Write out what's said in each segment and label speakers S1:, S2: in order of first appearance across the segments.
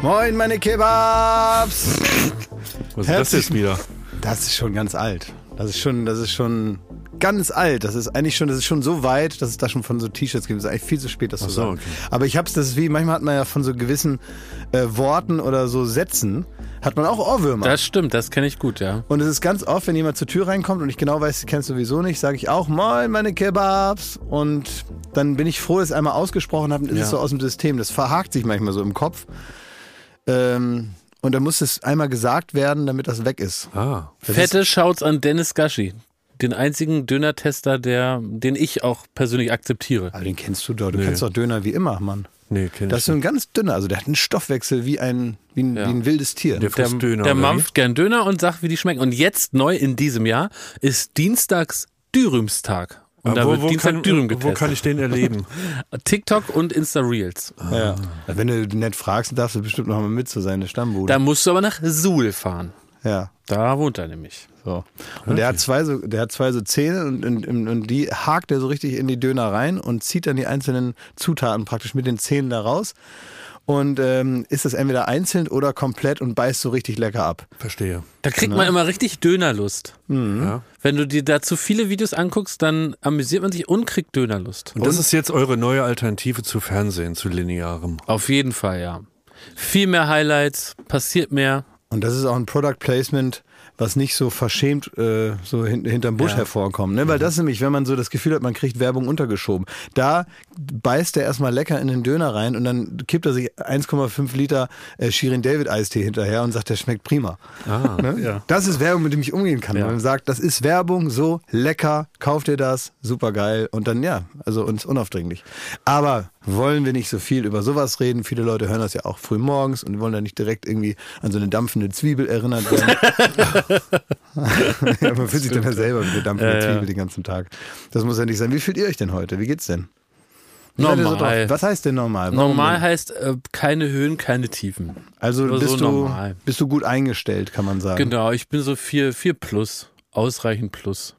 S1: Moin, meine Kebabs!
S2: Was ist das
S1: Herzlich-
S2: jetzt wieder?
S1: Das ist schon ganz alt. Das ist schon, das ist schon ganz alt. Das ist eigentlich schon, das ist schon so weit, dass es da schon von so T-Shirts gibt. Das ist eigentlich viel zu spät, das zu
S2: so,
S1: sagen.
S2: okay.
S1: Aber ich hab's, das ist wie, manchmal hat man ja von so gewissen äh, Worten oder so Sätzen, hat man auch Ohrwürmer.
S3: Das stimmt, das kenne ich gut, ja.
S1: und es ist ganz oft, wenn jemand zur Tür reinkommt und ich genau weiß, sie kennst sowieso nicht, sage ich auch Moin, meine Kebabs. Und dann bin ich froh, dass ich es einmal ausgesprochen habe und ist
S2: Ja.
S1: es so aus dem System. Das verhakt sich manchmal so im Kopf. Ähm, und dann muss es einmal gesagt werden, damit das weg ist.
S2: Ah,
S3: Fette Shouts an Dennis Gashi, den einzigen Döner-Tester, der, den ich auch persönlich akzeptiere.
S1: Aber den kennst du doch. Du kennst doch Döner wie immer, Mann.
S2: nee, kenn
S1: Das
S2: ich
S1: ist so ein ganz dünner. Also der hat einen Stoffwechsel wie ein, wie ein,
S3: Ja.
S1: wie ein wildes Tier.
S2: Der
S3: Der,
S2: frisst Döner.
S3: der
S2: oder
S3: mampft gern Döner und sagt, wie die schmecken. Und jetzt neu in diesem Jahr ist Dienstags Dürümstag.
S2: wie?
S3: Und
S2: Ah,
S3: da wird
S2: wo, wo,
S3: Dienstag
S2: kann,
S3: Dürüm
S2: wo
S3: getestet.
S2: kann Ah. ich den erleben?
S3: TikTok und Insta Reels.
S1: ja. Wenn du nett fragst, darfst du bestimmt noch mal mit zu sein, der Stammbude.
S3: Da musst du aber nach Suhl fahren.
S1: ja.
S3: Da wohnt er nämlich.
S1: So. Und der hat zwei so, der hat zwei so Zähne und, und, und, und die hakt er so richtig in die Döner rein und zieht dann die einzelnen Zutaten praktisch mit den Zähnen da raus. Und ähm, ist das entweder einzeln oder komplett und beißt so richtig lecker ab.
S2: Verstehe.
S3: Da kriegt man immer richtig Dönerlust.
S2: Ja.
S3: Wenn du dir dazu viele Videos anguckst, dann amüsiert man sich und kriegt Dönerlust.
S2: Und das ist jetzt eure neue Alternative zu Fernsehen, zu linearem.
S3: Auf jeden Fall, ja. Viel mehr Highlights, passiert mehr.
S1: Und das ist auch ein Product Placement, was nicht so verschämt äh, so hin, hinterm Busch
S3: Ja.
S1: hervorkommt. Ne? Weil das ist nämlich, wenn man so das Gefühl hat, man kriegt Werbung untergeschoben. Da beißt er erstmal lecker in den Döner rein und dann kippt er sich 1,5 Liter äh, Shirin David Eistee hinterher und sagt, der schmeckt prima. ne? Das ist Werbung, mit dem ich umgehen kann.
S3: Ja.
S1: Wenn man sagt, das ist Werbung, so lecker, kauft ihr das, super geil. Und dann ja, also uns unaufdringlich. Aber wollen wir nicht so viel über sowas reden? Viele Leute hören das ja auch früh morgens und wollen da nicht direkt irgendwie an so eine dampfende Zwiebel erinnert werden. ja, man fühlt sich dann ja selber mit der dampfenden
S3: Ja, ja.
S1: Zwiebel den ganzen Tag. Das muss ja nicht sein. Wie fühlt ihr euch denn heute? Wie geht's denn? Wie seid ihr So
S3: Normal.
S1: drauf? Was heißt denn normal? Warum
S3: Normal
S1: denn?
S3: heißt äh, keine Höhen, keine Tiefen.
S1: Also
S3: so
S1: bist, du,
S3: normal.
S1: bist du gut eingestellt, kann man sagen.
S3: Genau, ich bin so 4, 4 plus. Ausreichend plus.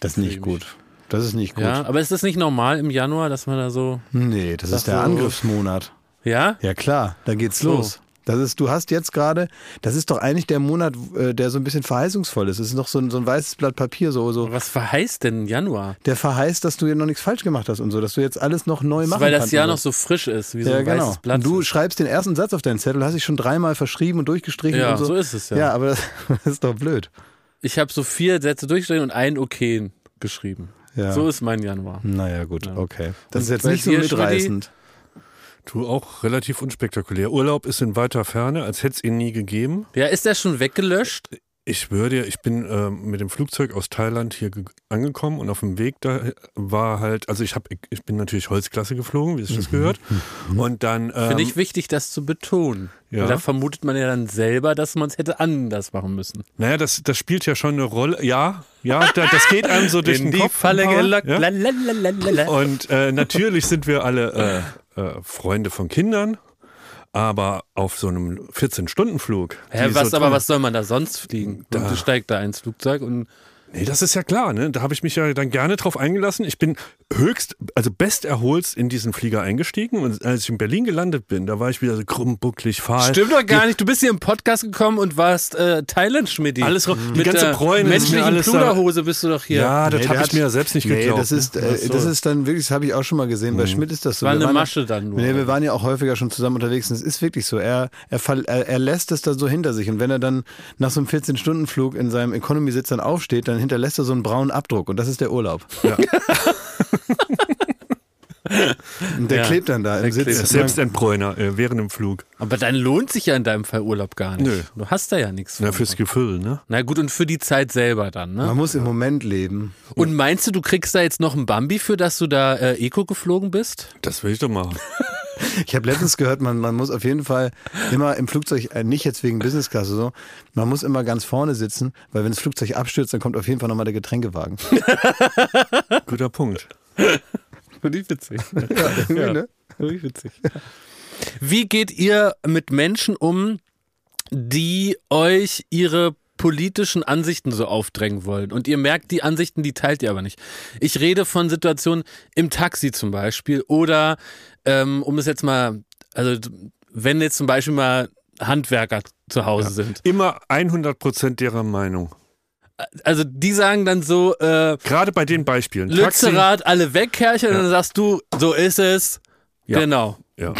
S1: Das ist nicht gut. Das ist nicht gut.
S3: Ja, aber ist das nicht normal im Januar, dass man da so.
S1: Nee, das ist
S3: Ach
S1: der
S3: so.
S1: Angriffsmonat.
S3: Ja?
S1: Ja klar, da geht's
S3: oh. so.
S1: los. Das ist, du hast jetzt gerade, das ist doch eigentlich der Monat, äh, der so ein bisschen verheißungsvoll ist. Es ist noch so ein, so ein weißes Blatt Papier, so, so.
S3: Was verheißt denn Januar?
S1: Der verheißt, dass du hier noch nichts falsch gemacht hast und so, dass du jetzt alles noch neu machen
S3: Weil das
S1: kannst.
S3: Jahr
S1: und
S3: noch
S1: so.
S3: so frisch ist, wie so
S1: ja,
S3: ein
S1: genau.
S3: weißes Blatt.
S1: Und du
S3: ist.
S1: schreibst den ersten Satz auf deinen Zettel, hast dich schon dreimal verschrieben und durchgestrichen
S3: Ja,
S1: und so.
S3: so ist es ja.
S1: Ja, aber das, das ist doch blöd.
S3: ich habe so vier Sätze durchgestrichen und einen Okay geschrieben.
S1: Ja. Hm.
S3: So ist mein Januar.
S1: Naja, gut, okay. Das
S3: Und
S1: ist jetzt
S3: bei
S1: nicht so
S3: dir, Schrödi?
S1: mitreißend.
S2: Du auch relativ unspektakulär. Urlaub ist in weiter Ferne, als hätte es ihn nie gegeben.
S3: Ja, ist der schon weggelöscht?
S2: Ich würde, ich bin ähm, mit dem Flugzeug aus Thailand hier ge- angekommen und auf dem Weg da war halt, also ich habe, ich bin natürlich Holzklasse geflogen, wie es das gehört. Und dann ähm,
S3: Finde ich wichtig, das zu betonen.
S2: Ja.
S3: Weil da vermutet man ja dann selber, dass man es hätte anders machen müssen.
S2: Naja, das, das spielt ja schon eine Rolle. Ja, ja, da, das geht einem so durch den Kopf. ein paar, ja.
S3: Ja.
S2: Und äh, natürlich sind wir alle äh, äh, Freunde von Kindern, aber auf so einem 14-Stunden-Flug.
S3: Hä,
S2: die
S3: was,
S2: so toll-
S3: aber
S2: Hm,
S3: was soll man da sonst fliegen? Da. Du steigt da ins Flugzeug und
S2: Nee, das ist ja klar, ne? Da habe ich mich ja dann gerne drauf eingelassen. Ich bin höchst, also besterholst in diesen Flieger eingestiegen und als ich in Berlin gelandet bin, da war ich wieder so krumm, bucklig, fahl.
S3: Stimmt doch gar nicht. Du bist hier im Podcast gekommen und warst äh, Thailand-Schmidti.
S2: Alles ra- die
S3: Mit
S2: ganze
S3: der
S2: Bräune ist mir
S3: menschlichen
S2: alles da-
S3: Pluderhose bist du doch hier.
S2: Ja, das
S1: Nee,
S2: habe
S1: der
S2: ich
S1: hat-
S2: mir selbst nicht
S1: Nee,
S2: geglaubt.
S1: das ist,
S2: ne?
S1: äh, das ist dann wirklich, das habe ich auch schon mal gesehen. Bei Schmidt ist das so.
S3: War
S1: Wir
S3: eine
S1: waren-
S3: Masche dann nur.
S1: Nee, wir waren ja auch häufiger schon zusammen unterwegs und es ist wirklich so. Er, er, verl- er, er lässt es dann so hinter sich und wenn er dann nach so einem 14-Stunden-Flug in seinem Economy-Sitz dann aufsteht, dann hinterlässt er so einen braunen Abdruck und das ist der Urlaub. und der
S3: Ja.
S1: klebt dann da im
S2: Der
S1: Sitz.
S2: ist selbst ein Bräuner äh, während dem Flug.
S3: Aber dann lohnt sich ja in deinem Fall Urlaub gar nicht.
S2: Nö.
S3: Du hast da ja nichts von.
S2: Na, fürs Gefühl, ne?
S3: Na gut, und für die Zeit selber dann, ne?
S1: Man muss im Moment leben.
S3: Und meinst du, du kriegst da jetzt noch einen Bambi für, dass du da äh, Eco geflogen bist?
S2: Das will ich doch machen.
S1: Ich habe letztens gehört, man, man muss auf jeden Fall immer im Flugzeug, äh, nicht jetzt wegen Business Class oder so, man muss immer ganz vorne sitzen, weil wenn das Flugzeug abstürzt, dann kommt auf jeden Fall nochmal der Getränkewagen.
S2: Guter Punkt.
S3: Finde ich witzig.
S1: Ja.
S3: Wie geht ihr mit Menschen um, die euch ihre politischen Ansichten so aufdrängen wollen? Und ihr merkt, die Ansichten, die teilt ihr aber nicht. Ich rede von Situationen im Taxi zum Beispiel oder, ähm, um es jetzt mal, also wenn jetzt zum Beispiel mal Handwerker zu Hause sind.
S2: Immer 100% derer Meinung.
S3: Also die sagen dann so, äh,
S2: Gerade bei den Beispielen. Taxi-
S3: Lützerath, alle weg, Kerlchen, und dann sagst du, so ist es.
S2: Ja.
S3: Genau.
S2: Ja.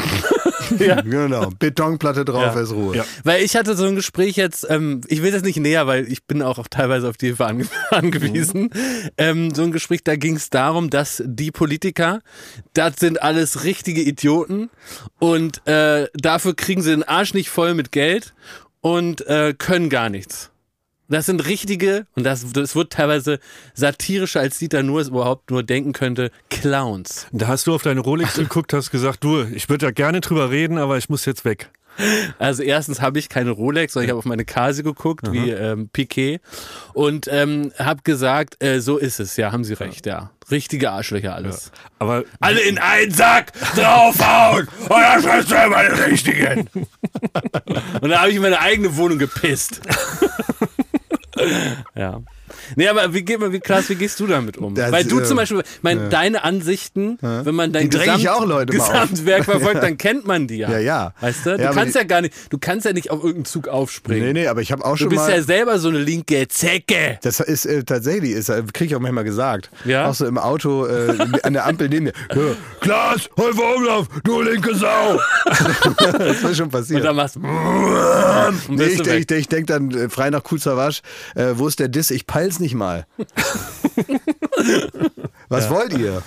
S1: Genau. Betonplatte drauf,
S3: Ja.
S1: ist Ruhe.
S2: Ja.
S3: Weil ich hatte so ein Gespräch jetzt, ähm, ich will das nicht näher, weil ich bin auch auf- teilweise auf die Hilfe ange angewiesen. Ähm, so ein Gespräch, da ging es darum, dass die Politiker, das sind alles richtige Idioten und äh, dafür kriegen sie den Arsch nicht voll mit Geld und äh, können gar nichts. Das sind richtige, und das, das wird teilweise satirischer, als Dieter nur es überhaupt nur denken könnte, Clowns.
S2: Da hast du auf deine Rolex geguckt, hast gesagt, du, ich würde da gerne drüber reden, aber ich muss jetzt weg.
S3: Also erstens habe ich keine Rolex, sondern ich habe auf meine Casio geguckt, wie ähm, Piquet, und ähm, habe gesagt, äh, so ist es, ja, haben Sie recht, ja. Richtige Arschlöcher alles.
S2: Aber
S3: Alle in einen Sack
S1: oh,
S3: draufhauen! Und dann schreibst du immer den richtigen! und da habe ich in meine eigene Wohnung gepisst. ja. Nee, aber wie, geht man, wie, Klaas, wie gehst du damit um?
S1: Das,
S3: Weil du
S1: äh,
S3: zum Beispiel, mein, deine Ansichten, wenn man dein
S1: Die dränge ich
S3: Gesamt,
S1: auch Leute mal auf.
S3: Gesamtwerk verfolgt, dann kennt man die ja.
S1: Ja, ja.
S3: Weißt du? Du
S1: Ja, aber
S3: kannst
S1: die-
S3: ja gar nicht, du kannst ja nicht auf irgendeinen Zug aufspringen.
S1: Nee, nee, aber ich habe auch
S3: Du
S1: schon
S3: bist
S1: mal.
S3: ja selber so eine linke Zecke.
S1: Das ist äh, tatsächlich, ist, äh, krieg ich auch manchmal gesagt.
S3: Ja?
S1: Auch so im Auto, äh, an der Ampel neben mir. Ja, Klaas, Häufer Umlauf, du linke Sau. das ist schon passiert.
S3: Und dann machst du. Und
S1: Nee,
S3: bist
S1: ich,
S3: du weg.
S1: ich, ich denke dann äh, frei nach Kuzawasch, äh, wo ist der Diss? Ich peil's nicht mal. Was wollt ihr?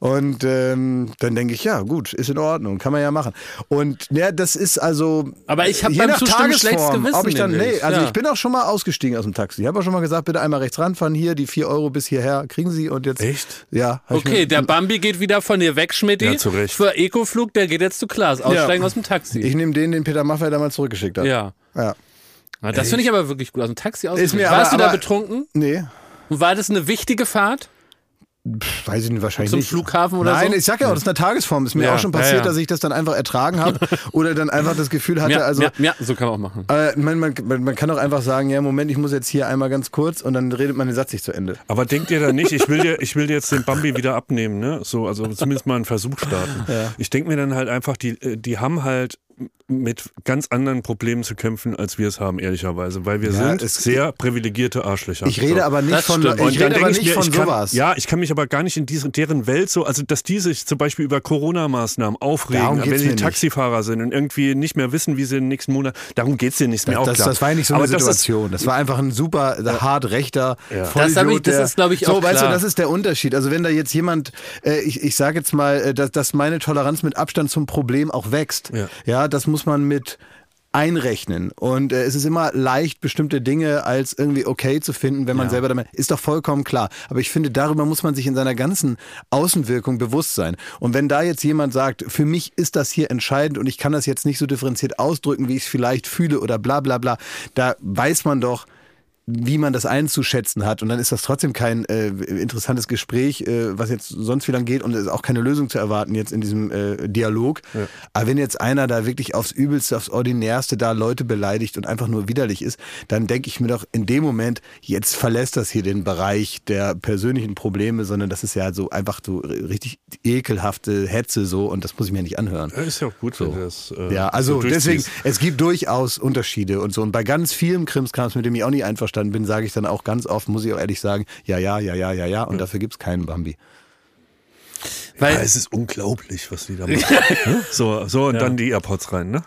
S1: Und ähm, dann denke ich, ja, gut, ist in Ordnung, kann man ja machen. Und ja, das ist also.
S3: Aber ich hab
S1: je
S3: beim
S1: nach
S3: Zustimmen
S1: Tagesform,
S3: schlechtes Gewissen
S1: Ob ich dann,
S3: nämlich,
S1: nee, also
S3: ja.
S1: ich bin auch schon mal ausgestiegen aus dem Taxi. Ich habe auch schon mal gesagt, bitte einmal rechts ranfahren, hier, die 4 Euro bis hierher kriegen Sie und jetzt.
S2: Echt?
S1: Ja. hab ich
S3: Okay,
S1: mir-
S3: der Bambi geht wieder von dir weg, Schmidti.
S2: Ja, zu Recht.
S3: Für Ecoflug, der geht jetzt zu Klaas. Aussteigen
S1: Ja.
S3: aus dem Taxi.
S1: Ich nehme den, den Peter Maffay damals zurückgeschickt hat.
S3: ja.
S1: ja.
S3: Na, das finde ich aber wirklich gut. Aus dem Taxi aus. Warst
S1: mir
S3: du
S1: aber-
S3: da
S1: aber-
S3: betrunken?
S1: Nee.
S3: Und war das eine wichtige Fahrt?
S1: Weiß ich nicht, wahrscheinlich
S3: Zum
S1: nicht.
S3: Flughafen oder
S1: Nein,
S3: so?
S1: ich sag ja auch, das ist eine Tagesform. Ist mir
S3: Ja,
S1: auch schon
S3: ja,
S1: passiert,
S3: ja.
S1: dass ich das dann einfach ertragen habe oder dann einfach das Gefühl hatte,
S3: Ja,
S1: also
S3: ja, ja, so kann man auch machen.
S1: äh, man, man, man man kann auch einfach sagen, ja, Moment, ich muss jetzt hier einmal ganz kurz und dann redet man den Satz nicht zu Ende.
S2: Aber denkt ihr da nicht, ich will dir, ich will dir jetzt den Bambi wieder abnehmen, ne? So, also zumindest mal einen Versuch starten. Ich denke mir dann halt einfach, die, äh, die haben halt mit ganz anderen Problemen zu kämpfen, als wir es haben, ehrlicherweise, weil wir
S1: Ja,
S2: sind
S1: es-
S2: sehr privilegierte Arschlöcher.
S1: Ich rede
S2: so.
S1: aber nicht
S3: Das
S1: von, ich
S3: stimmt.
S2: Und dann
S1: rede aber
S2: denke ich
S1: nicht
S2: mir,
S1: von
S2: ich kann,
S1: sowas.
S2: Ja, ich kann mich aber gar nicht in diese, deren Welt so, also dass die sich zum Beispiel über Corona-Maßnahmen
S1: Darum
S2: aufregen,
S1: geht's
S2: wenn
S1: mir
S2: sie
S1: nicht.
S2: Taxifahrer sind und irgendwie nicht mehr wissen, wie sie den nächsten Monat, darum geht's dir nicht, ist mir auch
S1: das,
S2: klar.
S1: das war ja nicht so eine
S2: aber das ist-
S1: Situation. Das war einfach ein super hart rechter Vollidiot.
S3: Das hab ich- das
S1: der-
S3: ist, glaub ich,
S1: so,
S3: auch
S1: weißt
S3: klar.
S1: du, das ist der Unterschied. Also wenn da jetzt jemand, äh, ich, ich sage jetzt mal, äh, dass, dass meine Toleranz mit Abstand zum Problem auch wächst.
S2: Ja.
S1: ja das muss man mit einrechnen. Und äh, es ist immer leicht, bestimmte Dinge als irgendwie okay zu finden, wenn man selber damit, ist doch vollkommen klar. Aber ich finde, darüber muss man sich in seiner ganzen Außenwirkung bewusst sein. Und wenn da jetzt jemand sagt, für mich ist das hier entscheidend und ich kann das jetzt nicht so differenziert ausdrücken, wie ich es vielleicht fühle oder bla bla bla, da weiß man doch, wie man das einzuschätzen hat. Und dann ist das trotzdem kein äh, interessantes Gespräch, äh, was jetzt sonst wie lang geht und es ist auch keine Lösung zu erwarten jetzt in diesem äh, Dialog. Aber wenn jetzt einer da wirklich aufs Übelste, aufs Ordinärste da Leute beleidigt und einfach nur widerlich ist, dann denke ich mir doch in dem Moment, jetzt verlässt das hier den Bereich der persönlichen Probleme, sondern das ist ja so einfach so richtig ekelhafte Hetze so und das muss ich mir nicht anhören.
S2: Ja, Ist ja auch gut, wenn du das. äh,
S1: Ja, also
S2: so durchziehst.
S1: deswegen, es gibt durchaus Unterschiede und so. Und bei ganz vielem Krimskrams, mit dem ich auch nicht einverstanden bin, sage ich dann auch ganz oft, muss ich auch ehrlich sagen, ja, ja, ja, ja, ja, ja.
S3: Hm.
S1: Und dafür gibt's keinen Bambi.
S2: Ja,
S3: Weil,
S2: es ist unglaublich, was die da machen. Ne? so, so, und dann die AirPods rein, ne?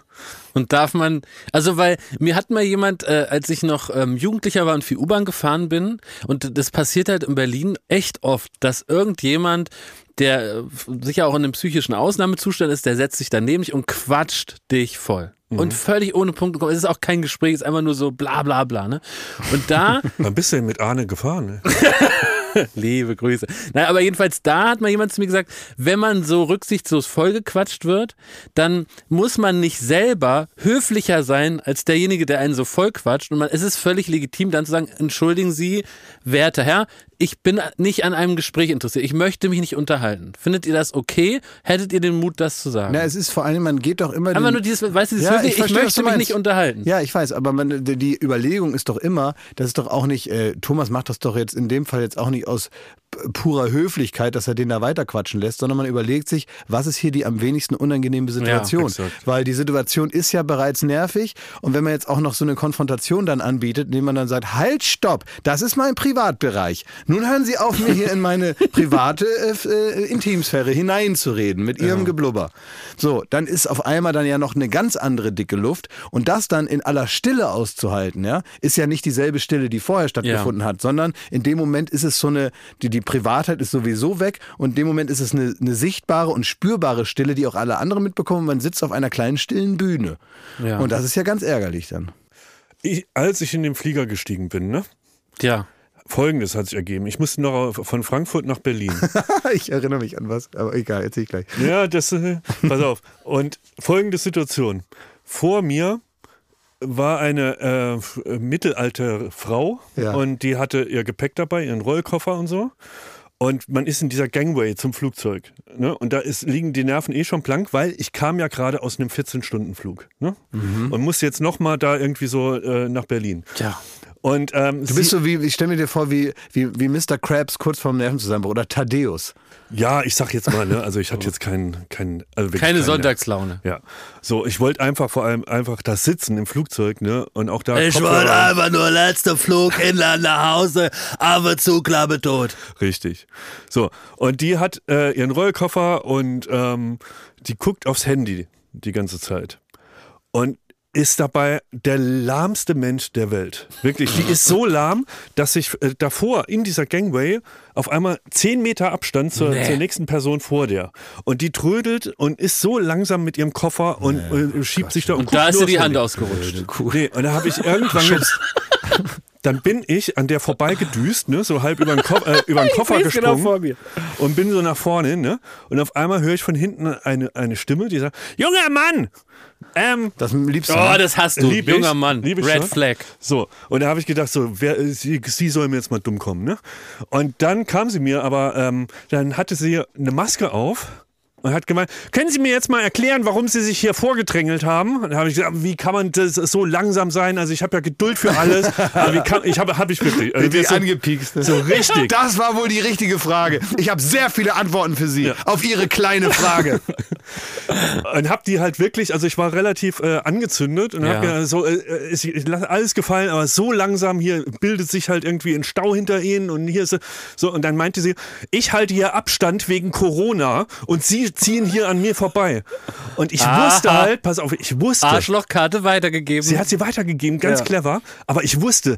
S3: Und darf man, also weil mir hat mal jemand, äh, als ich noch ähm, Jugendlicher war und viel U-Bahn gefahren bin, und das passiert halt in Berlin echt oft, dass irgendjemand, der äh, sicher auch in einem psychischen Ausnahmezustand ist, der setzt sich daneben dich und quatscht dich voll. Und völlig ohne Punkt gekommen. Es ist auch kein Gespräch, es ist einfach nur so bla bla bla. Ne? Und da
S2: Ein bisschen mit Arne gefahren, ne?
S3: Liebe Grüße. Nein, aber jedenfalls, da hat mal jemand zu mir gesagt, wenn man so rücksichtslos vollgequatscht wird, dann muss man nicht selber höflicher sein als derjenige, der einen so vollquatscht. Und man, es ist völlig legitim, dann zu sagen, entschuldigen Sie, werter Herr, ich bin nicht an einem Gespräch interessiert. Ich möchte mich nicht unterhalten. Findet ihr das okay? Hättet ihr den Mut, das zu sagen?
S1: Na, es ist vor allem, man geht doch immer.
S3: Einfach
S1: den-
S3: nur dieses, weißt du, dieses
S1: Ja, ich
S3: höfliche, ich,
S1: verstehe, was
S3: möchte
S1: du
S3: mich
S1: meinst.
S3: nicht unterhalten.
S1: ja, ich weiß, aber man, die die Überlegung ist doch immer, das ist doch auch nicht, äh, Thomas macht das doch jetzt in dem Fall jetzt auch nicht aus purer Höflichkeit, dass er den da weiterquatschen lässt, sondern man überlegt sich, was ist hier die am wenigsten unangenehme Situation?
S2: exakt.
S1: Weil die Situation ist ja bereits nervig und wenn man jetzt auch noch so eine Konfrontation dann anbietet, indem man dann sagt, halt, stopp, das ist mein Privatbereich. Nun hören Sie auf, mir hier in meine private äh, f- äh, Intimsphäre hineinzureden mit Ihrem Geblubber. So, dann ist auf einmal dann ja noch eine ganz andere dicke Luft und das dann in aller Stille auszuhalten, ja, ist ja nicht dieselbe Stille, die vorher stattgefunden hat, sondern in dem Moment ist es so eine, die, die Privatheit ist sowieso weg und in dem Moment ist es eine, eine sichtbare und spürbare Stille, die auch alle anderen mitbekommen. Man sitzt auf einer kleinen stillen Bühne.
S3: Ja.
S1: Und das ist ja ganz ärgerlich dann.
S2: Ich, als ich in den Flieger gestiegen bin, ne?
S3: Ja.
S2: Folgendes hat sich ergeben. Ich musste noch auf- von Frankfurt nach Berlin.
S1: ich erinnere mich an was, aber egal, erzähl ich gleich.
S2: ja, das, äh, pass auf. Und folgende Situation. Vor mir war eine äh, f- äh, mittelalte Frau
S1: Ja.
S2: und die hatte ihr Gepäck dabei, ihren Rollkoffer und so. Und man ist in dieser Gangway zum Flugzeug. Ne? Und da ist, liegen die Nerven eh schon blank, weil ich kam ja gerade aus einem 14-Stunden-Flug. Ne?
S1: Mhm.
S2: Und muss jetzt nochmal da irgendwie so äh, nach Berlin.
S3: Ja.
S2: Und, ähm,
S1: Du bist so wie, ich stelle mir dir vor, wie, wie, wie Mr. Krabs kurz vorm Nervenzusammenbruch oder Thaddeus.
S2: Ja, ich sag jetzt mal, ne? Also ich hatte jetzt keinen, keinen, also wirklich
S3: Keine
S2: keinen-
S3: Sonntagslaune.
S2: Ja, so ich wollte einfach vor allem einfach das Sitzen im Flugzeug, ne? Und auch da
S3: Ich
S2: Kopfhörer-
S3: wollte einfach nur letzter Flug inland nach Hause, aber Zugklappe tot.
S2: richtig. So und die hat äh, ihren Rollkoffer und ähm, die guckt aufs Handy die ganze Zeit und ist dabei der lahmste Mensch der Welt. Wirklich, die ist so lahm, dass ich äh, davor in dieser Gangway auf einmal zehn Meter Abstand zur,
S3: Nee.
S2: zur nächsten Person vor der. Und die trödelt und ist so langsam mit ihrem Koffer und äh, schiebt sich da und,
S3: oh Und da
S2: guckt
S3: ist
S2: nur
S3: dir die
S2: aufs
S3: Hand
S2: Handy.
S3: ausgerutscht.
S2: Nee, und da habe ich irgendwann. ge- dann bin ich an der vorbeigedüst, ne, so halb über den, Ko äh, über den Koffer
S3: weiß genau
S2: gesprungen
S3: vor mir.
S2: und bin so nach vorne hin, ne? Und auf einmal höre ich von hinten eine, eine Stimme, die sagt: Junger Mann! Ähm,
S1: Das liebst du.
S3: Oh,
S1: ne?
S3: das hast du,
S2: Lieb ich,
S3: junger Mann.
S2: lieb ich
S3: Red
S2: schon.
S3: Flag.
S2: So, und da habe ich gedacht, so, wer, sie, sie soll mir jetzt mal dumm kommen, ne? Und dann kam sie mir, aber ähm, dann hatte sie eine Maske auf und hat gemeint, können Sie mir jetzt mal erklären, warum Sie sich hier vorgedrängelt haben? Und dann habe ich gesagt, wie kann man das so langsam sein? Also ich habe ja Geduld für alles, aber wie kann, ich habe hab ich wirklich. Also
S1: die
S2: so,
S1: angepiekst.
S2: so richtig.
S1: Das war wohl die richtige Frage. Ich habe sehr viele Antworten für Sie auf Ihre kleine Frage.
S2: Und hab die halt wirklich, also ich war relativ äh, angezündet und
S3: Ja.
S2: hab gedacht, so, äh, äh, ich, ich lasse alles gefallen, aber so langsam hier bildet sich halt irgendwie ein Stau hinter ihnen und hier ist so. Und dann meinte sie, ich halte hier Abstand wegen Corona und sie ziehen hier an mir vorbei. Und ich
S3: Aha.
S2: wusste halt, pass auf, ich wusste,
S3: Arschlochkarte weitergegeben.
S2: sie hat sie weitergegeben, ganz
S1: Ja.
S2: clever, aber ich wusste,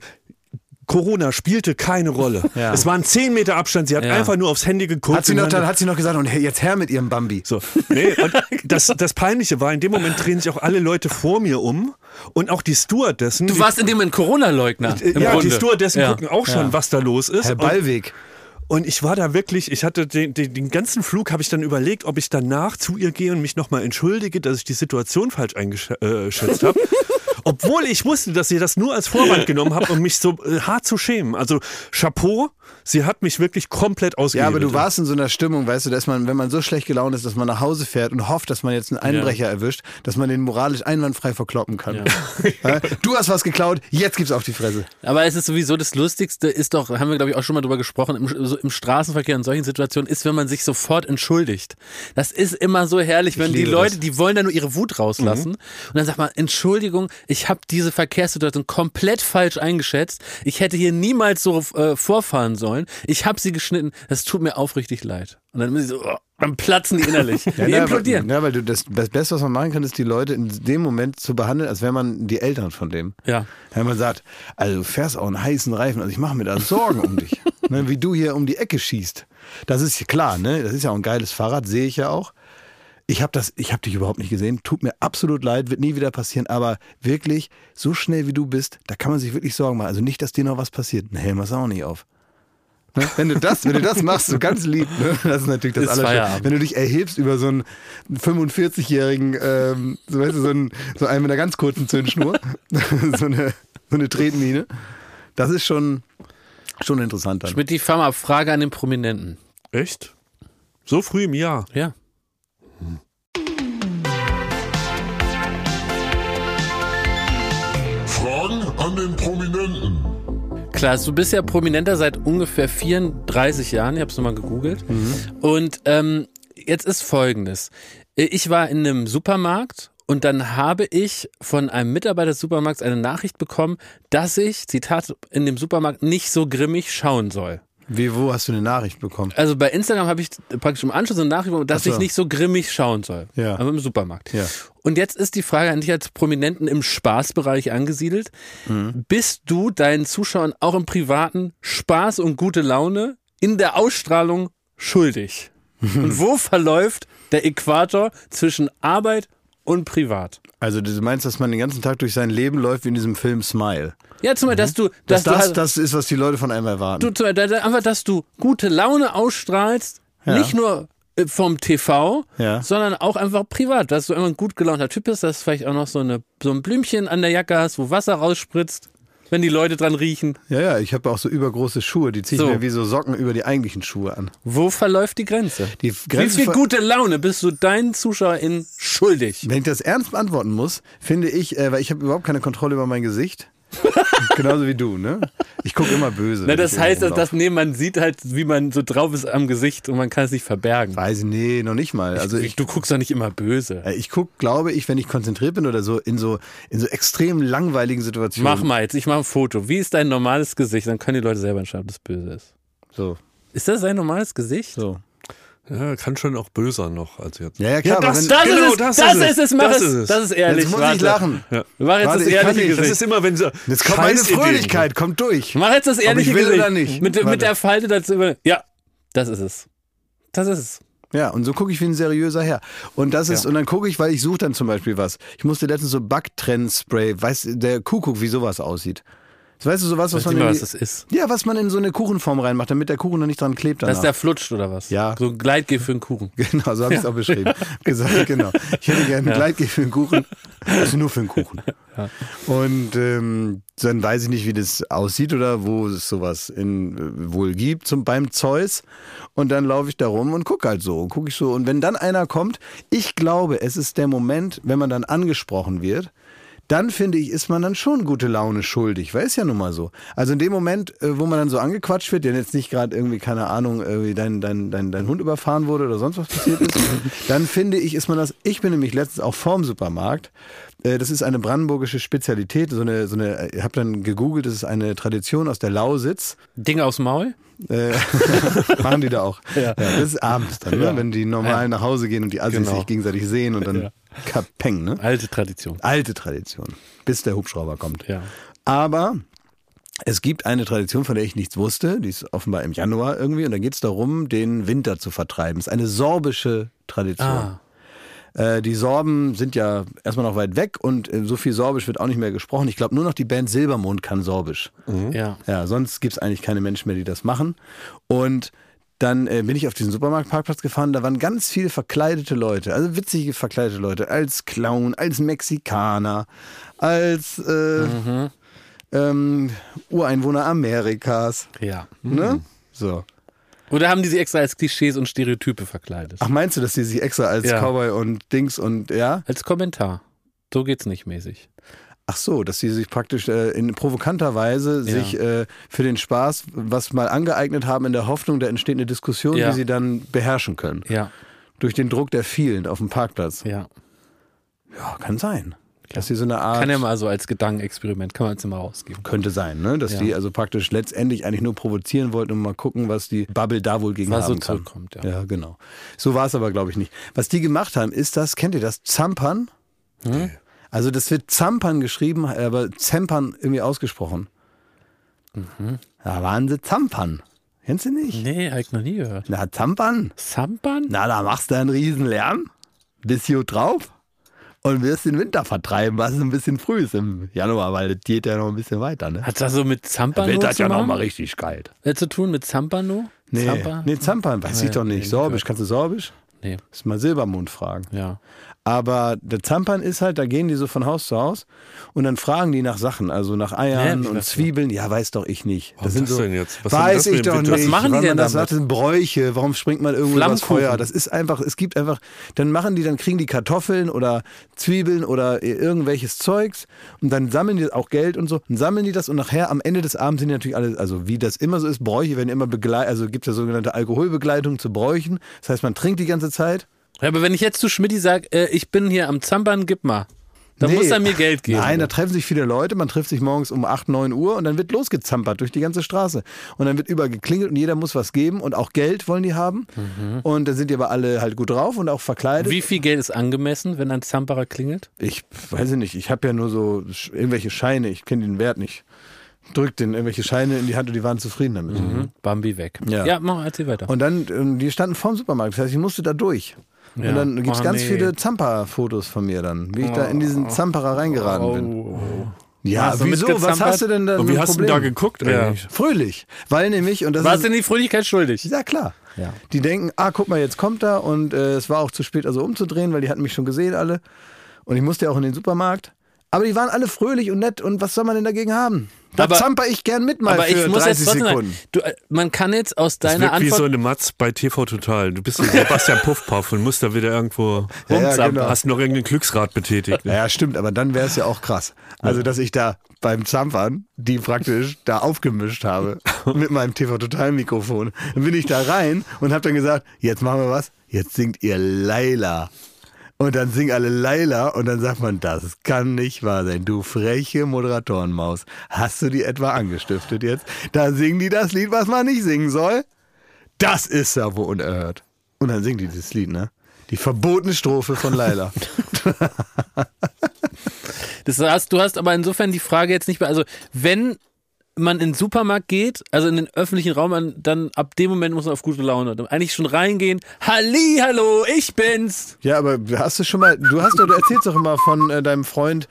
S2: Corona spielte keine Rolle.
S1: Ja.
S2: Es waren 10 Meter Abstand, sie hat
S3: Ja.
S2: einfach nur aufs Handy geguckt.
S1: Hat sie,
S2: und
S1: noch,
S2: meinte,
S1: dann hat sie noch gesagt, und jetzt her mit Ihrem Bambi.
S2: so, nee, und das, das Peinliche war, in dem Moment drehen sich auch alle Leute vor mir um und auch die Stewardessen.
S3: du warst in dem ein Corona-Leugner.
S2: die,
S3: im
S2: ja,
S3: Grunde.
S2: die Stewardessen
S3: Ja.
S2: gucken auch schon, was da los ist.
S1: Herr
S2: Und,
S1: Ballweg.
S2: und ich war da wirklich, ich hatte den, den, den ganzen Flug, habe ich dann überlegt, ob ich danach zu ihr gehe und mich nochmal entschuldige, dass ich die Situation falsch eingeschätzt habe. Obwohl ich wusste, dass ihr das nur als Vorwand genommen habt, um mich so äh, hart zu schämen. Also Chapeau, sie hat mich wirklich komplett
S1: Ja,
S2: ausgehebelt.
S1: aber du warst in so einer Stimmung, weißt du, dass man, wenn man so schlecht gelaunt ist, dass man nach Hause fährt und hofft, dass man jetzt einen Einbrecher erwischt, dass man den moralisch einwandfrei verkloppen kann. Ja. Du hast was geklaut, jetzt gibt's auf die Fresse.
S3: Aber es ist sowieso das Lustigste, ist doch, haben wir glaube ich auch schon mal drüber gesprochen, im, so im Straßenverkehr in solchen Situationen, ist, wenn man sich sofort entschuldigt. Das ist immer so herrlich, wenn die
S1: liebe Mhm.
S3: Leute, die wollen da nur ihre Wut rauslassen. Und dann sagt man, Entschuldigung, ich habe diese Verkehrssituation komplett falsch eingeschätzt. Ich hätte hier niemals so äh, vorfahren sollen. Ich habe sie geschnitten. Das tut mir aufrichtig leid. Und dann müssen sie so, oh, dann platzen die innerlich. die
S1: Ja, ne,
S3: implodieren.
S1: Weil, ja, weil du das, das Beste, was man machen kann, ist, die Leute in dem Moment zu behandeln, als wären man die Eltern von dem.
S3: Ja.
S1: Wenn man sagt, also du fährst auch einen heißen Reifen, also ich mache mir da Sorgen um dich. Ne, wie du hier um die Ecke schießt. Das ist klar, ne? Das ist ja auch ein geiles Fahrrad, sehe ich ja auch. Ich habe das, ich habe dich überhaupt nicht gesehen. Tut mir absolut leid, wird nie wieder passieren. Aber wirklich, so schnell wie du bist, da kann man sich wirklich Sorgen machen. Also nicht, dass dir noch was passiert. Ein Helm hast du auch nicht auf. Ne? Wenn du das, wenn du das machst, so ganz lieb, ne? das ist natürlich das
S3: Ist
S1: Allerschönste.
S3: Feierabend.
S1: Wenn du dich erhebst über so einen 45-jährigen, ähm, so weißt du, so einen, so einen mit einer ganz kurzen Zündschnur, so eine, so eine Tretmine, das ist schon, schon interessant dann.
S3: Schmidt, die Farmer, Frage an den Prominenten.
S2: Echt? So früh im Jahr?
S3: Ja.
S4: Fragen an den Prominenten.
S3: Klaas, du bist ja Prominenter seit ungefähr 34 Jahren. Ich habe es nochmal gegoogelt. Und ähm, jetzt ist Folgendes. Ich war in einem Supermarkt und dann habe ich von einem Mitarbeiter des Supermarkts eine Nachricht bekommen, dass ich, Zitat, in dem Supermarkt nicht so grimmig schauen soll.
S1: Wie, wo hast du eine Nachricht bekommen?
S3: Also bei Instagram habe ich praktisch im Anschluss eine Nachricht bekommen, dass
S1: Ach so.
S3: ich nicht so grimmig schauen soll.
S1: Ja.
S3: Aber im Supermarkt.
S1: Ja.
S3: Und jetzt ist die Frage an dich als Prominenten im Spaßbereich angesiedelt.
S1: Mhm.
S3: Bist du deinen Zuschauern auch im privaten Spaß und gute Laune in der Ausstrahlung schuldig? und wo verläuft der Äquator zwischen Arbeit und Privat?
S1: Also du meinst, dass man den ganzen Tag durch sein Leben läuft wie in diesem Film Smile.
S3: Ja, zum Beispiel, dass du,
S1: Dass
S3: dass du,
S1: Mhm. das
S3: halt-
S1: das ist, was die Leute von einem erwarten.
S3: du zum Beispiel, einfach, dass du gute Laune ausstrahlst,
S1: Ja.
S3: nicht nur äh, vom TV,
S1: Ja.
S3: sondern auch einfach privat, dass du immer ein gut gelaunter Typ bist, dass du vielleicht auch noch so, eine, so ein Blümchen an der Jacke hast, wo Wasser rausspritzt, wenn die Leute dran riechen.
S1: ja, ja, ich habe auch so übergroße Schuhe, die ziehe ich
S3: So.
S1: mir wie so Socken über die eigentlichen Schuhe an.
S3: Wo verläuft die Grenze?
S1: Die Grenze
S3: Wie viel
S1: ver-
S3: gute Laune bist du deinen ZuschauerInnen schuldig?
S1: Wenn ich das ernst beantworten muss, finde ich, äh, weil ich habe überhaupt keine Kontrolle über mein Gesicht. Genauso wie du, ne? Ich gucke immer böse.
S3: Na,
S1: wenn
S3: Ne, das
S1: ich
S3: heißt, dass,
S1: irgendwo
S3: dass nee, man sieht halt, wie man so drauf ist am Gesicht und man kann es nicht verbergen.
S1: rumlaufe. Weiß ich, nee, noch nicht mal. Also ich,
S3: du guckst doch nicht immer böse.
S1: äh, ich gucke, glaube ich, wenn ich konzentriert bin oder so, in so, in so extrem langweiligen Situationen.
S3: Mach mal jetzt, ich mache ein Foto. Wie ist dein normales Gesicht? Dann können die Leute selber entscheiden, ob das böse ist.
S1: So,
S3: Ist das dein normales Gesicht?
S1: so.
S2: Ja, kann schon auch böser noch als jetzt.
S1: Ja, ja, klar. aber wenn,
S3: das,
S2: Genau,
S3: ist, das, ist es, mach
S2: das
S3: es.
S2: ist es.
S3: Das ist ehrlich.
S1: jetzt muss ich
S3: warte.
S1: lachen.
S3: Mach jetzt
S1: Warte,
S3: das
S1: ich kann
S3: ehrliche
S1: nicht,
S2: Das
S3: Gesicht.
S2: ist immer, wenn sie.
S1: Jetzt kommt meine
S2: Scheißideen.
S1: Fröhlichkeit, kommt durch.
S3: Mach jetzt das
S1: ich
S3: ehrliche
S1: will
S3: Gesicht.
S1: oder nicht?
S3: Mit,
S1: Warte.
S3: mit der Falte dazu. über- Ja, das ist es. Das ist es.
S1: Ja, und so gucke ich wie ein seriöser Herr. Und das ist, und dann gucke ich, weil ich suche dann zum Beispiel was. Ich musste letztens so Backtrennspray, weiß der Kuckuck, wie sowas aussieht. Weißt du, sowas, was
S3: Sag
S1: man.
S3: mal,
S1: in
S3: was
S1: die-
S3: das ist.
S1: Ja, was man in so eine Kuchenform reinmacht, damit der Kuchen noch nicht dran klebt. Danach.
S3: Dass der flutscht oder was?
S1: Genau. Ja.
S3: So ein Gleitgel für einen Kuchen.
S1: genau, so habe ich es auch beschrieben. Gesagt, genau. Ich hätte gerne ein Gleitgel für den Kuchen. Das ist nur für den Kuchen. Und ähm, dann weiß ich nicht, wie das aussieht oder wo es sowas in, äh, wohl gibt zum, beim Zeus. Und dann laufe ich da rum und gucke halt so. Und gucke ich so. Und wenn dann einer kommt, ich glaube, es ist der Moment, wenn man dann angesprochen wird, dann finde ich, ist man dann schon gute Laune schuldig, weil ist ja nun mal so. Also in dem Moment, äh, wo man dann so angequatscht wird, denn jetzt nicht gerade irgendwie, keine Ahnung, irgendwie dein, dein, dein, dein Hund überfahren wurde oder sonst was passiert ist, dann finde ich, ist man das, ich bin nämlich letztens auch vorm Supermarkt, äh, das ist eine brandenburgische Spezialität, so eine, so eine, ich habe dann gegoogelt, das ist eine Tradition aus der Lausitz,
S3: Ding aufs Maul?
S1: äh, machen die da auch. Ja. das ist abends dann, ne? wenn die normal nach Hause gehen und die Assis
S3: Genau.
S1: sich gegenseitig sehen und dann kapeng, ne?
S3: Alte Tradition.
S1: Alte Tradition, bis der Hubschrauber kommt.
S3: Ja.
S1: Aber es gibt eine Tradition, von der ich nichts wusste, die ist offenbar im Januar irgendwie, und da geht es darum, den Winter zu vertreiben. Es ist eine sorbische Tradition.
S3: Ah.
S1: Äh, die Sorben sind ja erstmal noch weit weg und äh, so viel Sorbisch wird auch nicht mehr gesprochen. Ich glaube, nur noch die Band Silbermond kann Sorbisch.
S3: Ja.
S1: Ja, sonst gibt's eigentlich keine Menschen mehr, die das machen. Und dann äh, bin ich auf diesen Supermarktparkplatz gefahren, da waren ganz viele verkleidete Leute, also witzige verkleidete Leute, als Clown, als Mexikaner, als äh,
S3: Mhm.
S1: ähm, Ureinwohner Amerikas.
S3: Ja.
S1: Ne? So.
S3: Oder haben die sie extra als Klischees und Stereotype verkleidet?
S1: Ach, meinst du, dass die sich extra als
S3: Ja.
S1: Cowboy und Dings und ja?
S3: Als Kommentar. So geht's nicht mäßig.
S1: Ach so, dass die sich praktisch äh, in provokanter Weise sich äh, für den Spaß was mal angeeignet haben in der Hoffnung, da entsteht eine Diskussion,
S3: Ja.
S1: die sie dann beherrschen können.
S3: Ja,
S1: Durch den Druck der vielen auf dem Parkplatz.
S3: ja.
S1: Ja, kann sein. Dass die so eine Art.
S3: Kann ja mal so als Gedankenexperiment, kann man jetzt mal rausgeben.
S1: könnte sein, ne? Dass
S3: Ja.
S1: die also praktisch letztendlich eigentlich nur provozieren wollten und mal gucken, was die Bubble da wohl gegen
S3: Was so
S1: haben kann.
S3: zurückkommt, ja.
S1: Ja. genau. So war es aber, glaube ich, nicht. Was die gemacht haben, ist das, kennt ihr das? Zampern?
S3: Hm?
S1: Also, das wird Zampern geschrieben, aber Zempern irgendwie ausgesprochen.
S3: Mhm.
S1: Da waren sie Zampern. Kennst du nicht?
S3: Nee, hab ich noch nie gehört.
S1: Na, Zampern?
S3: Sampan?
S1: Na, da machst du einen riesen Lärm, bist hier drauf und wirst den Winter vertreiben, was ein bisschen früh ist im Januar, weil das geht ja noch ein bisschen weiter, ne?
S3: Hat das so mit Zampano
S1: Winter
S3: zu,
S1: hat ja noch
S3: machen?
S1: mal richtig kalt.
S3: Äh, zu tun? Mit Zampano?
S1: Nee,
S3: Zampa?
S1: Zampan? nee Zampan weiß ich doch nicht. Sorbisch, kannst du Sorbisch?
S3: Nee.
S1: Muss mal Silbermond fragen.
S3: Ja.
S1: Aber der Zampan ist halt, da gehen die so von Haus zu Haus und dann fragen die nach Sachen, also nach Eiern
S3: Hä, wie
S1: und
S3: das
S1: Zwiebeln. Ja, weiß doch ich nicht.
S2: Was ist das denn jetzt? Was
S1: weiß
S2: ist denn
S1: ich
S2: das mit
S1: doch
S2: dem
S1: nicht.
S2: Witz?
S3: Was machen die
S1: Weil man
S3: denn
S1: das
S3: damit?
S1: sagt, Das sind Bräuche. Warum springt man irgendwo übers
S3: Flammkuchen.
S1: Feuer? Das ist einfach, es gibt einfach, dann machen die, dann kriegen die Kartoffeln oder Zwiebeln oder irgendwelches Zeugs und dann sammeln die auch Geld und so und sammeln die das und nachher am Ende des Abends sind die natürlich alle, also wie das immer so ist, Bräuche werden immer begleitet, also gibt es ja sogenannte Alkoholbegleitung zu Bräuchen. Das heißt, man trinkt die ganze Zeit.
S3: Ja, aber wenn ich jetzt zu Schmidti sage, äh, ich bin hier am Zamban, gib mal, dann
S1: Nee.
S3: muss er mir Geld geben.
S1: Nein, da treffen sich viele Leute. Man trifft sich morgens um 8, 9 Uhr und dann wird losgezampert durch die ganze Straße. Und dann wird überall geklingelt und jeder muss was geben und auch Geld wollen die haben. Und dann sind die aber alle halt gut drauf und auch verkleidet.
S3: Mhm. Wie viel Geld ist angemessen, wenn ein Zamperer klingelt?
S1: Ich weiß ich nicht, ich habe ja nur so sch- irgendwelche Scheine, ich kenne den Wert nicht. Drückt denen irgendwelche Scheine in die Hand und die waren zufrieden damit.
S3: Mhm. Bambi weg.
S1: Mhm. Ja.
S3: ja mach, erzähl weiter.
S1: Und dann, ähm, die standen vorm Supermarkt, das heißt, ich musste da durch. Und dann gibt es
S3: Oh,
S1: ganz
S3: nee. Oh.
S1: viele Zampa-Fotos von mir dann, wie ich da in diesen Zamperer reingeraten bin. Ja,
S3: Hast du
S1: wieso? Was
S3: mitgezampert?
S1: hast du denn da
S2: Und
S1: für
S2: wie
S1: ein
S2: hast du
S1: Problem?
S2: da geguckt eigentlich?
S1: Fröhlich, weil nämlich, und das
S3: Warst du
S1: ist,
S3: denn die Fröhlichkeit schuldig?
S1: ja klar,
S3: Ja.
S1: die denken, ah, guck mal, jetzt kommt er und äh, es war auch zu spät, also umzudrehen, weil die hatten mich schon gesehen alle und ich musste ja auch in den Supermarkt. Aber die waren alle fröhlich und nett und was soll man denn dagegen haben? Da
S3: Aber-
S1: zamper ich gern mit mal
S3: Aber
S1: für
S3: ich muss jetzt
S1: 30
S3: trotzdem
S1: Sekunden.
S3: sagen, du, äh, man kann jetzt aus
S2: Das
S3: deiner
S2: wirkt wie
S3: Antwort
S2: so eine Matz bei TV Total. Du bist so Sebastian Puffpuff und musst da wieder irgendwo
S1: Ja, ja,
S2: rumzappen.
S1: genau.
S2: Hast noch irgendein Glücksrad
S3: Äh,
S2: betätigt.
S1: Ja, stimmt, aber dann wäre es ja auch krass. Also, dass ich da beim Zampern die praktisch da aufgemischt habe mit meinem TV-Total-Mikrofon. Dann bin ich da rein und habe dann gesagt, jetzt machen wir was, jetzt singt ihr Laila. Und dann singen alle Laila und dann sagt man, das kann nicht wahr sein. Du freche Moderatorenmaus, hast du die etwa angestiftet jetzt? Da singen die das Lied, was man nicht singen soll. Das ist ja wohl unerhört. Und dann singen die dieses Lied, ne? Die verbotene Strophe von Laila.
S3: Das heißt, du hast aber insofern die Frage jetzt nicht mehr. Also, wenn man in den Supermarkt geht, also in den öffentlichen Raum, an- dann ab dem Moment muss man auf gute Laune. Dann Eigentlich schon reingehen. Halli, hallo, ich bin's.
S1: Ja, aber hast du schon mal, du hast doch, du erzählst doch immer von äh, deinem Freund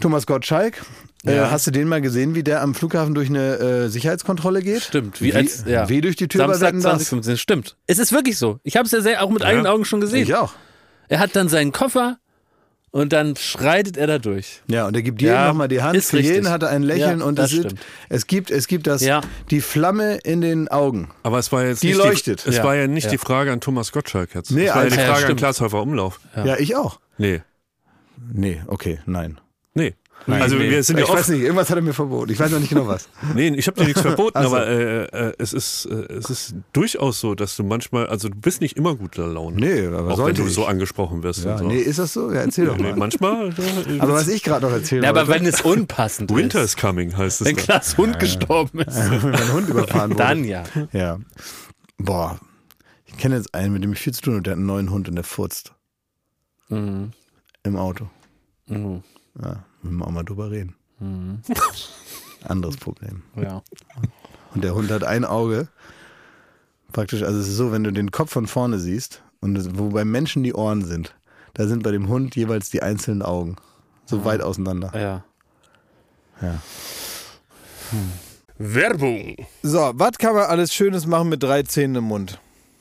S1: Thomas Gottschalk. Äh, hast du den mal gesehen, wie der am Flughafen durch eine äh, Sicherheitskontrolle geht?
S3: Stimmt.
S1: Wie, wie durch die Tür bei
S3: Samstag
S1: Wetten, dass?
S3: 2015. Stimmt. Es ist wirklich so. Ich habe es ja sehr, auch mit eigenen Augen schon gesehen.
S1: Ich auch.
S3: Er hat dann seinen Koffer und dann schreitet er da durch.
S1: Ja, und er gibt jedem
S3: Ja,
S1: nochmal die Hand.
S3: ist
S1: Für jeden
S3: richtig.
S1: hat er ein Lächeln
S3: Ja,
S1: und
S3: das
S1: es, ist,
S3: stimmt.
S1: es gibt, es gibt das,
S3: Ja.
S1: die Flamme in den Augen.
S2: Aber es war jetzt
S1: Die
S2: nicht
S1: leuchtet.
S2: Die, es
S3: Ja.
S2: war ja nicht
S3: Ja.
S2: die Frage an Thomas Gottschalk jetzt.
S1: Nee,
S2: es war ja
S1: also-
S2: die
S3: Ja,
S2: Frage an
S3: stimmt.
S2: Klaashäufer Umlauf.
S1: Ja. ich auch.
S2: Nee.
S1: Nee, okay, nein.
S2: Nee. also
S1: nee.
S2: wir sind ja
S1: ich weiß
S2: oft.
S1: nicht, irgendwas hat er mir verboten. Ich weiß noch nicht Also. genau was.
S2: Nee, ich habe dir nichts verboten,
S1: Ach so.
S2: aber äh, äh, es, ist, äh, es ist durchaus so, dass du manchmal, also du bist nicht immer guter Laune.
S1: Nee, aber
S2: auch wenn
S1: sollte
S2: du
S1: ich.
S2: so angesprochen wirst.
S1: Ja,
S2: und so.
S1: nee, ist das so? Ja, erzähl doch
S2: nee
S1: mal.
S2: manchmal. äh,
S1: Aber was ich gerade noch erzählen
S3: Ja, aber
S1: wollte,
S3: wenn es unpassend
S2: Winter
S3: ist.
S2: is coming heißt es.
S3: Wenn
S2: da.
S3: Klaas Hund gestorben ist.
S1: wenn mein Hund überfahren wurde.
S3: Dann ja.
S1: Ja. Boah. Ich kenne jetzt einen, mit dem ich viel zu tun habe, der hat einen neuen Hund und der furzt
S3: Mhm.
S1: im Auto.
S3: Mhm.
S1: Ja, müssen wir auch mal drüber reden.
S3: Mhm.
S1: Anderes Problem.
S3: Ja.
S1: Und der Hund hat ein Auge. Praktisch, also es ist so, wenn du den Kopf von vorne siehst und es- wo beim Menschen die Ohren sind, da sind bei dem Hund jeweils die einzelnen Augen. So
S3: Mhm.
S1: weit auseinander.
S3: ja.
S2: Werbung.
S4: So, was kann man alles Schönes machen mit drei Zähnen im Mund?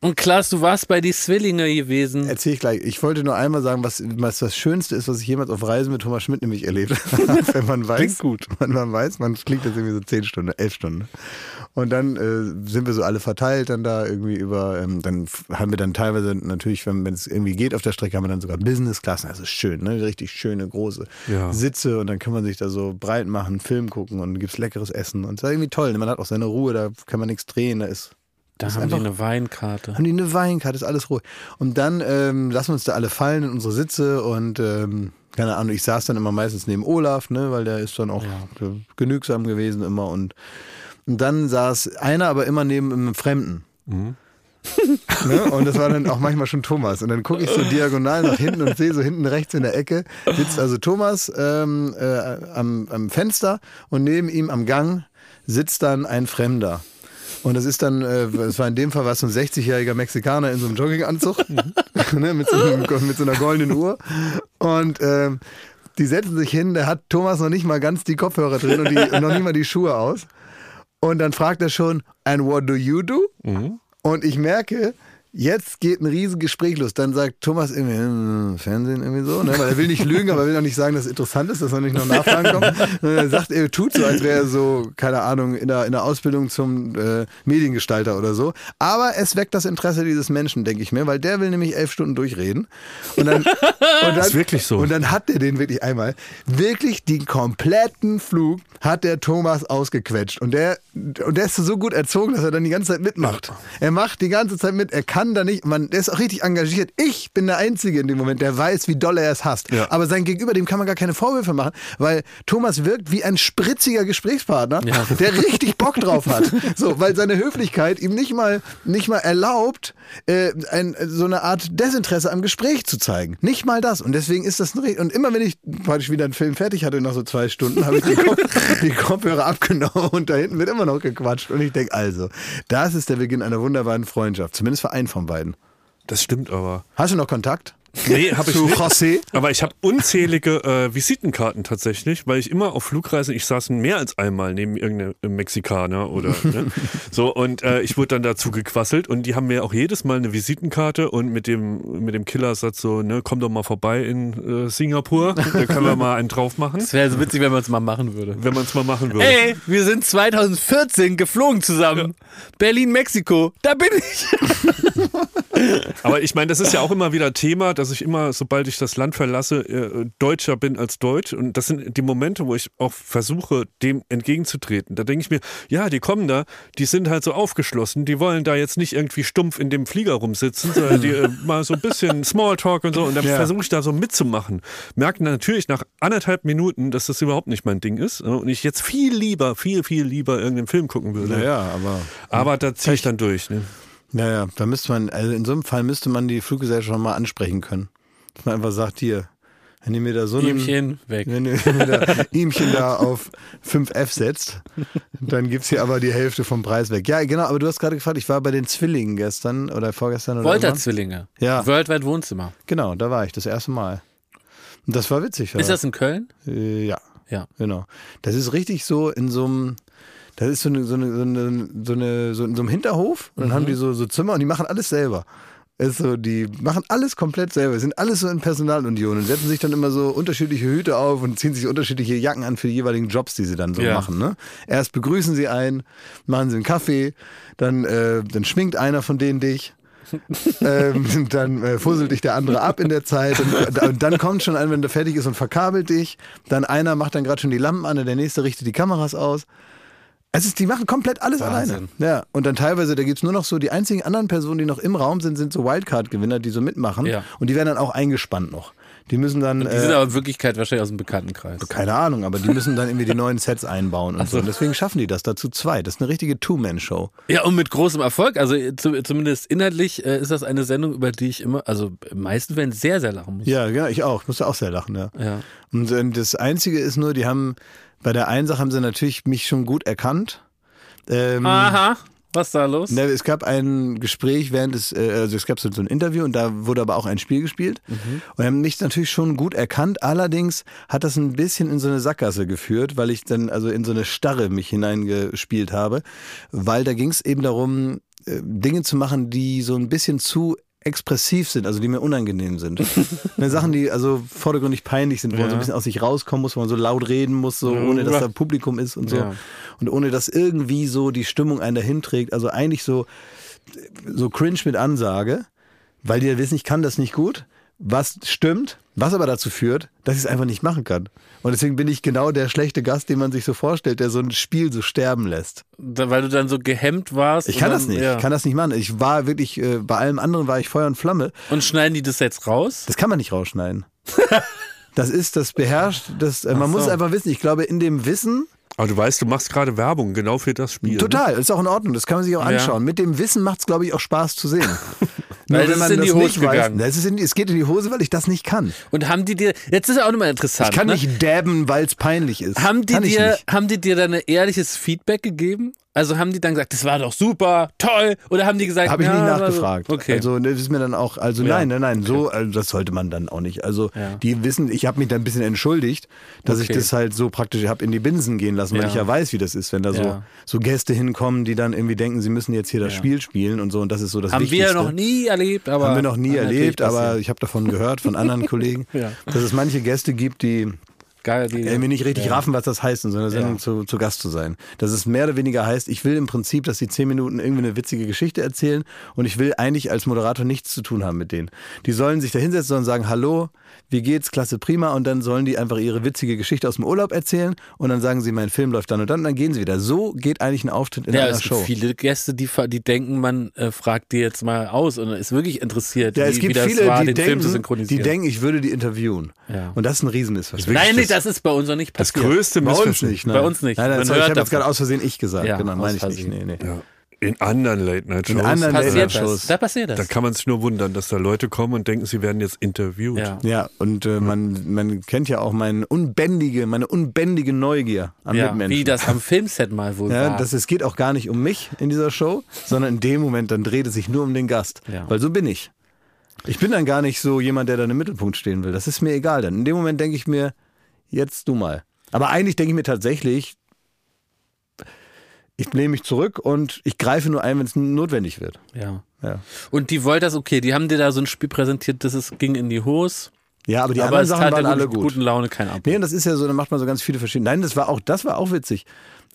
S3: Und Klaas, du warst bei die Zwillinge gewesen.
S1: Hm. Erzähl ich gleich. Ich wollte nur einmal sagen, was, was das Schönste ist, was ich jemals auf Reisen mit Thomas Schmidt nämlich erlebt habe. Wenn man weiß,
S3: Klingt gut.
S1: Man, man weiß, man fliegt jetzt irgendwie so zehn Stunden, elf Stunden. Und dann äh, sind wir so alle verteilt dann da irgendwie über, ähm, dann f- haben wir dann teilweise natürlich, wenn wenn es irgendwie geht auf der Strecke, haben wir dann sogar Business-Klassen. Also schön, ne? richtig schöne, große
S2: Ja.
S1: Sitze und dann kann man sich da so breit machen, einen Film gucken und gibt's leckeres Essen und es war irgendwie toll. ne? Man hat auch seine Ruhe, da kann man nichts drehen, da ist
S3: Da haben die eine Weinkarte.
S1: haben die eine Weinkarte, ist alles ruhig. Und dann ähm, lassen wir uns da alle fallen in unsere Sitze und ähm, keine Ahnung, ich saß dann immer meistens neben Olaf, ne, weil der ist dann auch äh, genügsam gewesen immer und, und dann saß einer aber immer neben einem Fremden. ne? Und das war dann auch manchmal schon Thomas. Und dann gucke ich so diagonal nach hinten und sehe so hinten rechts in der Ecke sitzt also Thomas ähm, äh, am, am Fenster und neben ihm am Gang sitzt dann ein Fremder. Und das ist dann, äh, es war in dem Fall was so ein 60-jähriger Mexikaner in so einem Jogginganzug ne, mit, so einem, mit so einer goldenen Uhr. Und ähm, die setzen sich hin, da hat Thomas noch nicht mal ganz die Kopfhörer drin und, die, und noch nicht mal die Schuhe aus. Und dann fragt er schon, and what do you do?
S2: Mhm.
S1: Und ich merke, jetzt geht ein riesen Gespräch los. Dann sagt Thomas irgendwie, hm, Fernsehen irgendwie so, ne? weil er will nicht lügen, aber er will auch nicht sagen, dass es interessant ist, dass er nicht noch Nachfragen kommt. Und er sagt, er tut so, als wäre er so, keine Ahnung, in der, in der Ausbildung zum äh, Mediengestalter oder so. Aber es weckt das Interesse dieses Menschen, denke ich mir, weil der will nämlich elf Stunden durchreden. Und dann, und dann,
S2: Ist wirklich so.
S1: Und dann hat er den wirklich einmal, wirklich den kompletten Flug hat der Thomas ausgequetscht. Und der, und der ist so gut erzogen, dass er dann die ganze Zeit mitmacht. Er macht die ganze Zeit mit, er kann da nicht, man, der ist auch richtig engagiert. Ich bin der Einzige in dem Moment, der weiß, wie doll er es hasst.
S2: Ja.
S1: Aber sein Gegenüber, dem kann man gar keine Vorwürfe machen, weil Thomas wirkt wie ein spritziger Gesprächspartner, der richtig Bock drauf hat. So, weil seine Höflichkeit ihm nicht mal, nicht mal erlaubt, äh, ein, so eine Art Desinteresse am Gespräch zu zeigen. Nicht mal das. Und deswegen ist das ein Re Und immer wenn ich praktisch wieder einen Film fertig hatte, nach so zwei Stunden, habe ich die, Kopf die Kopfhörer abgenommen und da hinten wird immer noch gequatscht. Und ich denke, also, das ist der Beginn einer wunderbaren Freundschaft. Zumindest für einen von beiden.
S2: Das stimmt aber.
S1: Hast du noch Kontakt?
S2: Nee, habe ich
S1: Zu
S2: nicht.
S1: José?
S2: Aber ich habe unzählige äh, Visitenkarten tatsächlich, weil ich immer auf Flugreisen, ich saß mehr als einmal neben irgendeinem Mexikaner oder ne? so und äh, ich wurde dann dazu gequasselt und die haben mir auch jedes Mal eine Visitenkarte und mit dem mit dem Killersatz so, ne, komm doch mal vorbei in äh, Singapur, da können wir mal einen drauf machen,
S3: Es wäre so witzig, wenn man es mal machen würde.
S2: wenn man es mal machen würde.
S3: Ey, wir sind 2014 geflogen zusammen. Berlin, Mexiko. Da bin ich.
S2: Aber ich meine, das ist ja auch immer wieder Thema, dass ich immer, sobald ich das Land verlasse, äh, deutscher bin als Deutsch. Und das sind die Momente, wo ich auch versuche, dem entgegenzutreten. Da denke ich mir, ja, die kommen da, die sind halt so aufgeschlossen, die wollen da jetzt nicht irgendwie stumpf in dem Flieger rumsitzen, sondern die äh, mal so ein bisschen Smalltalk und so. Und dann versuche ich da so mitzumachen. Merken natürlich nach anderthalb Minuten, dass das überhaupt nicht mein Ding ist. äh, Und ich jetzt viel lieber, viel, viel lieber irgendeinen Film gucken würde.
S1: Naja, aber.
S2: Aber da ziehe ich dann durch. Ne?
S1: Naja, da müsste man, also in so einem Fall müsste man die Fluggesellschaft mal ansprechen können. Dass man einfach sagt, hier, wenn ihr mir da so ein
S3: Ihmchen weg.
S1: wenn ihr mir da Ihmchen da auf 5F setzt, dann gibt's hier aber die Hälfte vom Preis weg. Ja, genau, aber du hast gerade gefragt, ich war bei den Zwillingen gestern oder vorgestern oder
S3: Wolter
S1: wann?
S3: Zwillinge.
S1: Ja.
S3: Worldwide Wohnzimmer.
S1: Genau, da war ich das erste Mal. Das war witzig. Ja.
S3: Ist das in Köln?
S1: Äh, ja.
S3: Ja.
S1: Genau. Das ist richtig so in so einem. Das ist so eine, so eine, so eine, so eine so in so einem Hinterhof und dann haben die so, so Zimmer und die machen alles selber. Ist so, die machen alles komplett selber, sind alles so in Personalunion und setzen sich dann immer so unterschiedliche Hüte auf und ziehen sich unterschiedliche Jacken an für die jeweiligen Jobs, die sie dann so
S3: Ja.
S1: machen. Ne? Erst begrüßen sie einen, machen sie einen Kaffee, dann, äh, dann schminkt einer von denen dich. ähm, dann äh, fusselt dich der andere ab in der Zeit und, und dann kommt schon ein, wenn der fertig ist und verkabelt dich. Dann einer macht dann gerade schon die Lampen an und der nächste richtet die Kameras aus. Es ist, die machen komplett alles
S3: Wahnsinn.
S1: alleine. Ja, und dann teilweise, da gibt's nur noch so, die einzigen anderen Personen, die noch im Raum sind, sind so Wildcard-Gewinner, die so mitmachen.
S3: Ja.
S1: Und die werden dann auch eingespannt noch. Die müssen dann.
S3: Die sind
S1: äh,
S3: aber in Wirklichkeit wahrscheinlich aus dem Bekanntenkreis.
S1: keine Ahnung, aber die müssen dann irgendwie die neuen Sets einbauen und so. Und deswegen schaffen die das dazu zwei. Das ist eine richtige Two-Man-Show.
S3: Ja, und mit großem Erfolg. Also äh, zu, zumindest inhaltlich äh, ist das eine Sendung, über die ich immer, also im meisten Fällen sehr, sehr lachen muss.
S1: Ja, genau, ich auch. Ich musste auch sehr lachen, ja.
S3: Ja.
S1: Und ähm, das Einzige ist nur, die haben, bei der einen Sache haben sie natürlich mich schon gut erkannt. Ähm,
S3: Aha, was da los?
S1: na, es gab ein Gespräch während des, äh, also es gab so so ein Interview und da wurde aber auch ein Spiel gespielt. Und haben mich natürlich schon gut erkannt. Allerdings hat das ein bisschen in so eine Sackgasse geführt, weil ich dann also in so eine Starre mich hineingespielt habe. Weil da ging es eben darum, äh, Dinge zu machen, die so ein bisschen zu expressiv sind, also die mir unangenehm sind. Ne, Sachen, die also vordergründig peinlich sind, wo man so ein bisschen aus sich rauskommen muss, wo man so laut reden muss, so ohne dass da Publikum ist und so.
S3: Ja.
S1: Und ohne dass irgendwie so die Stimmung einen dahin trägt. Also eigentlich so, so cringe mit Ansage, weil die ja wissen, ich kann das nicht gut, was stimmt, was aber dazu führt, dass ich es einfach nicht machen kann. Und deswegen bin ich genau der schlechte Gast, den man sich so vorstellt, der so ein Spiel so sterben lässt.
S3: Da, weil du dann so gehemmt warst.
S1: Ich
S3: und
S1: kann
S3: dann,
S1: das nicht,
S3: ja.
S1: ich kann das nicht machen. Ich war wirklich, äh, bei allem anderen war ich Feuer und Flamme.
S3: und schneiden die das jetzt raus?
S1: Das kann man nicht rausschneiden. Das ist, das beherrscht, das, äh, man muss einfach wissen, ich glaube, in dem Wissen,
S2: Aber du weißt, du machst gerade Werbung genau für das Spiel.
S1: total, ist auch in Ordnung, das kann man sich auch anschauen. Mit dem Wissen macht es, glaube ich, auch Spaß zu sehen.
S3: Weil es ist in die Hose gegangen.
S1: weiß, es, ist in, es geht in die Hose, weil ich das nicht kann.
S3: Und haben die dir, jetzt ist ja auch nochmal interessant.
S1: Ich kann
S3: ne?
S1: nicht dabben, weil es peinlich ist.
S3: Haben die,
S1: kann ich
S3: dir,
S1: nicht.
S3: haben die dir dann ein ehrliches Feedback gegeben? Also haben die dann gesagt, das war doch super, toll? Oder haben die gesagt,
S1: Habe ich
S3: "Ja,
S1: nicht
S3: war so-
S1: nachgefragt.
S3: Okay.
S1: Also das ist mir dann auch, also
S3: Ja.
S1: nein, nein, nein, so, also, das sollte man dann auch nicht. Also
S3: Ja.
S1: die wissen, ich habe mich dann ein bisschen entschuldigt, dass ich
S3: Okay.
S1: das halt so praktisch habe in die Binsen gehen lassen, weil
S3: Ja.
S1: ich ja weiß, wie das ist, wenn da so,
S3: Ja.
S1: so Gäste hinkommen, die dann irgendwie denken, sie müssen jetzt hier das Spiel spielen und so und das ist so das
S3: haben wir
S1: Wichtigste.
S3: ja noch nie erlebt, aber.
S1: Haben wir noch nie
S3: Kann natürlich
S1: erlebt, aber
S3: passieren.
S1: ich habe davon gehört von anderen Kollegen,
S3: Ja.
S1: dass es manche Gäste gibt, die
S3: Geil, die,
S1: irgendwie nicht richtig raffen, was das heißt, in so einer Sendung zu, zu Gast zu sein. Dass es mehr oder weniger heißt, ich will im Prinzip, dass die zehn Minuten irgendwie eine witzige Geschichte erzählen und ich will eigentlich als Moderator nichts zu tun haben mit denen. Die sollen sich da hinsetzen und sagen, hallo, wie geht's, klasse, prima und dann sollen die einfach ihre witzige Geschichte aus dem Urlaub erzählen und dann sagen sie, mein Film läuft dann und dann und dann gehen sie wieder. So geht eigentlich ein Auftritt in
S3: Ja,
S1: einer
S3: es gibt
S1: Show.
S3: viele Gäste, die, ver- die denken, man äh, fragt die jetzt mal aus und ist wirklich interessiert,
S1: Ja,
S3: wie,
S1: es
S3: wie
S1: gibt
S3: das
S1: viele,
S3: war,
S1: die
S3: den Film zu
S1: denken, die
S3: synchronisieren.
S1: denken, ich würde die interviewen.
S3: Ja.
S1: Und das ist ein Riesenmissverständnis.
S3: Nein, nee, das ist bei uns noch nicht
S2: Das
S3: passiert.
S2: größte
S1: Bei uns
S2: Missverständnis.
S1: nicht, nein.
S3: Bei uns nicht.
S1: Nein, nein,
S3: Man
S1: sorry, ich
S3: hört
S1: habe jetzt
S3: davon.
S1: gerade aus Versehen ich gesagt.
S3: Ja,
S1: genau,
S3: aus
S1: meine ich nicht.
S3: Versehen.
S1: Nee, nee.
S2: Ja. In anderen Late-Night-Shows.
S1: In anderen
S3: passiert das.
S1: Late-Night-Shows.
S3: Da passiert
S2: Da
S3: das.
S2: kann man es nur wundern, dass da Leute kommen und denken, sie werden jetzt interviewt.
S3: Ja.
S1: Ja, und äh, man, man kennt ja auch meine unbändige, meine unbändige Neugier am
S3: Ja,
S1: Mitmenschen.
S3: wie das am Filmset mal wohl
S1: ja,
S3: war.
S1: das, es geht auch gar nicht um mich in dieser Show, sondern in dem Moment, dann dreht es sich nur um den Gast.
S3: Ja.
S1: Weil so bin ich. Ich bin dann gar nicht so jemand, der dann im Mittelpunkt stehen will. Das ist mir egal. Dann in dem Moment denke ich mir, jetzt du mal. Aber eigentlich denke ich mir tatsächlich, ich nehme mich zurück und ich greife nur ein, wenn es notwendig wird.
S3: ja.
S1: Ja.
S3: Und die wollten das, okay, die haben dir da so ein Spiel präsentiert, das ist, ging in die Hose,
S1: Ja, aber die
S3: aber
S1: anderen
S3: es
S1: Sachen
S3: tat der
S1: waren alle
S3: guten,
S1: gut.
S3: guten Laune kein Abbruch.
S1: Nee, und das ist ja so, da macht man so ganz viele verschiedene. Nein, das war auch, das war auch witzig.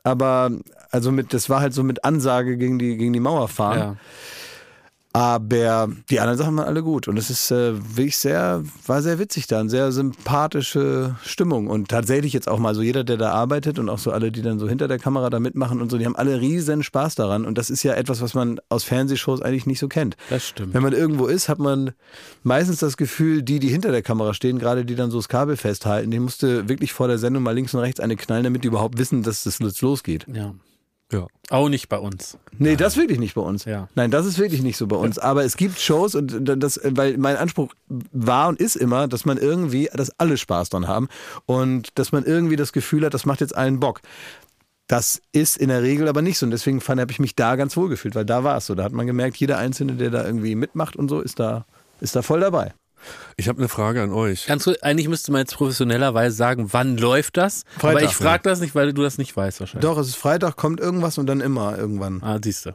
S1: Aber also mit, das war halt so mit Ansage gegen die, gegen die Mauer fahren.
S3: Ja.
S1: Aber die anderen Sachen waren alle gut. Und es ist äh, wirklich sehr, war sehr witzig da. Eine sehr sympathische Stimmung. Und tatsächlich jetzt auch mal so jeder, der da arbeitet und auch so alle, die dann so hinter der Kamera da mitmachen und so, die haben alle riesen Spaß daran. Und das ist ja etwas, was man aus Fernsehshows eigentlich nicht so kennt.
S3: Das stimmt.
S1: Wenn man irgendwo ist, hat man meistens das Gefühl, die, die hinter der Kamera stehen, gerade die dann so das Kabel festhalten, den musste wirklich vor der Sendung mal links und rechts eine knallen, damit die überhaupt wissen, dass das jetzt losgeht.
S3: Ja.
S2: Ja.
S3: Auch nicht bei uns.
S1: Nee, das wirklich nicht bei uns.
S3: Ja.
S1: Nein, das ist wirklich nicht so bei uns. Aber es gibt Shows und dann das, weil mein Anspruch war und ist immer, dass man irgendwie, dass alle Spaß dran haben und dass man irgendwie das Gefühl hat, das macht jetzt allen Bock. Das ist in der Regel aber nicht so. Und deswegen habe ich mich da ganz wohl gefühlt, weil da war es so. Da hat man gemerkt, jeder Einzelne, der da irgendwie mitmacht und so, ist da, ist da voll dabei.
S2: Ich habe eine Frage an euch.
S3: Ganz kurz, eigentlich müsste man jetzt professionellerweise sagen, wann läuft das?
S1: Freitag,
S3: aber ich frage das nicht, weil du das nicht weißt wahrscheinlich.
S1: Doch, es ist Freitag, kommt irgendwas und dann immer irgendwann.
S3: Ah, siehst du.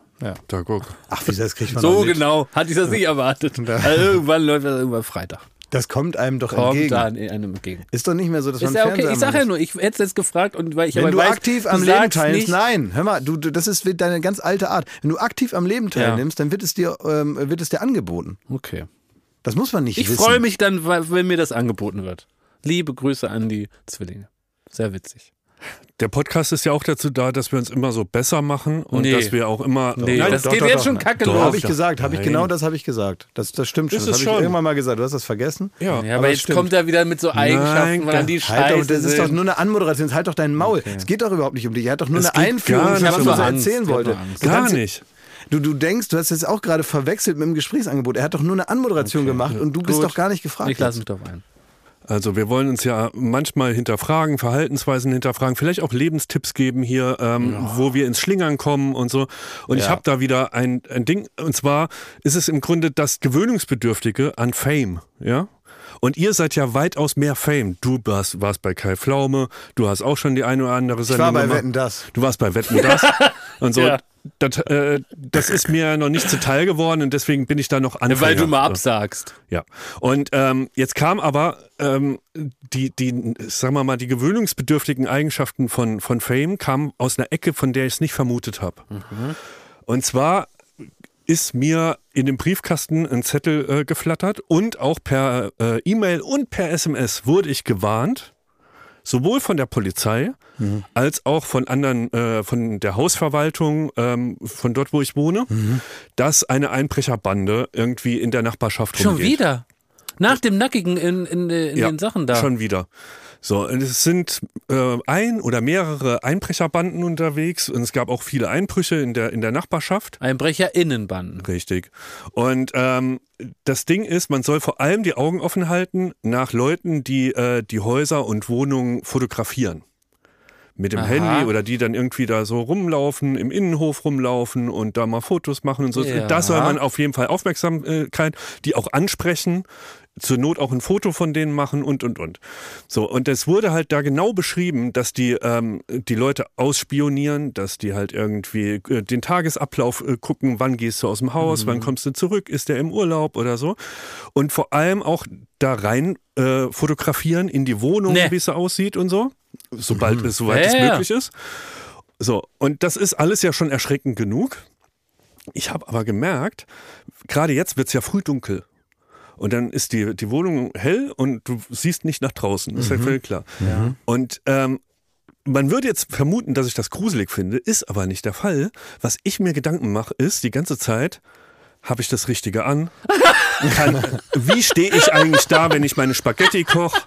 S2: Da guck.
S1: Ach, wieso, das kriegt man
S3: So
S1: doch mit.
S3: genau hatte ich das nicht erwartet. Also irgendwann läuft das irgendwann Freitag.
S1: Das kommt einem doch
S3: Kommt
S1: entgegen.
S3: da in einem entgegen.
S1: Ist doch nicht mehr so, dass
S3: Ist
S1: man
S3: ja
S1: Fernseher
S3: okay. Ich sage
S1: anmacht.
S3: ja nur, ich hätte es jetzt gefragt und weil ich
S1: Wenn
S3: aber
S1: du
S3: weiß,
S1: aktiv
S3: du
S1: am Leben
S3: sagst
S1: teilnimmst,
S3: nicht,
S1: nein, hör mal, du, du, das ist deine ganz alte Art. Wenn du aktiv am Leben teilnimmst, dann wird es dir, ähm, wird es dir angeboten.
S3: Okay.
S1: Das muss man nicht
S3: Ich
S1: wissen.
S3: freue mich dann, weil- wenn mir das angeboten wird. Liebe Grüße an die Zwillinge. Sehr witzig.
S2: Der Podcast ist ja auch dazu da, dass wir uns immer so besser machen und
S3: Nee.
S2: dass wir auch immer.
S3: Nee, das geht jetzt schon kacke
S2: Doch.
S3: los.
S1: Habe ich gesagt, habe ich
S2: Nein.
S1: genau das habe ich gesagt. Das, das stimmt schon.
S2: Ist
S1: das
S2: es
S1: habe ich
S2: schon.
S1: irgendwann mal gesagt. Du hast das vergessen.
S2: Ja,
S3: Ja, aber, jetzt kommt er wieder mit so Eigenschaften,
S2: Nein,
S3: weil die
S1: Halt
S3: Scheiße
S1: doch, das ist doch
S3: sind.
S1: nur eine Anmoderation. Halt doch dein Maul. Es geht doch überhaupt nicht um dich. Er hat doch nur
S2: Es
S1: eine
S2: geht
S1: Einführung,
S2: gar nicht
S1: was
S2: um
S1: man so
S2: Angst.
S1: erzählen
S3: Ich hab
S1: wollte.
S3: nur Angst.
S1: Du kannst-
S2: Gar nicht.
S1: Du, du denkst, du hast jetzt auch gerade verwechselt mit dem Gesprächsangebot. Er hat doch nur eine Anmoderation gemacht und du bist
S3: Gut.
S1: doch gar nicht gefragt.
S3: ich lasse mich drauf ein.
S2: Also wir wollen uns ja manchmal hinterfragen, Verhaltensweisen hinterfragen, vielleicht auch Lebenstipps geben hier, ähm, wo wir ins Schlingern kommen und so. Und ich habe da wieder ein, ein Ding, und zwar ist es im Grunde das Gewöhnungsbedürftige an Fame, ja? Und ihr seid ja weitaus mehr Fame. Du warst, warst bei Kai Pflaume, du hast auch schon die eine oder andere
S1: ich
S2: Sendung
S1: war bei
S2: gemacht.
S1: Wetten, das.
S2: Du warst bei Wetten das und so.
S3: Ja.
S2: Das, äh, das ist mir noch nicht zuteil geworden und deswegen bin ich da noch Anfänger.
S3: Weil du mal
S2: So.
S3: absagst.
S2: Ja. Und ähm, jetzt kam aber ähm, die, die, sagen wir mal, die gewöhnungsbedürftigen Eigenschaften von, von Fame kamen aus einer Ecke, von der ich es nicht vermutet habe. Und zwar ist mir in dem Briefkasten ein Zettel äh, geflattert und auch per äh, E-Mail und per SMS wurde ich gewarnt, sowohl von der Polizei als auch von anderen, äh, von der Hausverwaltung, ähm, von dort, wo ich wohne, dass eine Einbrecherbande irgendwie in der Nachbarschaft
S3: Schon
S2: rumgeht.
S3: wieder. Nach dem Nackigen in, in, äh, in
S2: Äh, Ja,
S3: den Sachen da.
S2: Schon wieder. So, und es sind äh, ein oder mehrere Einbrecherbanden unterwegs und es gab auch viele Einbrüche in der, in der Nachbarschaft.
S3: Einbrecherinnenbanden.
S2: Richtig. Und ähm, das Ding ist, man soll vor allem die Augen offen halten nach Leuten, die äh, die Häuser und Wohnungen fotografieren. Mit dem
S3: Aha.
S2: Handy oder die dann irgendwie da so rumlaufen, im Innenhof rumlaufen und da mal Fotos machen und so.
S3: Ja.
S2: Da soll man auf jeden Fall Aufmerksamkeit, die auch ansprechen, zur Not auch ein Foto von denen machen und und und. So, und es wurde halt da genau beschrieben, dass die, ähm, die Leute ausspionieren, dass die halt irgendwie äh, den Tagesablauf äh, gucken, wann gehst du aus dem Haus, wann kommst du zurück, ist der im Urlaub oder so. Und vor allem auch da rein äh, fotografieren in die Wohnung,
S3: Nee.
S2: wie es so aussieht und so, sobald es soweit
S3: Ja,
S2: es
S3: ja.
S2: möglich ist. So, und das ist alles ja schon erschreckend genug. Ich habe aber gemerkt, gerade jetzt wird es ja früh dunkel. Und dann ist die, die Wohnung hell und du siehst nicht nach draußen. Das ist
S3: Mhm.
S2: ja völlig klar. Und ähm, man würde jetzt vermuten, dass ich das gruselig finde, ist aber nicht der Fall. Was ich mir Gedanken mache, ist die ganze Zeit, habe ich das Richtige an? Kann, wie stehe ich eigentlich da, wenn ich meine Spaghetti koche?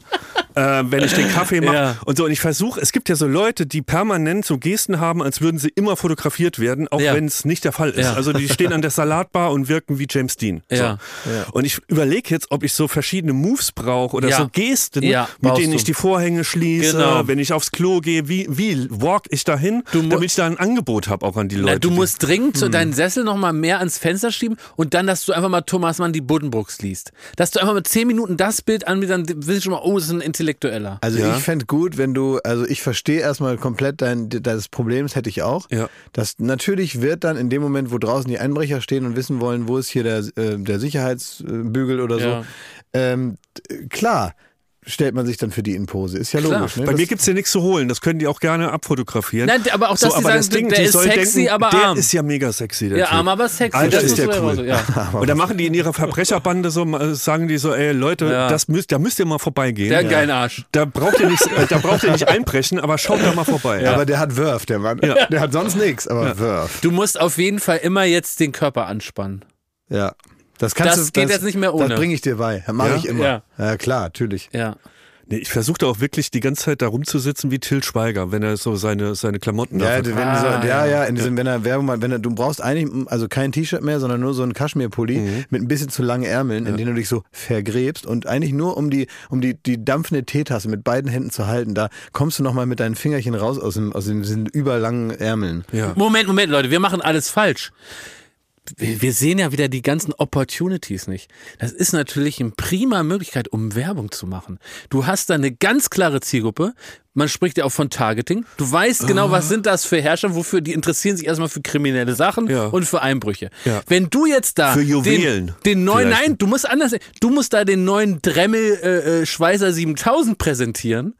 S2: Äh, wenn ich den Kaffee mache
S3: Ja.
S2: und so. Und ich versuche, es gibt ja so Leute, die permanent so Gesten haben, als würden sie immer fotografiert werden, auch
S3: Ja.
S2: wenn es nicht der Fall ist.
S3: Ja.
S2: Also die stehen an der Salatbar und wirken wie James Dean.
S3: Ja.
S2: So. Und ich überlege jetzt, ob ich so verschiedene Moves brauche oder
S3: Ja.
S2: so Gesten,
S3: Ja,
S2: mit
S3: brauchst
S2: denen
S3: du.
S2: ich die Vorhänge schließe,
S3: Genau.
S2: wenn ich aufs Klo gehe, wie, wie walk ich dahin,
S3: Du mu-
S2: damit ich da ein Angebot habe auch an die Leute.
S3: Na, du
S2: die- Hm.
S3: musst dringend so deinen Sessel noch mal mehr ans Fenster schieben und dann, dass du einfach mal Thomas Mann die Buddenbrooks liest. Dass du einfach mit zehn Minuten das Bild an, dann wissen schon mal, oh, das ist ein Intellektueller.
S1: Also
S2: Ja.
S1: ich fände gut, wenn du, also ich verstehe erstmal komplett dein, deines Problems, hätte ich auch.
S2: Ja.
S1: Das natürlich wird dann in dem Moment, wo draußen die Einbrecher stehen und wissen wollen, wo ist hier der, äh, der Sicherheitsbügel oder so,
S3: Ja.
S1: ähm, d- klar stellt man sich dann für die in Pose. Ist ja
S3: Klar.
S1: logisch. Ne?
S2: Bei
S1: Das-
S2: mir gibt's hier nichts zu holen, das können die auch gerne abfotografieren.
S3: Nein, aber auch, dass die
S2: aber
S3: sagen,
S2: das Ding,
S3: der
S2: die
S3: ist
S2: soll
S3: sexy,
S2: denken,
S3: aber
S2: der
S3: arm.
S2: ist ja mega sexy, der
S3: ja,
S2: Typ.
S3: arm, aber sexy.
S2: Alter,
S3: das
S2: ist
S3: muss
S2: der
S3: man immer
S1: cool.
S3: So, ja.
S2: Und da machen die in ihrer Verbrecherbande so, äh, sagen die so, ey Leute,
S3: Ja.
S2: das müsst, da müsst ihr mal vorbeigehen.
S3: Der hat einen geilen Arsch.
S2: Da braucht ihr nicht, äh, da braucht ihr nicht einbrechen, aber schaut da mal vorbei.
S1: Aber der hat Wurf, der Mann. Der hat sonst nichts, aber Wurf.
S3: Du musst auf jeden Fall immer jetzt den Körper anspannen.
S1: Ja. Das, kannst
S3: Das
S1: du,
S3: geht jetzt nicht mehr ohne.
S1: Das bringe ich dir bei. Mache
S2: Ja?
S1: ich immer.
S3: Ja.
S1: Ja, klar, natürlich.
S3: Ja.
S2: Nee, ich versuche da auch wirklich die ganze Zeit da rumzusitzen wie Till Schweiger, wenn er so seine, seine Klamotten
S1: Ja,
S2: da
S1: wenn
S2: verkauft.
S1: du so,
S3: Ah,
S1: ja, ja, in diesem, wenn er Werbung macht, wenn er, du brauchst eigentlich, also kein T-Shirt mehr, sondern nur so einen Kaschmirpulli
S3: Mhm.
S1: mit ein bisschen zu langen Ärmeln, in denen du dich so vergräbst und eigentlich nur um die, um die, die dampfende Teetasse mit beiden Händen zu halten, da kommst du nochmal mit deinen Fingerchen raus aus dem, aus den diesen überlangen Ärmeln.
S2: Ja.
S3: Moment, Moment, Leute, wir machen alles falsch. wir wir sehen ja wieder die ganzen Opportunities nicht. Das ist natürlich eine prima Möglichkeit, um Werbung zu machen. Du hast da eine ganz klare Zielgruppe. Man spricht ja auch von Targeting. Du weißt genau, was sind das für Herrscher, wofür die interessieren sich erstmal für kriminelle Sachen
S2: Ja.
S3: und für Einbrüche.
S2: Ja.
S3: Wenn du jetzt da
S2: Für
S3: den,
S2: Juwelen
S3: den neuen,
S2: vielleicht.
S3: nein, du musst anders, du musst da den neuen Dremel äh, äh, Schweißer 7000 präsentieren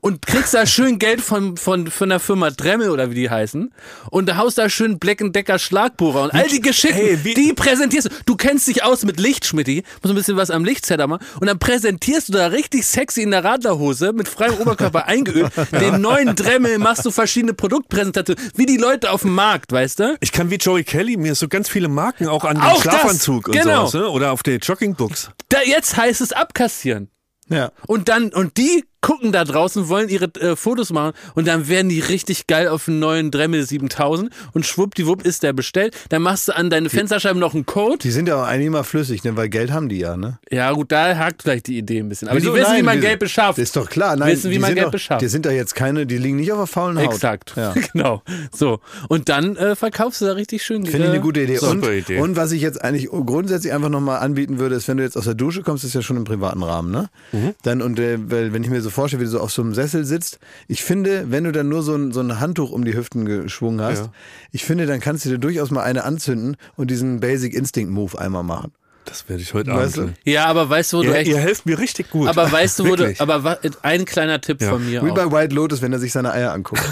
S3: und kriegst da schön Geld von, von, von der Firma Dremel oder wie die heißen und da haust da schön Black Decker Schlagbohrer und all die Geschichten,
S2: Ey, wie-
S3: die präsentierst du. Du kennst dich aus mit Licht, Schmidti, muss ein bisschen was am Lichtsetter machen und dann präsentierst du da richtig sexy in der Radlerhose mit freiem Oberkörper eingeölt, den neuen Dremel machst du verschiedene Produktpräsentationen, wie die Leute auf dem Markt, weißt du?
S2: Ich kann wie Joey Kelly mir so ganz viele Marken auch an den
S3: Auch das,
S2: Schlafanzug und
S3: genau.
S2: sowas, ne? oder auf der Joggingbooks.
S3: Da, jetzt heißt es abkassieren.
S1: Ja.
S3: Und dann, und die gucken da draußen, wollen ihre äh, Fotos machen und dann werden die richtig geil auf einen neuen Dremel 7000 und schwuppdiwupp ist der bestellt. Dann machst du an deine Fensterscheiben noch einen Code.
S1: Die sind ja auch eigentlich immer flüssig, ne? weil Geld haben die ja, ne?
S3: Ja gut, da hakt vielleicht die Idee ein bisschen. Aber
S1: Wieso?
S3: die wissen, wie
S1: Nein,
S3: man
S1: wir-
S3: Geld beschafft.
S1: Ist doch klar, nein.
S3: Wissen, wie
S1: die
S3: man
S1: sind
S3: Geld
S1: doch,
S3: beschafft.
S1: Die sind da jetzt keine, die liegen nicht auf der faulen Haut.
S3: Exakt.
S1: Ja.
S3: Genau. So. Und dann äh, verkaufst du da richtig schön. äh,
S1: Finde ich eine gute Idee.
S2: Super
S1: und,
S2: Idee.
S1: und was ich jetzt eigentlich grundsätzlich einfach nochmal anbieten würde, ist, wenn du jetzt aus der Dusche kommst, ist ja schon im privaten Rahmen, ne?
S2: Mhm.
S1: Dann, und äh, weil, wenn ich mir so vorstelle, wie du so auf so einem Sessel sitzt, ich finde, wenn du dann nur so ein, so ein Handtuch um die Hüften geschwungen hast, ich finde, dann kannst du dir durchaus mal eine anzünden und diesen Basic Instinct Move einmal machen.
S2: Das werde ich heute
S1: Weißt
S2: Abend.
S3: Ja, aber weißt du, wo du
S2: Ihr,
S3: echt.
S2: ihr helft mir richtig gut.
S3: aber weißt du, wo du.
S2: Wirklich.
S3: Aber wa- äh, ein kleiner Tipp
S2: Ja.
S3: von mir
S1: Wie
S3: auch.
S1: bei White Lotus, wenn er sich seine Eier anguckt.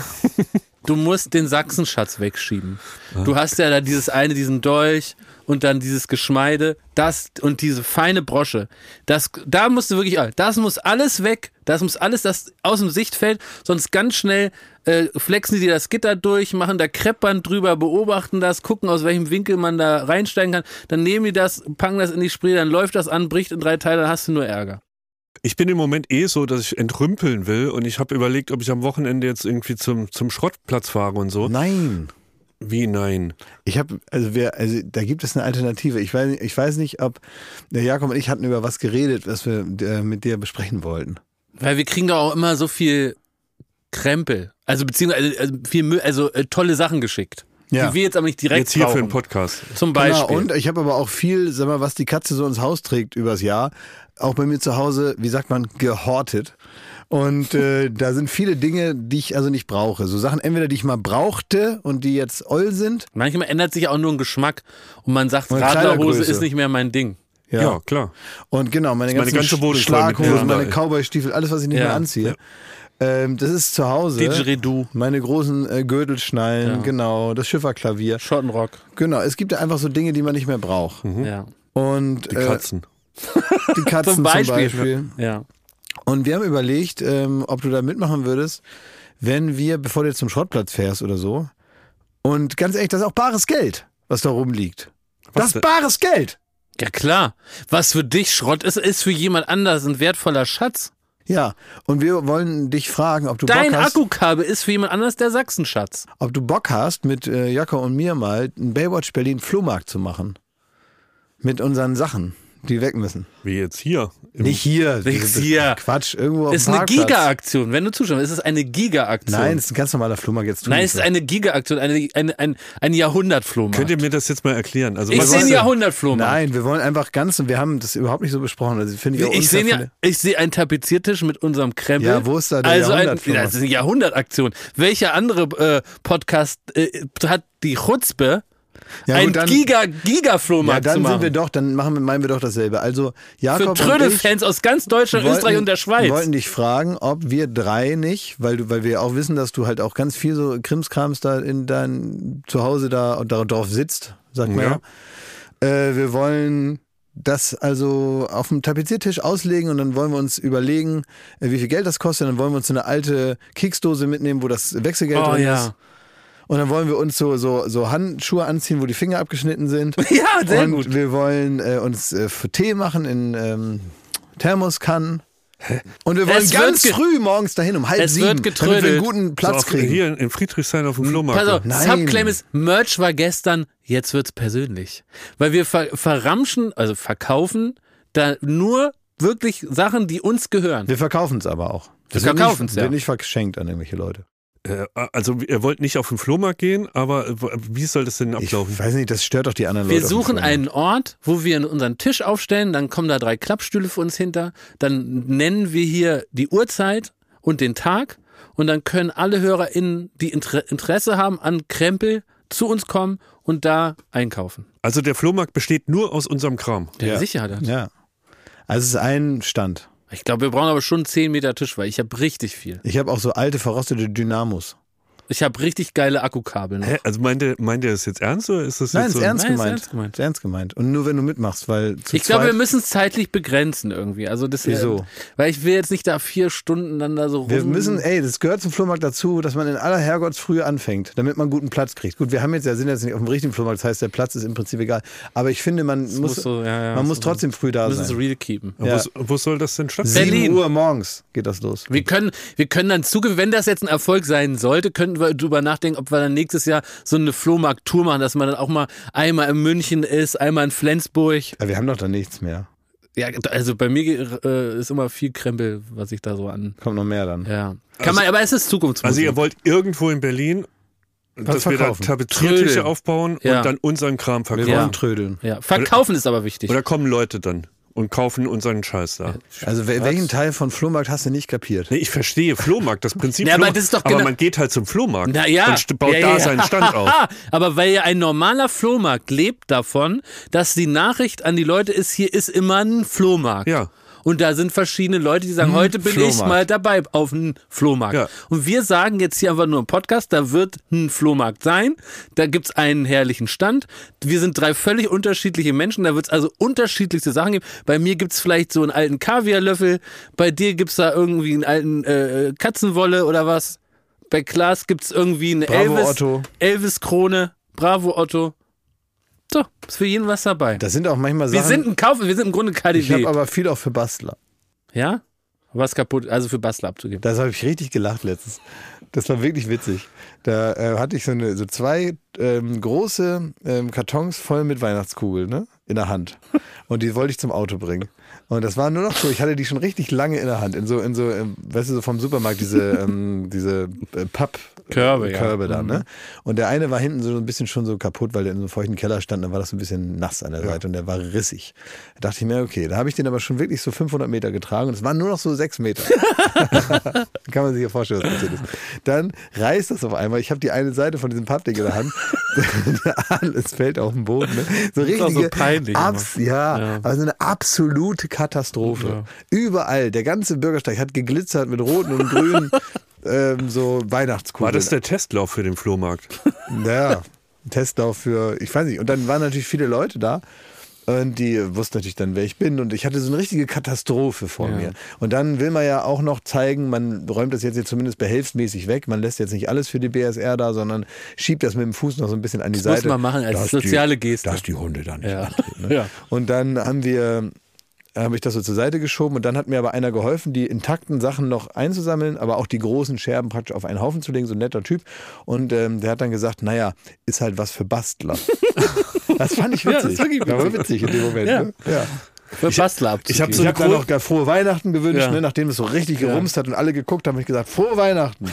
S3: Du musst den Sachsenschatz wegschieben. Du hast ja da dieses eine, diesen Dolch und dann dieses Geschmeide, das und diese feine Brosche. Das, da musst du wirklich, das muss alles weg. Das muss alles das aus dem Sichtfeld, sonst ganz schnell äh, flexen die dir das Gitter durch, machen da Kreppband drüber, beobachten das, gucken, aus welchem Winkel man da reinsteigen kann. Dann nehmen die das, packen das in die Spree, dann läuft das an, bricht in drei Teile, dann hast du nur Ärger.
S2: Ich bin im Moment eh so, dass ich entrümpeln will und ich habe überlegt, ob ich am Wochenende jetzt irgendwie zum, zum Schrottplatz fahre und so.
S1: Nein.
S2: Wie nein?
S1: Ich habe, also wir, also da gibt es eine Alternative. Ich weiß, ich weiß nicht, ob der Jakob und ich hatten über was geredet, was wir äh, mit dir besprechen wollten.
S3: Weil wir kriegen doch auch immer so viel Krempel. Also beziehungsweise also viel Müll, also äh, tolle Sachen geschickt.
S1: Ja.
S3: Die wir jetzt aber nicht direkt
S2: Jetzt hier für
S3: brauchen.
S2: den Podcast.
S3: Zum Beispiel.
S1: Genau, und ich habe aber auch viel, sag mal, was die Katze so ins Haus trägt übers Jahr, auch bei mir zu Hause, wie sagt man, gehortet. Und äh, da sind viele Dinge, die ich also nicht brauche. So Sachen entweder, die ich mal brauchte und die jetzt oll sind.
S3: Manchmal ändert sich auch nur ein Geschmack und man sagt,
S1: Meine
S3: Radlerhose
S1: Kleidergröße.
S3: ist nicht mehr mein Ding.
S2: Ja, klar.
S1: Und genau, meine
S2: meine
S1: ganzen
S2: ganze Wohnung voll mit
S1: Schlaghosen,
S2: Miteinander.
S1: meine Cowboy-Stiefel, alles, was ich nicht
S3: Ja.
S1: mehr anziehe. Ähm, das ist zu Hause.
S3: Didgeridoo.
S1: Meine großen äh, Gürtelschnallen, genau, das Schifferklavier.
S3: Schottenrock.
S1: Genau, es gibt ja einfach so Dinge, die man nicht mehr braucht.
S3: Ja.
S1: Und
S2: Mhm. Die
S1: äh,
S2: Katzen.
S1: die Katzen
S3: Zum
S1: zum
S3: Beispiel.
S1: Beispiel.
S3: Ja.
S1: Und wir haben überlegt, ähm, ob du da mitmachen würdest, wenn wir, bevor du jetzt zum Schrottplatz fährst oder so. Und ganz ehrlich, das ist auch bares Geld, was da rumliegt. das
S2: denn?
S1: ist bares Geld.
S3: Ja klar. Was für dich Schrott ist, ist für jemand anders ein wertvoller Schatz.
S1: Ja, und wir wollen dich fragen, ob du
S3: Dein
S1: Bock hast.
S3: Akkukabel ist für jemand anders der Sachsenschatz.
S1: ob du Bock hast, mit äh, Jakob und mir mal einen Baywatch Berlin Flohmarkt zu machen. Mit unseren Sachen, die weg müssen.
S2: Wie jetzt hier. Im-
S1: Nicht hier.
S3: Nix hier.
S1: Quatsch, irgendwo auf
S3: Ist
S1: dem
S3: eine
S1: Parkplatz.
S3: Giga-Aktion. Wenn du zustimmst, ist es eine Giga-Aktion.
S1: Nein, es ist ein ganz normaler Flohmarkt jetzt. tu
S3: Nein,
S1: nicht
S3: es ist
S1: so.
S3: eine Giga-Aktion, eine, eine, ein, ein Jahrhundertflohmarkt.
S2: Könnt ihr mir das jetzt mal erklären? Also,
S3: ich
S2: was
S3: sehe
S2: ist
S3: einen
S2: denn-
S3: Jahrhundertflohmarkt.
S1: Nein, wir wollen einfach ganz und wir haben das überhaupt nicht so besprochen. Also finde ich auch
S3: Ich sehe
S1: unfair
S3: ja, ich sehe einen Tapeziertisch mit unserem Krempel.
S1: Ja, wo ist da der
S3: Also ein,
S1: Jahrhundertflohmarkt?
S3: das ist eine Jahrhundertaktion. Welcher andere äh, Podcast äh, hat die Chutzpe,
S1: Ja,
S3: einen
S1: gut, dann-
S3: Giga
S1: von- Ja,
S3: Giga-Flohmarkt zu
S1: dann sind wir
S3: machen?
S1: doch, dann machen wir, meinen wir doch dasselbe. Also
S3: Für
S1: Jakob und ich
S3: Trödelfans aus ganz Deutschland,
S1: wollten,
S3: Österreich und der Schweiz.
S1: wollten dich fragen, ob wir drei nicht, weil du, weil wir auch wissen, dass du halt auch ganz viel so Krimskrams da in dein Zuhause da und da drauf sitzt, sagt man ja. Äh, wir wollen das also auf dem Tapeziertisch auslegen und dann wollen wir uns überlegen, äh, wie viel Geld das kostet. Dann wollen wir uns so eine alte Keksdose mitnehmen, wo das Wechselgeld
S3: Oh
S1: drin
S3: ja.
S1: ist. Und dann wollen wir uns so, so, so Handschuhe anziehen, wo die Finger abgeschnitten sind.
S3: Ja, sehr
S1: und
S3: gut.
S1: wir wollen äh, uns äh, für Tee machen in ähm, Thermoskannen. Und wir wollen
S3: Es wird
S1: ganz
S3: ge-
S1: früh morgens dahin, um halb
S3: Es
S1: sieben,
S3: wird
S1: damit wir
S3: getrödelt.
S1: einen guten
S2: So
S1: Platz
S2: auf,
S1: kriegen.
S2: Hier in, in Friedrichshain auf dem Flohmarkt.
S3: Pass auf,
S1: Nein.
S3: Subclaim ist, Merch war gestern, jetzt wird's persönlich. Weil wir ver verramschen, also verkaufen, da nur wirklich Sachen, die uns gehören.
S1: Wir verkaufen es aber auch.
S3: Wir
S1: wird
S3: verkaufen's,
S1: nicht,
S3: ja.
S1: Wird nicht verschenkt an irgendwelche Leute.
S2: Äh, also ihr wollt nicht auf den Flohmarkt gehen, aber äh, wie soll das denn
S1: Ich
S2: ablaufen?
S1: weiß nicht, das stört doch die anderen
S3: Wir
S1: Leute. auf dem
S3: suchen
S1: Flohmarkt.
S3: einen Ort, wo wir unseren Tisch aufstellen, dann kommen da drei Klappstühle für uns hinter, dann nennen wir hier die Uhrzeit und den Tag und dann können alle HörerInnen, die Inter Interesse haben an Krempel, zu uns kommen und da einkaufen.
S2: Also der Flohmarkt besteht nur aus unserem Kram.
S3: Der
S1: Ja.
S3: sicher hat. er.
S1: Ja. Also es ist ein Stand.
S3: Ich glaube, wir brauchen aber schon 10 Meter Tisch, weil ich habe richtig viel.
S1: Ich habe auch so alte, verrostete Dynamos.
S3: Ich habe richtig geile Akkukabel. noch.
S2: Hä? Also meint ihr, meint ihr das jetzt ernst oder ist das
S1: Nein,
S2: jetzt
S1: ist
S2: so ein-
S1: ernst
S3: Nein, ist
S1: gemeint.
S3: ernst gemeint.
S1: Ist ernst gemeint. Und nur wenn du mitmachst, weil zu
S3: Ich glaube, wir
S1: zweit-
S3: müssen es zeitlich begrenzen irgendwie. Also das,
S1: Wieso?
S3: Weil ich will jetzt nicht da vier Stunden dann da so rum.
S1: Wir müssen, ey, das gehört zum Flohmarkt dazu, dass man in aller Herrgottsfrühe anfängt, damit man guten Platz kriegt. Gut, wir haben jetzt ja sind jetzt nicht auf dem richtigen Flohmarkt, das heißt, der Platz ist im Prinzip egal. Aber ich finde, man muss,
S3: muss so- ja, ja,
S1: man
S3: es
S1: muss
S3: muss so-
S1: trotzdem früh da
S3: müssen es
S1: sein.
S3: real keepen.
S2: Wo,
S1: Ja.
S2: wo soll das denn stattfinden?
S1: 7
S3: Berlin.
S1: Uhr morgens geht das los.
S3: Wir können, wir können dann zuge, wenn das jetzt ein Erfolg sein sollte, könnten wir drüber nachdenken, ob wir dann nächstes Jahr so eine Flohmarkt-Tour machen, dass man dann auch mal einmal in München ist, einmal in Flensburg.
S1: Ja, wir haben doch da nichts mehr.
S3: Ja, also bei mir äh, ist immer viel Krempel, was ich da so an.
S1: Kommt noch mehr dann.
S3: Ja. Kann man, aber es ist
S2: Also
S3: Zukunftsmusik.
S2: ihr wollt irgendwo in Berlin, dass wir da
S1: verkaufen.
S2: Tapeziertische
S3: Trödeln.
S2: aufbauen
S3: Ja.
S2: und dann unseren Kram
S1: Wir
S2: verkaufen.
S1: wollen
S3: Ja.
S1: trödeln.
S3: ja. Verkaufen ist aber wichtig.
S2: Oder kommen Leute dann und kaufen unseren Scheiß da?
S1: Also wel- welchen Teil von Flohmarkt hast du nicht kapiert?
S2: Nee, ich verstehe Flohmarkt, das Prinzip.
S3: Ja, aber
S2: Flohmarkt.
S3: das ist doch
S2: aber
S3: genau-
S2: man geht halt zum Flohmarkt
S3: Na ja.
S2: und st- baut
S3: Ja,
S2: da
S3: ja.
S2: seinen Stand auf.
S3: Ah, aber weil ja ein normaler Flohmarkt lebt davon, dass die Nachricht an die Leute ist, hier ist immer ein Flohmarkt.
S2: Ja.
S3: Und da sind verschiedene Leute, die sagen, heute bin ich
S1: Flohmarkt.
S3: mal dabei auf einem Flohmarkt.
S2: Ja.
S3: Und wir sagen jetzt hier einfach nur im Podcast, da wird ein Flohmarkt sein, da gibt's einen herrlichen Stand. Wir sind drei völlig unterschiedliche Menschen, da wird's also unterschiedlichste Sachen geben. Bei mir gibt's vielleicht so einen alten Kaviarlöffel, bei dir gibt's da irgendwie einen alten äh, Katzenwolle oder was. Bei Klaas gibt's irgendwie eine
S1: Bravo,
S3: Elvis,
S1: Otto.
S3: Elvis Krone. Bravo Otto. So, ist für jeden was dabei.
S1: Das sind auch manchmal Sachen.
S3: wir sind ein Kauf, wir sind im Grunde
S1: ich habe
S3: KDW.
S1: aber viel auch für Bastler.
S3: Ja? Was kaputt, also für Bastler abzugeben.
S1: Das habe ich richtig gelacht letztens. Das war wirklich witzig. Da äh, hatte ich so, eine, so zwei ähm, große ähm, Kartons voll mit Weihnachtskugeln ne? in der Hand. Und die wollte ich zum Auto bringen. Und das war nur noch so, ich hatte die schon richtig lange in der Hand. In so, in so ähm, weißt du, so vom Supermarkt diese, ähm, diese äh, Papp.
S3: Körbe, ja. Mhm.
S1: Körbe da, ne? Und der eine war hinten so ein bisschen schon so kaputt, weil der in so einem feuchten Keller stand, dann war das so ein bisschen nass an der Seite und der war rissig. Da dachte ich mir, okay, da habe ich den aber schon wirklich so 500 Meter getragen und es waren nur noch so sechs Meter. Kann man sich ja vorstellen, was passiert ist. Dann reißt das auf einmal. Ich habe die eine Seite von diesem Pappding in der Hand. Alles fällt auf den Boden. Ne? So
S3: ist auch
S1: richtig.
S3: so peinlich
S1: Abs ja, also eine absolute Katastrophe. Überall, der ganze Bürgersteig hat geglitzert mit roten und grünen ähm, so Weihnachtskugeln.
S2: War das der Testlauf für den Flohmarkt?
S1: Ja, ein Testlauf für, ich weiß nicht. Und dann waren natürlich viele Leute da. Und die wussten natürlich dann, wer ich bin. Und ich hatte so eine richtige Katastrophe vor mir. Und dann will man ja auch noch zeigen, man räumt das jetzt, jetzt zumindest behelfsmäßig weg. Man lässt jetzt nicht alles für die BSR da, sondern schiebt das mit dem Fuß noch so ein bisschen an die
S3: muss
S1: Seite.
S3: man machen als
S1: Dass
S3: soziale
S1: die,
S3: Geste.
S1: Dass die Hunde da nicht
S3: Ja.
S1: antreten, ne?
S3: Ja.
S1: Und dann haben wir habe ich das so zur Seite geschoben und dann hat mir aber einer geholfen, die intakten Sachen noch einzusammeln, aber auch die großen Scherben praktisch auf einen Haufen zu legen, so ein netter Typ. Und ähm, der hat dann gesagt, naja, ist halt was für Bastler. das fand ich
S3: das
S1: witzig.
S3: ist wirklich
S1: Das war witzig in dem Moment.
S3: Ja.
S1: Ne? Ja.
S3: Für Bastler abzugeben.
S2: ich hab so
S1: Ich
S2: eine
S1: habe dann
S2: Gro-
S1: noch gar frohe Weihnachten gewünscht,
S3: Ja.
S1: ne? nachdem es so richtig gerumst hat und alle geguckt haben, hab ich gesagt, frohe Weihnachten.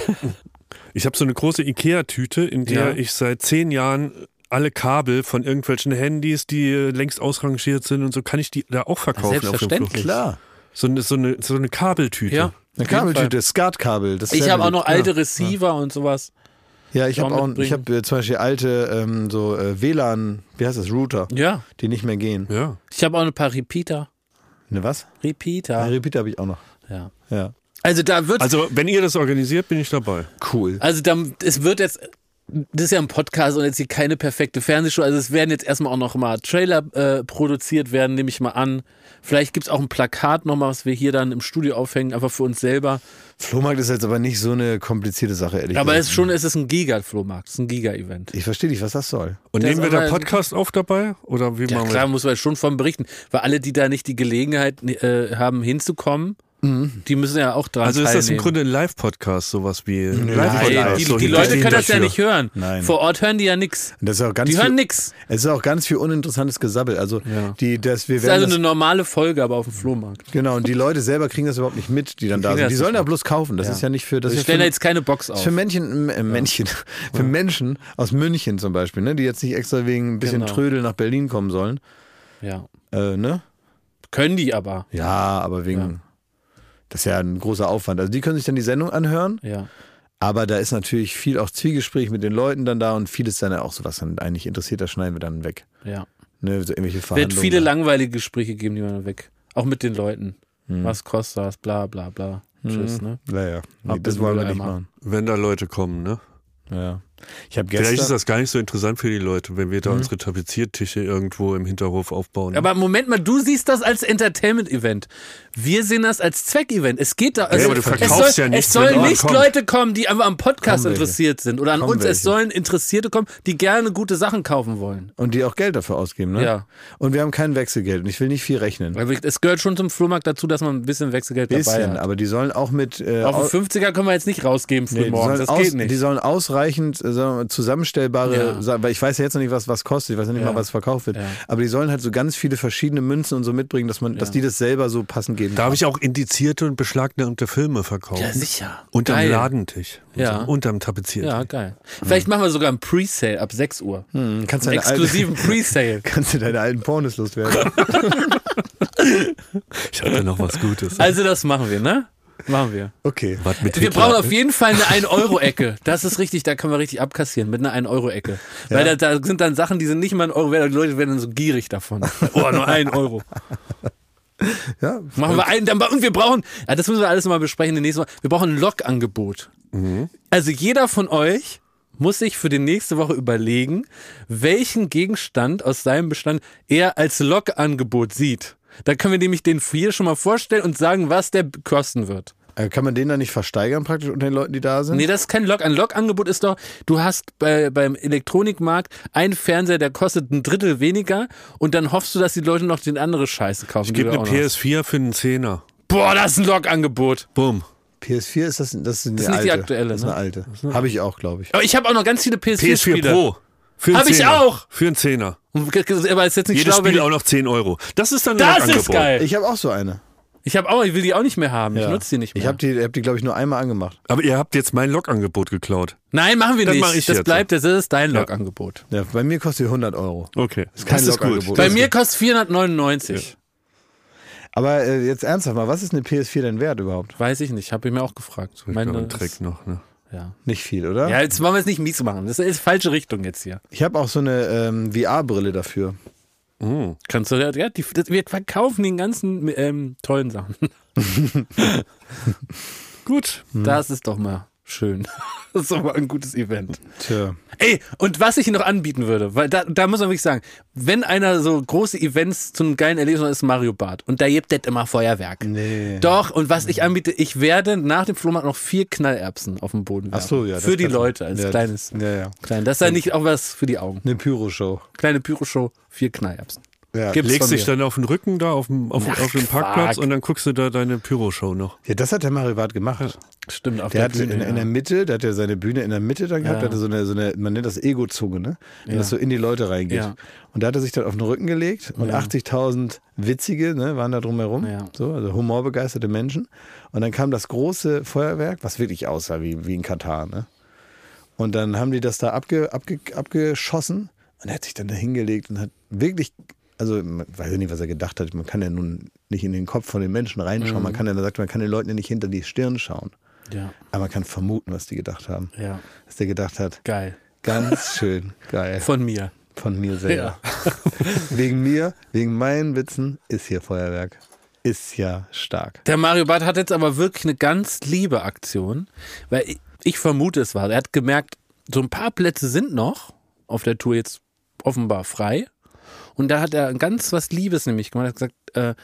S2: Ich habe so eine große Ikea-Tüte, in der
S3: Ja.
S2: ich seit zehn Jahren alle Kabel von irgendwelchen Handys, die äh, längst ausrangiert sind und so, kann ich die da auch verkaufen auf dem Flohmarkt.
S3: Selbstverständlich.
S1: Klar.
S2: So eine, so eine, so eine Kabeltüte.
S3: ja.
S1: Eine Kabeltüte, Skatkabel. das
S3: Ich habe auch
S1: Family.
S3: noch alte Receiver und sowas.
S1: Ja, ich
S3: auch
S1: habe auch, ich
S3: mitbringen.
S1: hab, äh, zum Beispiel alte ähm, so äh, WLAN, wie heißt das, Router,
S3: Ja.
S1: die nicht mehr gehen.
S2: Ja.
S3: Ich habe auch ein paar Repeater.
S1: Ne, was? Ja.
S3: Repeater.
S1: Repeater habe ich auch noch.
S3: Ja.
S1: Ja.
S3: Also da wird
S2: Also, wenn ihr das organisiert, bin ich dabei.
S1: Cool.
S3: Also dann, es wird jetzt, das ist ja ein Podcast und jetzt hier keine perfekte Fernsehshow. Also es werden jetzt erstmal auch noch mal Trailer äh, produziert werden, nehme ich mal an. Vielleicht gibt's auch ein Plakat nochmal, was wir hier dann im Studio aufhängen, einfach für uns selber.
S1: Flohmarkt ist jetzt aber nicht so eine komplizierte Sache, ehrlich
S3: Aber
S1: gesagt.
S3: es ist schon, es ist ein Giga-Flohmarkt, es ist ein Giga-Event.
S1: ich verstehe nicht, was das soll.
S2: Und
S3: Das
S2: nehmen wir
S3: aber-
S2: da Podcast auf dabei? Oder wie
S3: Ja
S2: machen
S3: klar,
S2: wir
S3: muss man schon von berichten, weil alle, die da nicht die Gelegenheit äh, haben hinzukommen, Die müssen ja auch dran
S2: Mhm. Also ist das im
S3: teilnehmen.
S2: Grunde ein Live-Podcast, sowas wie ein
S3: Nein,
S2: Live-Podcast?
S3: die,
S2: so
S3: die
S2: hinter
S3: Leute
S2: stehen
S3: können das ja
S2: dafür.
S3: nicht hören.
S1: Nein.
S3: Vor Ort hören die ja nix.
S1: Das ist auch ganz
S3: Die hören
S1: viel,
S3: nix.
S1: es ist auch ganz viel uninteressantes Gesabbel. Also die, dass wir
S3: Das ist
S1: werden
S3: also eine normale Folge, aber auf dem Flohmarkt.
S1: das, genau und die Leute selber kriegen das überhaupt nicht mit, die dann da
S3: kriegen
S1: sind.
S3: das
S1: Die sollen
S3: nicht
S1: ja bloß kaufen. Das ist ja nicht für das ist
S3: Wir
S1: ja
S3: stellen
S1: für,
S3: da jetzt keine Box
S1: ist
S3: auf.
S1: für Männchen, äh, Männchen, für Menschen aus München zum Beispiel, ne, die jetzt nicht extra wegen ein bisschen
S3: Genau.
S1: Trödel nach Berlin kommen sollen,
S3: Ja.
S1: äh, ne?
S3: Können die aber.
S1: Ja, aber wegen das ist ja ein großer Aufwand. Also die können sich dann die Sendung anhören,
S3: Ja.
S1: aber da ist natürlich viel auch Zwiegespräch mit den Leuten dann da und vieles dann ja auch so, was dann eigentlich interessiert, das schneiden wir dann weg.
S3: Ja.
S1: Ne, so irgendwelche
S3: Wird
S1: Verhandlungen.
S3: viele langweilige Gespräche geben, die man weg. Auch mit den Leuten.
S1: Hm.
S3: Was kostet das? Bla bla bla. Tschüss, ne?
S1: Naja, nee,
S3: Ab
S1: das
S3: in
S1: wollen wir
S3: den
S1: nicht
S3: Mülleimer.
S1: machen.
S2: Wenn da Leute kommen, ne?
S1: Ja. Ich habe
S2: Vielleicht ist
S1: gestern.
S2: das gar nicht so interessant für die Leute, wenn wir da unsere Tapeziertische irgendwo im Hinterhof aufbauen.
S3: Mhm. Aber Moment mal, du siehst das als Entertainment-Event. Wir sehen das als Zweck-Event. Es geht da. Also,
S2: aber du
S3: es
S2: verkaufst
S3: soll,
S2: ja nichts,
S3: Es sollen
S2: wenn jemand
S3: nicht
S2: kommt.
S3: Leute kommen, die einfach am Podcast
S1: Kommen welche.
S3: interessiert sind oder an
S1: Kommen
S3: uns.
S1: welche.
S3: Es sollen Interessierte kommen, die gerne gute Sachen kaufen wollen.
S1: Und die auch Geld dafür ausgeben, ne?
S3: Ja.
S1: Und wir haben kein Wechselgeld und ich will nicht viel rechnen.
S3: Weil wir- Es gehört schon zum Flohmarkt dazu, dass man ein bisschen Wechselgeld dabei
S1: Bisschen,
S3: hat.
S1: aber die sollen auch mit. Äh,
S3: Auf
S1: au-
S3: den 50er können wir jetzt nicht rausgeben früh
S1: die,
S3: morgens.
S1: sollen
S3: Das
S1: aus,
S3: geht
S1: die
S3: nicht.
S1: sollen ausreichend äh, sagen wir mal, zusammenstellbare,
S3: Ja.
S1: Sa- weil ich weiß ja jetzt noch nicht, was, was kostet, ich weiß ja nicht
S3: Ja.
S1: mal, was verkauft wird.
S3: Ja.
S1: Aber die sollen halt so ganz viele verschiedene Münzen und so mitbringen, dass man, dass die das selber so passend geben
S2: Darf ich auch indizierte und beschlagnahmte Filme verkaufen?
S3: Ja, sicher.
S2: Unterm
S3: Geil.
S2: Ladentisch.
S3: Ja.
S2: Unterm Tapezier.
S3: Ja, geil. Vielleicht machen wir sogar einen Presale ab 6 Uhr.
S1: kann. Hm. Kannst
S3: Einen
S1: deine alten-
S3: exklusiven Presale.
S1: Kannst du deine alten Pornos loswerden?
S2: Ich hatte noch was Gutes.
S3: Also das machen wir, ne? Machen wir.
S1: Okay.
S2: was mit
S3: Wir
S2: Hitler?
S3: brauchen auf jeden Fall eine 1-Euro-Ecke. Das ist richtig, da können wir richtig abkassieren mit einer 1-Euro-Ecke. Weil da, da sind dann Sachen, die sind nicht mal ein Euro wert, die Leute werden dann so gierig davon. Oh, nur ein Euro.
S1: Ja.
S3: Machen wir einen, dann, und wir brauchen, ja, das müssen wir alles nochmal besprechen, den nächsten Mal. Wir brauchen ein Log-Angebot. Also jeder von euch muss sich für die nächste Woche überlegen, welchen Gegenstand aus seinem Bestand er als Log-Angebot sieht. Da können wir nämlich den hier schon mal vorstellen und sagen, was der kosten wird.
S1: Äh, Kann man den dann nicht versteigern praktisch unter den Leuten, die da sind?
S3: Nee, das ist kein Log. Ein Log-Angebot ist doch, du hast bei, beim Elektronikmarkt einen Fernseher, der kostet ein Drittel weniger und dann hoffst du, dass die Leute noch den andere Scheiße kaufen.
S2: Ich ne
S3: die
S2: gebe
S3: du
S2: eine
S3: auch noch hast.
S2: PS4 für einen Zehner.
S3: Boah, das ist ein Log-Angebot.
S2: Bumm.
S1: PS4 ist das, das ist, eine
S3: ist nicht die
S1: alte.
S3: aktuelle, ne?
S1: Das ist eine alte. Habe ich auch, glaube ich.
S3: Aber ich habe auch noch ganz viele
S2: PS4
S3: PS4-Spiele.
S2: Pro. Für einen
S3: Hab ich
S2: Zehner.
S3: auch.
S2: Für einen Zehner.
S3: Aber ist jetzt nicht
S2: Jedes
S3: schlau, wenn
S2: Spiel
S3: ich,
S2: auch noch 10 Euro. Das ist dann ein
S3: Das
S2: Angebot.
S3: ist geil.
S1: Ich habe auch so eine.
S3: Ich habe auch, ich will die auch nicht mehr haben. Ich
S1: Ja.
S3: nutze die nicht mehr.
S1: Ich habe die, hab die glaube ich, nur einmal angemacht.
S2: Aber ihr habt jetzt mein Log-Angebot geklaut.
S3: Nein, machen wir
S2: Dann
S3: nicht.
S2: mach ich
S3: das
S2: jetzt.
S3: bleibt, das ist dein Log-Angebot.
S1: Ja, bei mir kostet die 100 Euro.
S2: Okay.
S1: kein
S2: das ist gut.
S1: Log-Angebot.
S3: Bei
S1: Das-
S3: mir kostet 499.
S1: Aber äh, jetzt ernsthaft mal, was ist eine PS4 denn wert überhaupt?
S3: Weiß ich nicht, habe ich mir auch gefragt.
S2: Ich
S3: Meine
S2: glaube, ein
S3: ist-
S2: Trick noch, ne?
S3: ja.
S1: Nicht viel, oder?
S3: ja, jetzt wollen wir es nicht mies machen. Das ist falsche Richtung jetzt hier.
S1: Ich habe auch so eine ähm, VR-Brille dafür.
S3: Kannst du, ja, die, das, wir verkaufen den ganzen ähm, tollen Sachen.
S2: Gut.
S3: Das ist doch mal schön. Das ist doch mal ein gutes Event.
S1: Tja.
S3: Ey, und was ich noch anbieten würde, weil da, da muss man wirklich sagen, wenn einer so große Events zu einem geilen Erlebnis hat, ist Mario Bart. Und da gibt es immer Feuerwerk.
S1: Mhm. Nee.
S3: Doch, und was ich anbiete, ich werde nach dem Flohmarkt noch vier Knallerbsen auf den Boden werfen.
S1: Ach so, ja. das
S3: Für die
S1: kann-
S3: Leute als
S1: ja,
S3: kleines.
S1: Ja, ja.
S3: Klein. Das ist ja nicht auch was für die Augen.
S1: Eine Pyroshow.
S3: Kleine Pyroshow, vier Knallerbsen.
S1: Ja.
S3: Gibt's
S2: Legst
S3: von
S2: dich
S3: mir.
S2: dann auf den Rücken da auf dem, auf,
S3: Ach,
S2: auf dem Parkplatz
S3: Quark.
S2: und dann guckst du da deine Pyroshow noch.
S1: ja, das hat der Mario Barth gemacht.
S3: Stimmt, auf
S1: Der
S3: der,
S1: hat
S3: Bühne.
S1: in, in der Mitte, der hat ja seine Bühne in der Mitte dann gehabt,
S3: Ja.
S1: der hatte so eine, so eine, man nennt das Ego-Zunge, ne? Wenn das so in die Leute reingeht.
S3: Ja.
S1: Und da hat er sich dann auf den Rücken gelegt und 80.000 Witzige ne, waren da drumherum,
S3: Ja.
S1: so, also humorbegeisterte Menschen. Und dann kam das große Feuerwerk, was wirklich aussah wie, wie in Katar, ne? Und dann haben die das da abge, abge, abgeschossen und er hat sich dann da hingelegt und hat wirklich, also man weiß ja nicht, was er gedacht hat, man kann ja nun nicht in den Kopf von den Menschen reinschauen,
S3: Mhm.
S1: man kann ja, da sagt man, man kann den Leuten ja nicht hinter die Stirn schauen.
S3: ja,
S1: Aber man kann vermuten, was die gedacht haben.
S3: ja,
S1: Dass der gedacht hat,
S3: geil.
S1: ganz schön geil.
S3: Von mir.
S1: Von mir selber. wegen mir, wegen meinen Witzen ist hier Feuerwerk. Ist ja stark.
S3: Der Mario Barth hat jetzt aber wirklich eine ganz liebe Aktion, weil ich, ich vermute, es war. Er hat gemerkt, so ein paar Plätze sind noch auf der Tour jetzt offenbar frei. Und da hat er ganz was Liebes nämlich gemacht. Er hat gesagt, äh,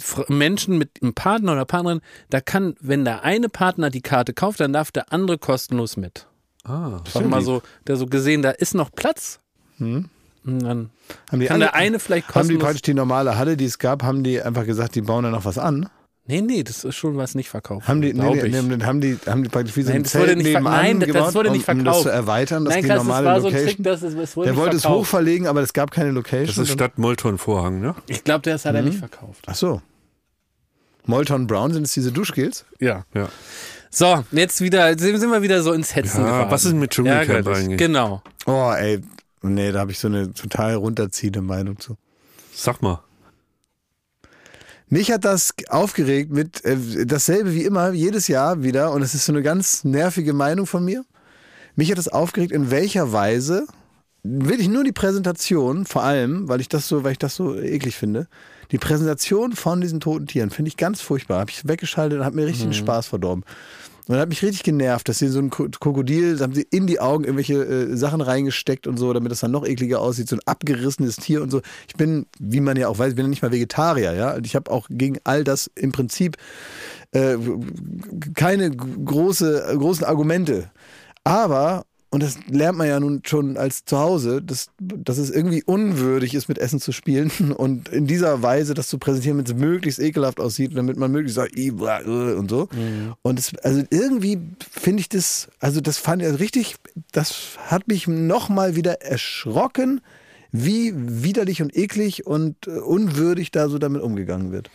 S3: Fr- Menschen mit einem Partner oder Partnerin, da kann, wenn der eine Partner die Karte kauft, dann darf der andere kostenlos mit.
S2: Ah.
S3: Das hat mal so, der so gesehen, da ist noch Platz. Und
S1: Haben
S3: dann
S1: Hm. die,
S3: kann der
S1: alle,
S3: eine vielleicht
S1: haben die
S3: kostenlos.
S1: praktisch die normale Halle, die es gab, haben die einfach gesagt, die bauen da noch was an?
S3: Nee, nee, das ist schon was nicht verkauft.
S1: Haben die, nee,
S3: glaub
S1: nee,
S3: ich.
S1: nee, haben die, haben die praktisch wie so
S3: Nein,
S1: ein
S3: das
S1: Zelt
S3: wurde nicht ver-
S1: nebenan
S3: nein, das- das
S1: gebaut,
S3: wurde nicht
S1: um, um das zu
S3: verkauft.
S1: erweitern, dass
S3: Nein,
S1: die
S3: krass, das
S1: normale
S3: war so ein
S1: Location.
S3: Trick, dass es, es wurde
S1: der
S3: nicht
S1: wollte es
S3: verkauft.
S1: hochverlegen, aber es gab keine Location.
S2: Das ist
S1: und dann-
S2: Stadt Molton-Vorhang, ne?
S3: Ich glaube, das hat er nicht verkauft.
S1: Ach so. Molton Brown sind es diese Duschgels?
S3: Ja.
S2: Ja.
S3: So, jetzt wieder, jetzt sind wir wieder so ins Hetzen
S2: ja
S3: geraten.
S2: was ist denn mit Dschungelcamp
S3: Ärgerlich.
S2: eigentlich?
S3: Genau.
S1: Oh, ey. Nee, da habe ich so eine total runterziehende Meinung zu.
S2: Sag mal.
S1: Mich hat das aufgeregt mit äh, dasselbe wie immer, jedes Jahr wieder, und es ist so eine ganz nervige Meinung von mir. Mich hat das aufgeregt, in welcher Weise, wirklich nur die Präsentation, vor allem, weil ich das so, weil ich das so eklig finde. Die Präsentation von diesen toten Tieren finde ich ganz furchtbar. Habe ich weggeschaltet und habe mir richtig den Spaß verdorben. Und hat mich richtig genervt, dass sie so ein Ko- Krokodil, da haben sie in die Augen irgendwelche äh, Sachen reingesteckt und so, damit das dann noch ekliger aussieht, so ein abgerissenes Tier und so. Ich bin, wie man ja auch weiß, ich bin ja nicht mal Vegetarier, ja. Und ich habe auch gegen all das im Prinzip äh, keine g- große, äh, großen Argumente. Aber, und das lernt man ja nun schon als zu Hause, dass, dass es irgendwie unwürdig ist, mit Essen zu spielen und in dieser Weise das zu präsentieren, damit es möglichst ekelhaft aussieht, damit man möglichst sagt, "Ih, bla, äh", und so. Und es, also irgendwie finde ich das, also das fand ich richtig, das hat mich nochmal wieder erschrocken, wie widerlich und eklig und äh, unwürdig da so damit umgegangen wird.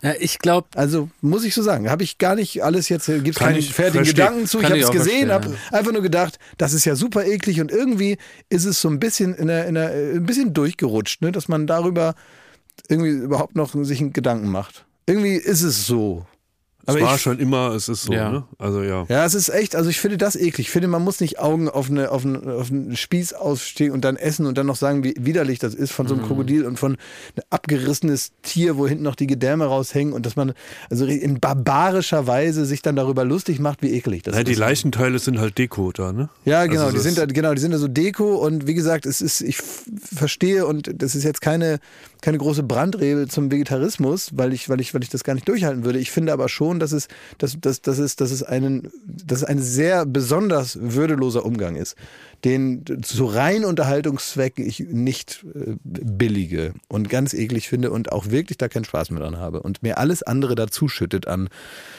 S3: Ja, ich glaube,
S1: Also muss ich so sagen, habe ich gar nicht alles jetzt, gibt es
S2: Kann
S1: keine
S2: ich
S1: fertigen
S2: verstehen.
S1: Gedanken zu.
S3: Kann
S1: ich
S3: ich
S1: habe
S3: auch
S1: es gesehen, habe
S3: verstehen,
S1: einfach nur gedacht, das ist ja super eklig und irgendwie ist es so ein bisschen in der, in der, äh, ein bisschen durchgerutscht, ne, dass man darüber irgendwie überhaupt noch sich einen Gedanken macht. Irgendwie ist es so. Aber
S2: es war
S1: ich-
S2: schon immer, es ist so,
S3: Ja.
S2: ne? Also ja.
S1: Ja, es ist echt, also ich finde das eklig. Ich finde, man muss nicht Augen auf, eine, auf, einen, auf einen Spieß ausstehen und dann essen und dann noch sagen, wie widerlich das ist von so einem Krokodil und von ein abgerissenes Tier, wo hinten noch die Gedärme raushängen und dass man also in barbarischer Weise sich dann darüber lustig macht, wie eklig das
S2: Nein,
S1: ist.
S2: die Leichenteile sind halt Deko da, ne?
S1: Ja, genau,
S2: Also
S1: die
S2: das-
S1: sind da, genau, die sind da so Deko und wie gesagt, es ist, ich f- verstehe und das ist jetzt keine, keine große Brandrebe zum Vegetarismus, weil ich, weil ich, weil ich das gar nicht durchhalten würde. Ich finde aber schon, dass es, dass, dass, dass es, dass es einen, dass es ein sehr besonders würdeloser Umgang ist, den zu rein Unterhaltungszwecken ich nicht äh, billige und ganz eklig finde und auch wirklich da keinen Spaß mehr dran habe und mir alles andere dazu schüttet an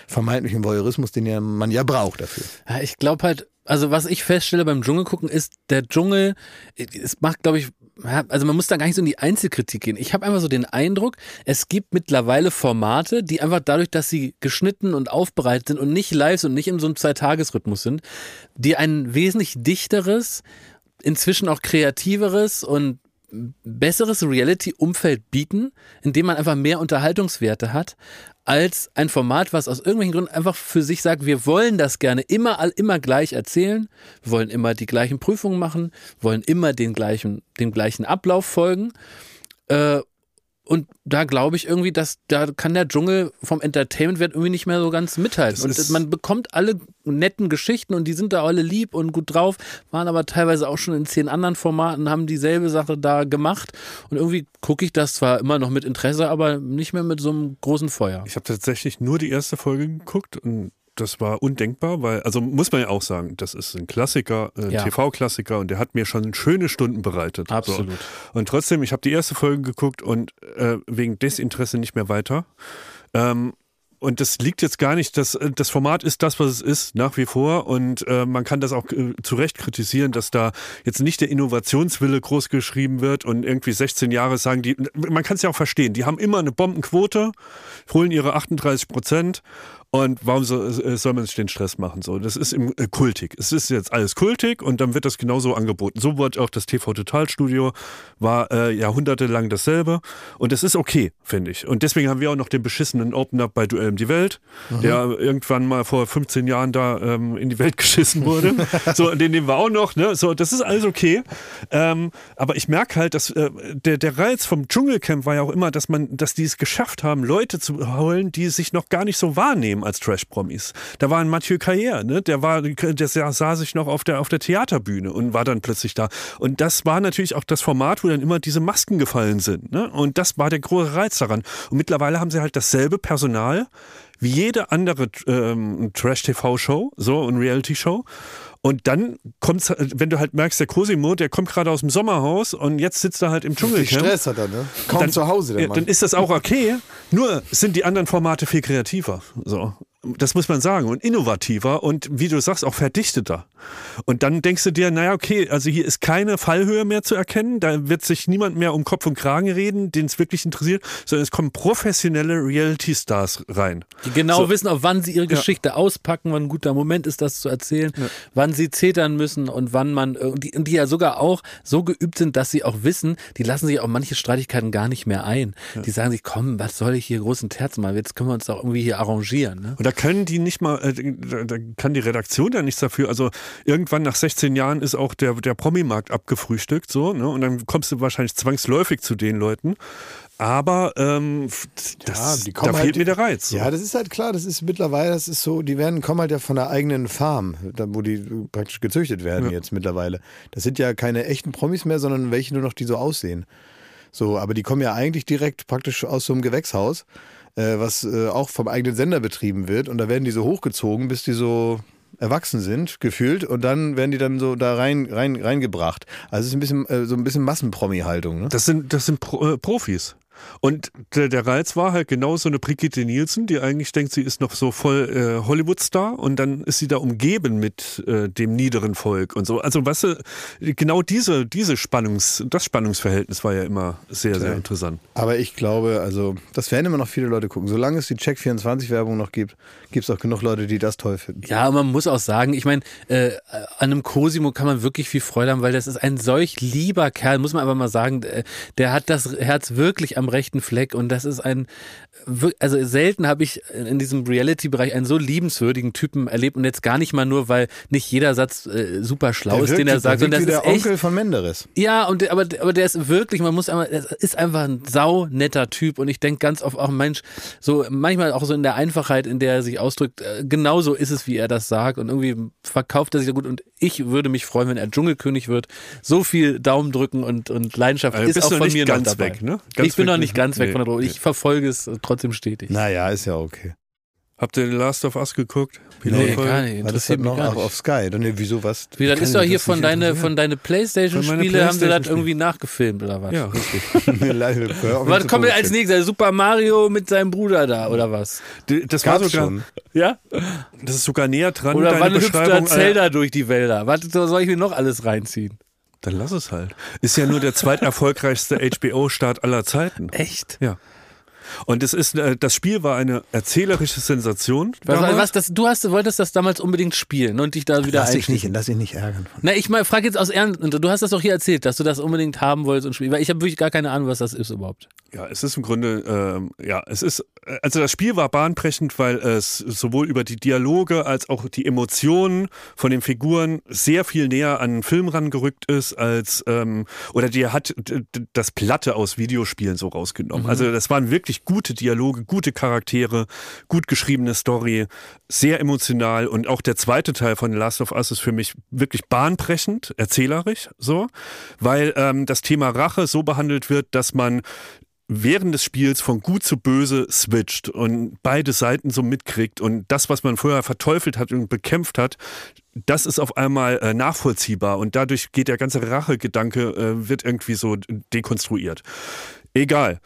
S1: vermeintlichen Voyeurismus, den ja, man ja braucht dafür.
S3: Ja, ich glaube halt, also was ich feststelle beim Dschungel gucken ist, der Dschungel, es macht glaube ich, ja, also man muss da gar nicht so in die Einzelkritik gehen. Ich habe einfach so den Eindruck, es gibt mittlerweile Formate, die einfach dadurch, dass sie geschnitten und aufbereitet sind und nicht live und nicht in so einem Zweitagesrhythmus sind, die ein wesentlich dichteres, inzwischen auch kreativeres und besseres Reality-Umfeld bieten, in dem man einfach mehr Unterhaltungswerte hat, als ein Format, was aus irgendwelchen Gründen einfach für sich sagt, wir wollen das gerne immer, all- immer gleich erzählen, wir wollen immer die gleichen Prüfungen machen, wollen immer den gleichen, dem gleichen Ablauf folgen. Äh, und da glaube ich irgendwie, dass da kann der Dschungel vom Entertainment-Wert irgendwie nicht mehr so ganz mithalten.
S2: Das
S3: Und
S2: ist-
S3: man bekommt alle netten Geschichten und die sind da alle lieb und gut drauf, waren aber teilweise auch schon in zehn anderen Formaten, haben dieselbe Sache da gemacht. Und irgendwie gucke ich das zwar immer noch mit Interesse, aber nicht mehr mit so einem großen Feuer.
S2: Ich habe tatsächlich nur die erste Folge geguckt und das war undenkbar, weil, also muss man ja auch sagen, das ist ein Klassiker, ein
S3: Ja.
S2: TV-Klassiker und der hat mir schon schöne Stunden bereitet.
S3: Absolut.
S2: So. Und trotzdem, ich habe die erste Folge geguckt und äh, wegen Desinteresse nicht mehr weiter. Ähm, und das liegt jetzt gar nicht, das, äh, das Format ist das, was es ist, nach wie vor. Und äh, man kann das auch äh, zu Recht kritisieren, dass da jetzt nicht der Innovationswille groß geschrieben wird und irgendwie 16 Jahre sagen die, man kann es ja auch verstehen, die haben immer eine Bombenquote, holen ihre 38 Prozent. Und warum so, äh, soll man sich den Stress machen? So, das ist im, äh, kultig. Es ist jetzt alles kultig und dann wird das genauso angeboten. So wurde auch das TV Total Studio, war äh, jahrhundertelang dasselbe. Und das ist okay, finde ich. Und deswegen haben wir auch noch den beschissenen Opener bei Duell um die Welt, der irgendwann mal vor 15 Jahren da ähm, in die Welt geschissen wurde. so, den nehmen wir auch noch. Ne? So, das ist alles okay. Ähm, aber ich merke halt, dass äh, der, der Reiz vom Dschungelcamp war ja auch immer, dass man, dass die es geschafft haben, Leute zu holen, die sich noch gar nicht so wahrnehmen als Trash-Promis. Da war ein Mathieu Carrière, ne? der war, der sah, sah sich noch auf der, auf der Theaterbühne und war dann plötzlich da. Und das war natürlich auch das Format, wo dann immer diese Masken gefallen sind. Ne? Und das war der große Reiz daran. Und mittlerweile haben sie halt dasselbe Personal wie jede andere ähm, Trash-TV-Show, so und Reality-Show. Und dann kommt's, wenn du halt merkst, der Cosimo, der kommt gerade aus dem Sommerhaus und jetzt sitzt er halt im
S4: Viel
S2: Dschungelcamp.
S4: Stress hat er, ne? Kaum
S2: Dann-
S4: zu Hause, der
S2: ja,
S4: Mann.
S2: Dann ist das auch okay. Nur sind die anderen Formate viel kreativer. So. Das muss man sagen. Und innovativer und wie du sagst, auch verdichteter. Und dann denkst du dir, naja, okay, also hier ist keine Fallhöhe mehr zu erkennen. Da wird sich niemand mehr um Kopf und Kragen reden, den es wirklich interessiert, sondern es kommen professionelle Reality-Stars rein.
S3: Die genau wissen, auf wann sie ihre Geschichte auspacken, wann ein guter Moment ist, das zu erzählen, wann sie zetern müssen und wann man, äh, und die, und die ja sogar auch so geübt sind, dass sie auch wissen, die lassen sich auch manche Streitigkeiten gar nicht mehr ein. Die sagen sich, komm, was soll ich hier großen Terz machen? Jetzt können wir uns doch irgendwie hier arrangieren. Ne?
S2: Und da können die nicht mal, äh, da, da kann die Redaktion da nichts dafür. Also irgendwann nach 16 Jahren ist auch der, der Promi-Markt abgefrühstückt, so, ne? Und dann kommst du wahrscheinlich zwangsläufig zu den Leuten. Aber ähm, f- das,
S4: die
S2: da
S4: kommen
S2: fehlt
S4: halt-
S2: mir der Reiz. So.
S1: Ja, das ist halt klar, das ist mittlerweile, das ist so, die werden, kommen halt ja von der eigenen Farm, da, wo die praktisch gezüchtet werden jetzt mittlerweile. Das sind ja keine echten Promis mehr, sondern welche nur noch, die so aussehen. So, aber die kommen ja eigentlich direkt praktisch aus so einem Gewächshaus, äh, was äh, auch vom eigenen Sender betrieben wird. Und da werden die so hochgezogen, bis die so erwachsen sind, gefühlt. Und dann werden die dann so da rein, rein, reingebracht. Also es ist ein bisschen, äh, so ein bisschen Massenpromi-Haltung. Ne?
S2: Das sind, das sind Pro, äh, Profis. Und der, der Reiz war halt genau so eine Brigitte Nielsen, die eigentlich denkt, sie ist noch so voll äh, Hollywood-Star und dann ist sie da umgeben mit äh, dem niederen Volk und so. Also weißt du, genau diese, diese Spannungs, das Spannungsverhältnis war ja immer sehr, sehr interessant.
S1: Aber ich glaube, also, das werden immer noch viele Leute gucken. Solange es die Check24-Werbung noch gibt, gibt es auch genug Leute, die das toll finden.
S3: Ja, und man muss auch sagen, ich meine, äh, an einem Cosimo kann man wirklich viel Freude haben, weil das ist ein solch lieber Kerl, muss man aber mal sagen, äh, der hat das Herz wirklich am rechten Fleck und das ist ein, wir- also selten habe ich in diesem Reality-Bereich einen so liebenswürdigen Typen erlebt und jetzt gar nicht mal nur, weil nicht jeder Satz äh, super schlau ist, den er sagt,
S1: der wirkt
S3: sondern
S1: wie
S3: das
S1: der
S3: ist echt
S1: Onkel von Menderes.
S3: ja, und der, aber, aber der ist wirklich, man muss einmal, der ist einfach ein saunetter Typ und ich denke ganz oft auch, Mensch, so manchmal auch so in der Einfachheit, in der er sich ausdrückt, äh, genauso ist es, wie er das sagt und irgendwie verkauft er sich so gut und ich würde mich freuen, wenn er Dschungelkönig wird. So viel Daumen drücken und, und Leidenschaft
S2: Also
S3: ist
S2: bist
S3: auch
S2: du
S3: von
S2: nicht
S3: mir
S2: ganz
S3: noch dabei.
S2: weg, ne? Ganz
S3: ich bin noch
S2: weg-
S3: nicht ganz weg
S2: nee,
S3: von der Droge. Ich verfolge es äh, trotzdem stetig.
S1: Naja, ist ja okay.
S2: Habt ihr The Last of Us geguckt?
S3: nee,
S2: Pilotfolge?
S3: gar nicht.
S1: War das
S3: Interessiert
S1: denn
S3: mich
S1: noch
S3: gar
S1: auch
S3: nicht.
S1: auf Sky? Dann, nee, wieso was?
S3: Wie, das
S1: Kann
S3: ist doch
S1: mich
S3: hier
S1: das
S3: von
S1: nicht
S3: deine,
S1: interessieren?
S3: von deine Playstation-Spiele, haben sie das
S2: Playstation-Spiele.
S3: irgendwie nachgefilmt oder was?
S2: Ja, richtig.
S1: Mir leid, hör auf, mich
S3: Was
S1: zu
S3: kommt denn als
S1: provozieren.
S3: nächstes? Super Mario mit seinem Bruder da, oder was?
S2: D- Das war
S1: Gab's
S2: sogar,
S1: schon.
S3: Ja?
S2: das ist sogar näher dran.
S3: Oder wann
S2: deine
S3: hüpft da
S2: Beschreibung äh, als-
S3: Zelda durch die Wälder? Was soll ich mir noch alles reinziehen?
S2: Dann lass es halt. Ist ja nur der zweiterfolgreichste HBO-Start aller Zeiten.
S3: Echt?
S2: Ja. Und es ist, äh, das Spiel war eine erzählerische Sensation.
S3: Was,
S2: damals.
S3: was, das, du hast, wolltest das damals unbedingt spielen und dich da wieder
S1: Lass dich nicht,
S3: einschließen.
S1: lass dich nicht ärgern.
S3: Na, ich mal frage jetzt aus Ernst, und du hast das doch hier erzählt, dass du das unbedingt haben wolltest und spielen, weil ich habe wirklich gar keine Ahnung, was das ist überhaupt.
S2: Ja, es ist im Grunde, ähm, ja, es ist, äh, also das Spiel war bahnbrechend, weil es sowohl über die Dialoge als auch die Emotionen von den Figuren sehr viel näher an den Film rangerückt ist, als, ähm, oder dir hat d- d- das Platte aus Videospielen so rausgenommen. Also das waren wirklich gute Dialoge, gute Charaktere, gut geschriebene Story, sehr emotional und auch der zweite Teil von The Last of Us ist für mich wirklich bahnbrechend, erzählerisch, so, weil ähm, das Thema Rache so behandelt wird, dass man während des Spiels von gut zu böse switcht und beide Seiten so mitkriegt und das, was man vorher verteufelt hat und bekämpft hat, das ist auf einmal äh, nachvollziehbar und dadurch geht der ganze Rachegedanke, äh, wird irgendwie so dekonstruiert. Egal.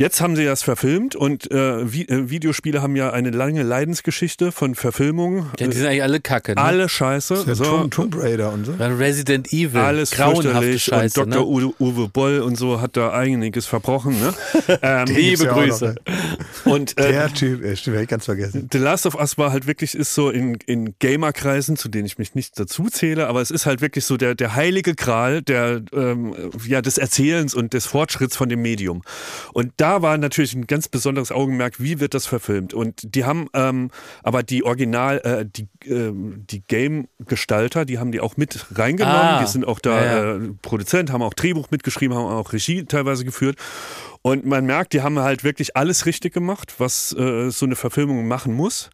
S2: Jetzt haben sie das verfilmt und äh, Vi äh, Videospiele haben ja eine lange Leidensgeschichte von Verfilmungen.
S3: Ja, die sind eigentlich alle kacke, ne?
S2: Äh, Alle scheiße.
S1: Ja,
S2: so.
S1: Tomb, Tomb Raider und so.
S3: Weil Resident Evil,
S2: Alles
S3: grauenhafte
S2: fürchterlich
S3: Scheiße.
S2: und Dr.
S3: Ne?
S2: Uwe, Uwe Boll und so hat da einiges verbrochen. Ne? ähm,
S3: Liebe
S1: ja auch
S3: Grüße.
S2: und äh,
S1: Der Typ, äh, stimmt, hab ich ganz vergessen.
S2: The Last of Us war halt wirklich, ist so in, in Gamer-Kreisen, zu denen ich mich nicht dazu zähle, aber es ist halt wirklich so der, der heilige Gral der, ähm, ja, des Erzählens und des Fortschritts von dem Medium. Und da war natürlich ein ganz besonderes Augenmerk, wie wird das verfilmt? Und die haben ähm, aber die Original, äh, die, ähm, die Game-Gestalter, die haben die auch mit reingenommen,
S3: Ah,
S2: die sind auch da
S3: ja, ja.
S2: Äh, Produzent, haben auch Drehbuch mitgeschrieben, haben auch Regie teilweise geführt. Und man merkt, die haben halt wirklich alles richtig gemacht, was äh, so eine Verfilmung machen muss.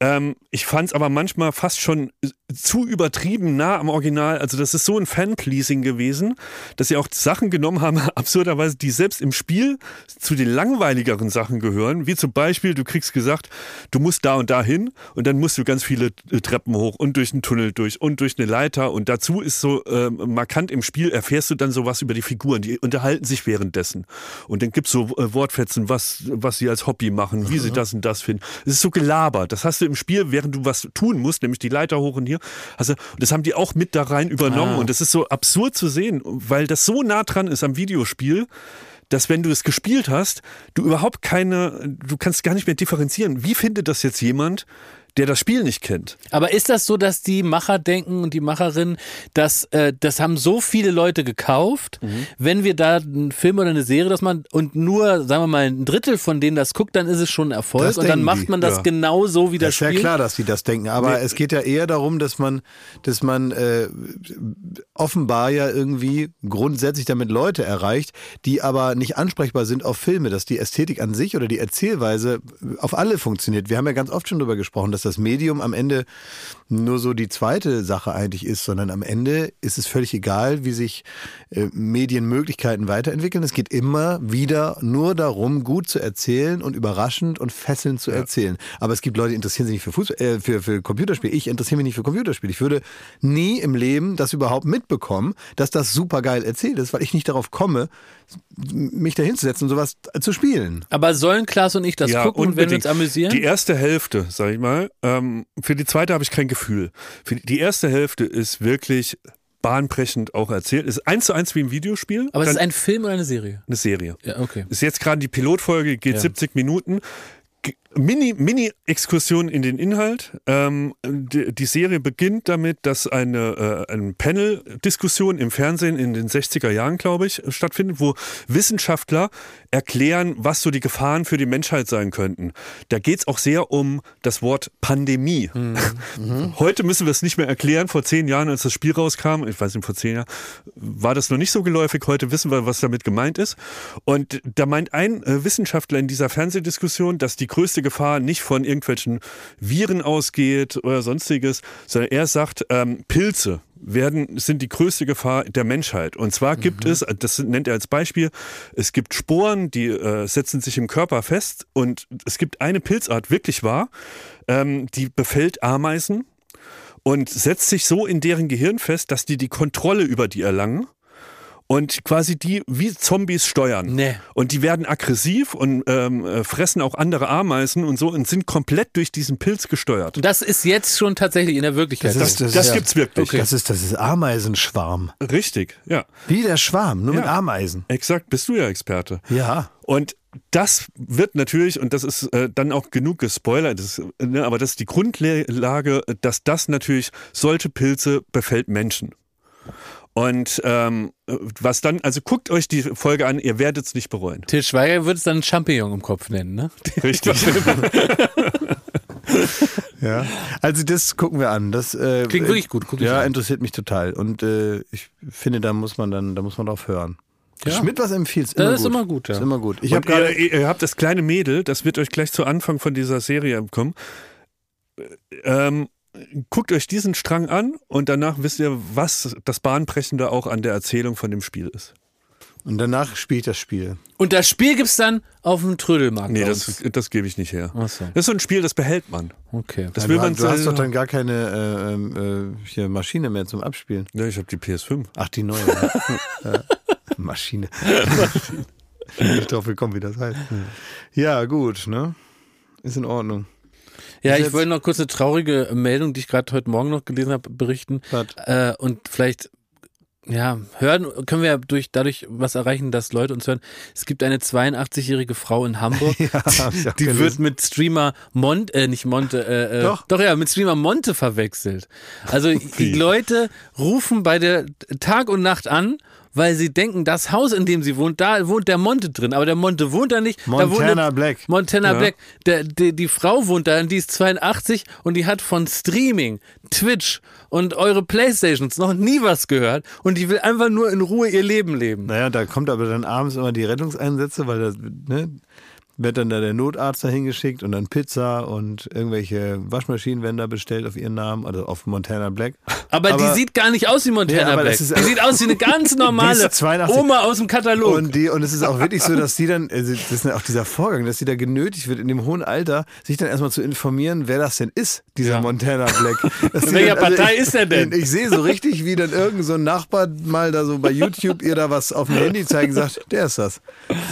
S2: Ähm, ich fand es aber manchmal fast schon zu übertrieben nah am Original. Also das ist so ein Fanpleasing gewesen, dass sie auch Sachen genommen haben, absurderweise, die selbst im Spiel zu den langweiligeren Sachen gehören. Wie zum Beispiel, du kriegst gesagt, du musst da und da hin und dann musst du ganz viele äh, Treppen hoch und durch einen Tunnel durch und durch eine Leiter. Und dazu ist so äh, markant im Spiel, erfährst du dann sowas über die Figuren. Die unterhalten sich währenddessen. Und dann gibt's so äh, Wortfetzen, was, was sie als Hobby machen, wie sie das und das finden. Es ist so gelabert. Das hast du im Spiel, während du was tun musst, nämlich die Leiter hoch und hier. Hast du, und das haben die auch mit da rein übernommen. Und das ist so absurd zu sehen, weil das so nah dran ist am Videospiel dass wenn du es gespielt hast, du überhaupt keine, du kannst gar nicht mehr differenzieren. Wie findet das jetzt jemand, der das Spiel nicht kennt?
S3: Aber ist das so, dass die Macher denken und die Macherinnen, dass äh, das haben so viele Leute gekauft, wenn wir da einen Film oder eine Serie, dass man und nur, sagen wir mal, ein Drittel von denen das guckt, dann ist es schon ein Erfolg
S1: Das
S3: und dann
S1: denken
S3: macht
S1: die,
S3: man das
S1: ja.
S3: genau so wie das,
S1: Das ist ja
S3: Spiel.
S1: klar, dass die das denken, aber es geht ja eher darum, dass man, dass man äh, offenbar ja irgendwie grundsätzlich damit Leute erreicht, die aber nicht ansprechbar sind auf Filme, dass die Ästhetik an sich oder die Erzählweise auf alle funktioniert. Wir haben ja ganz oft schon darüber gesprochen, dass das Medium am Ende nur so die zweite Sache eigentlich ist, sondern am Ende ist es völlig egal, wie sich äh, Medienmöglichkeiten weiterentwickeln. Es geht immer wieder nur darum, gut zu erzählen und überraschend und fesselnd zu erzählen. Aber es gibt Leute, die interessieren sich nicht für, Fußball, äh, für, für Computerspiele. Ich interessiere mich nicht für Computerspiele. Ich würde nie im Leben das überhaupt mitbekommen, dass das super geil erzählt ist, weil ich nicht darauf komme, mich dahinzusetzen und sowas zu spielen.
S3: Aber sollen Klaas und ich das Also gucken und wenn wir uns amüsieren?
S2: Die erste Hälfte, sag ich mal. Ähm, für die zweite habe ich kein Gefühl. Für die die erste Hälfte ist wirklich bahnbrechend auch erzählt. Ist eins zu eins wie im Videospiel.
S3: aber es
S2: dann
S3: ist ein Film oder eine Serie?
S2: eine Serie.
S3: Ja, okay.
S2: Ist jetzt gerade die Pilotfolge, geht 70 Minuten. G- Mini, Mini-Exkursion in den Inhalt. Ähm, die, die Serie beginnt damit, dass eine, äh, eine Panel-Diskussion im Fernsehen in den 60er Jahren, glaube ich, stattfindet, wo Wissenschaftler erklären, was so die Gefahren für die Menschheit sein könnten. Da geht es auch sehr um das Wort Pandemie. Heute müssen wir es nicht mehr erklären. Vor zehn Jahren, als das Spiel rauskam, ich weiß nicht, vor zehn Jahren, war das noch nicht so geläufig. Heute wissen wir, was damit gemeint ist. Und da meint ein äh, Wissenschaftler in dieser Fernsehdiskussion, dass die größte Gefahr nicht von irgendwelchen Viren ausgeht oder sonstiges, sondern er sagt, ähm, Pilze werden, sind die größte Gefahr der Menschheit. Und zwar gibt es, das nennt er als Beispiel, es gibt Sporen, die äh, setzen sich im Körper fest und es gibt eine Pilzart, wirklich wahr, ähm, die befällt Ameisen und setzt sich so in deren Gehirn fest, dass die die Kontrolle über die erlangen und quasi die wie Zombies steuern.
S3: Nee.
S2: Und die werden aggressiv und ähm, äh, fressen auch andere Ameisen und so und sind komplett durch diesen Pilz gesteuert.
S3: Das ist jetzt schon tatsächlich in der Wirklichkeit.
S2: Das, das, gibt's wirklich.
S1: Das ist, das ist Ameisenschwarm.
S2: Richtig, ja.
S1: Wie der Schwarm, nur mit
S2: Ja.
S1: Ameisen.
S2: Exakt, bist du ja Experte.
S1: Ja.
S2: Und das wird natürlich, und das ist äh, dann auch genug gespoilert, das, äh, ne, aber das ist die Grundlage, dass das natürlich, solche Pilze befällt Menschen. Und ähm, äh, was dann, also guckt euch die Folge an, ihr werdet es nicht bereuen.
S3: Til Schweiger würde es dann Champignon im Kopf nennen, ne?
S2: Richtig.
S1: Ja. Also das gucken wir an. Das äh,
S3: Klingt wirklich gut, guck ich
S1: ja,
S3: an.
S1: interessiert mich total. Und äh, ich finde, da muss man dann, da muss man drauf hören.
S3: Ja.
S1: Schmidt was empfiehlt,
S3: Das ist immer gut, ja.
S1: Ist immer gut. Ich
S2: Ich
S1: habe
S2: hab ihr,
S1: gerade
S2: ihr habt das kleine Mädel, das wird euch gleich zu Anfang von dieser Serie kommen. Ähm, guckt euch diesen Strang an und danach wisst ihr, was das Bahnbrechende auch an der Erzählung von dem Spiel ist.
S1: und danach spiele ich das Spiel.
S3: Und das Spiel gibt's dann auf dem Trödelmarkt.
S2: Nee,
S3: bei
S2: das,
S3: uns.
S2: das gebe ich nicht her.
S3: Ach so.
S2: Das ist so ein Spiel, das behält man.
S3: okay.
S2: Das
S1: Ja,
S2: will
S1: du,
S2: man
S1: hast- du hast doch dann gar keine äh, ähm, äh, hier Maschine mehr zum Abspielen.
S2: ja, ich habe die PS5.
S1: Ach, die neue. ja. Ja. Maschine. Ich bin nicht drauf gekommen, wie das heißt. Ja, gut, ne? Ist in Ordnung.
S3: Ja,
S1: Ist
S3: ich
S1: jetzt-
S3: wollte noch kurz eine traurige Meldung, die ich gerade heute Morgen noch gelesen habe, berichten.
S1: Was?
S3: Äh, und vielleicht, ja, hören können wir ja durch, dadurch was erreichen, dass Leute uns hören. Es gibt eine 82-jährige Frau in Hamburg,
S1: hab ich auch
S3: die wird
S1: gelesen.
S3: mit Streamer Monte, äh, nicht Monte, äh, äh,
S1: Doch.
S3: doch ja, mit Streamer Monte verwechselt. Also die Leute rufen bei der Tag und Nacht an, weil sie denken, das Haus, in dem sie wohnt, da wohnt der Monte drin. Aber der Monte wohnt da nicht. da wohnt
S1: Montana
S3: eine-
S1: Black.
S3: Montana
S2: Ja.
S3: Black. Der, der, die Frau wohnt da, und die ist 82 und die hat von Streaming, Twitch und eure Playstations noch nie was gehört und die will einfach nur in Ruhe ihr Leben leben.
S1: Naja, da kommt aber dann abends immer die Rettungseinsätze, weil das, ne, Wird dann da der Notarzt dahin geschickt und dann Pizza und irgendwelche Waschmaschinenwender bestellt auf ihren Namen, also auf Montana Black.
S3: Aber, die sieht gar nicht aus wie
S1: Nee,
S3: Montana
S1: aber
S3: Black.
S1: das ist-
S3: die sieht aus wie eine ganz normale
S1: 82.
S3: Oma aus dem Katalog.
S1: Und, die, und es ist auch wirklich so, dass die dann, also das ist ja auch dieser Vorgang, dass die da genötigt wird, in dem hohen Alter, sich dann erstmal zu informieren, wer das denn ist, dieser
S3: Ja.
S1: Montana Black. Dass die
S3: Welcher
S1: dann- also
S3: Partei
S1: ich,
S3: ist er denn?
S1: Ich, sehe so richtig, wie dann irgend so ein Nachbar mal da so bei YouTube ihr da was auf dem Handy zeigen sagt, der ist das.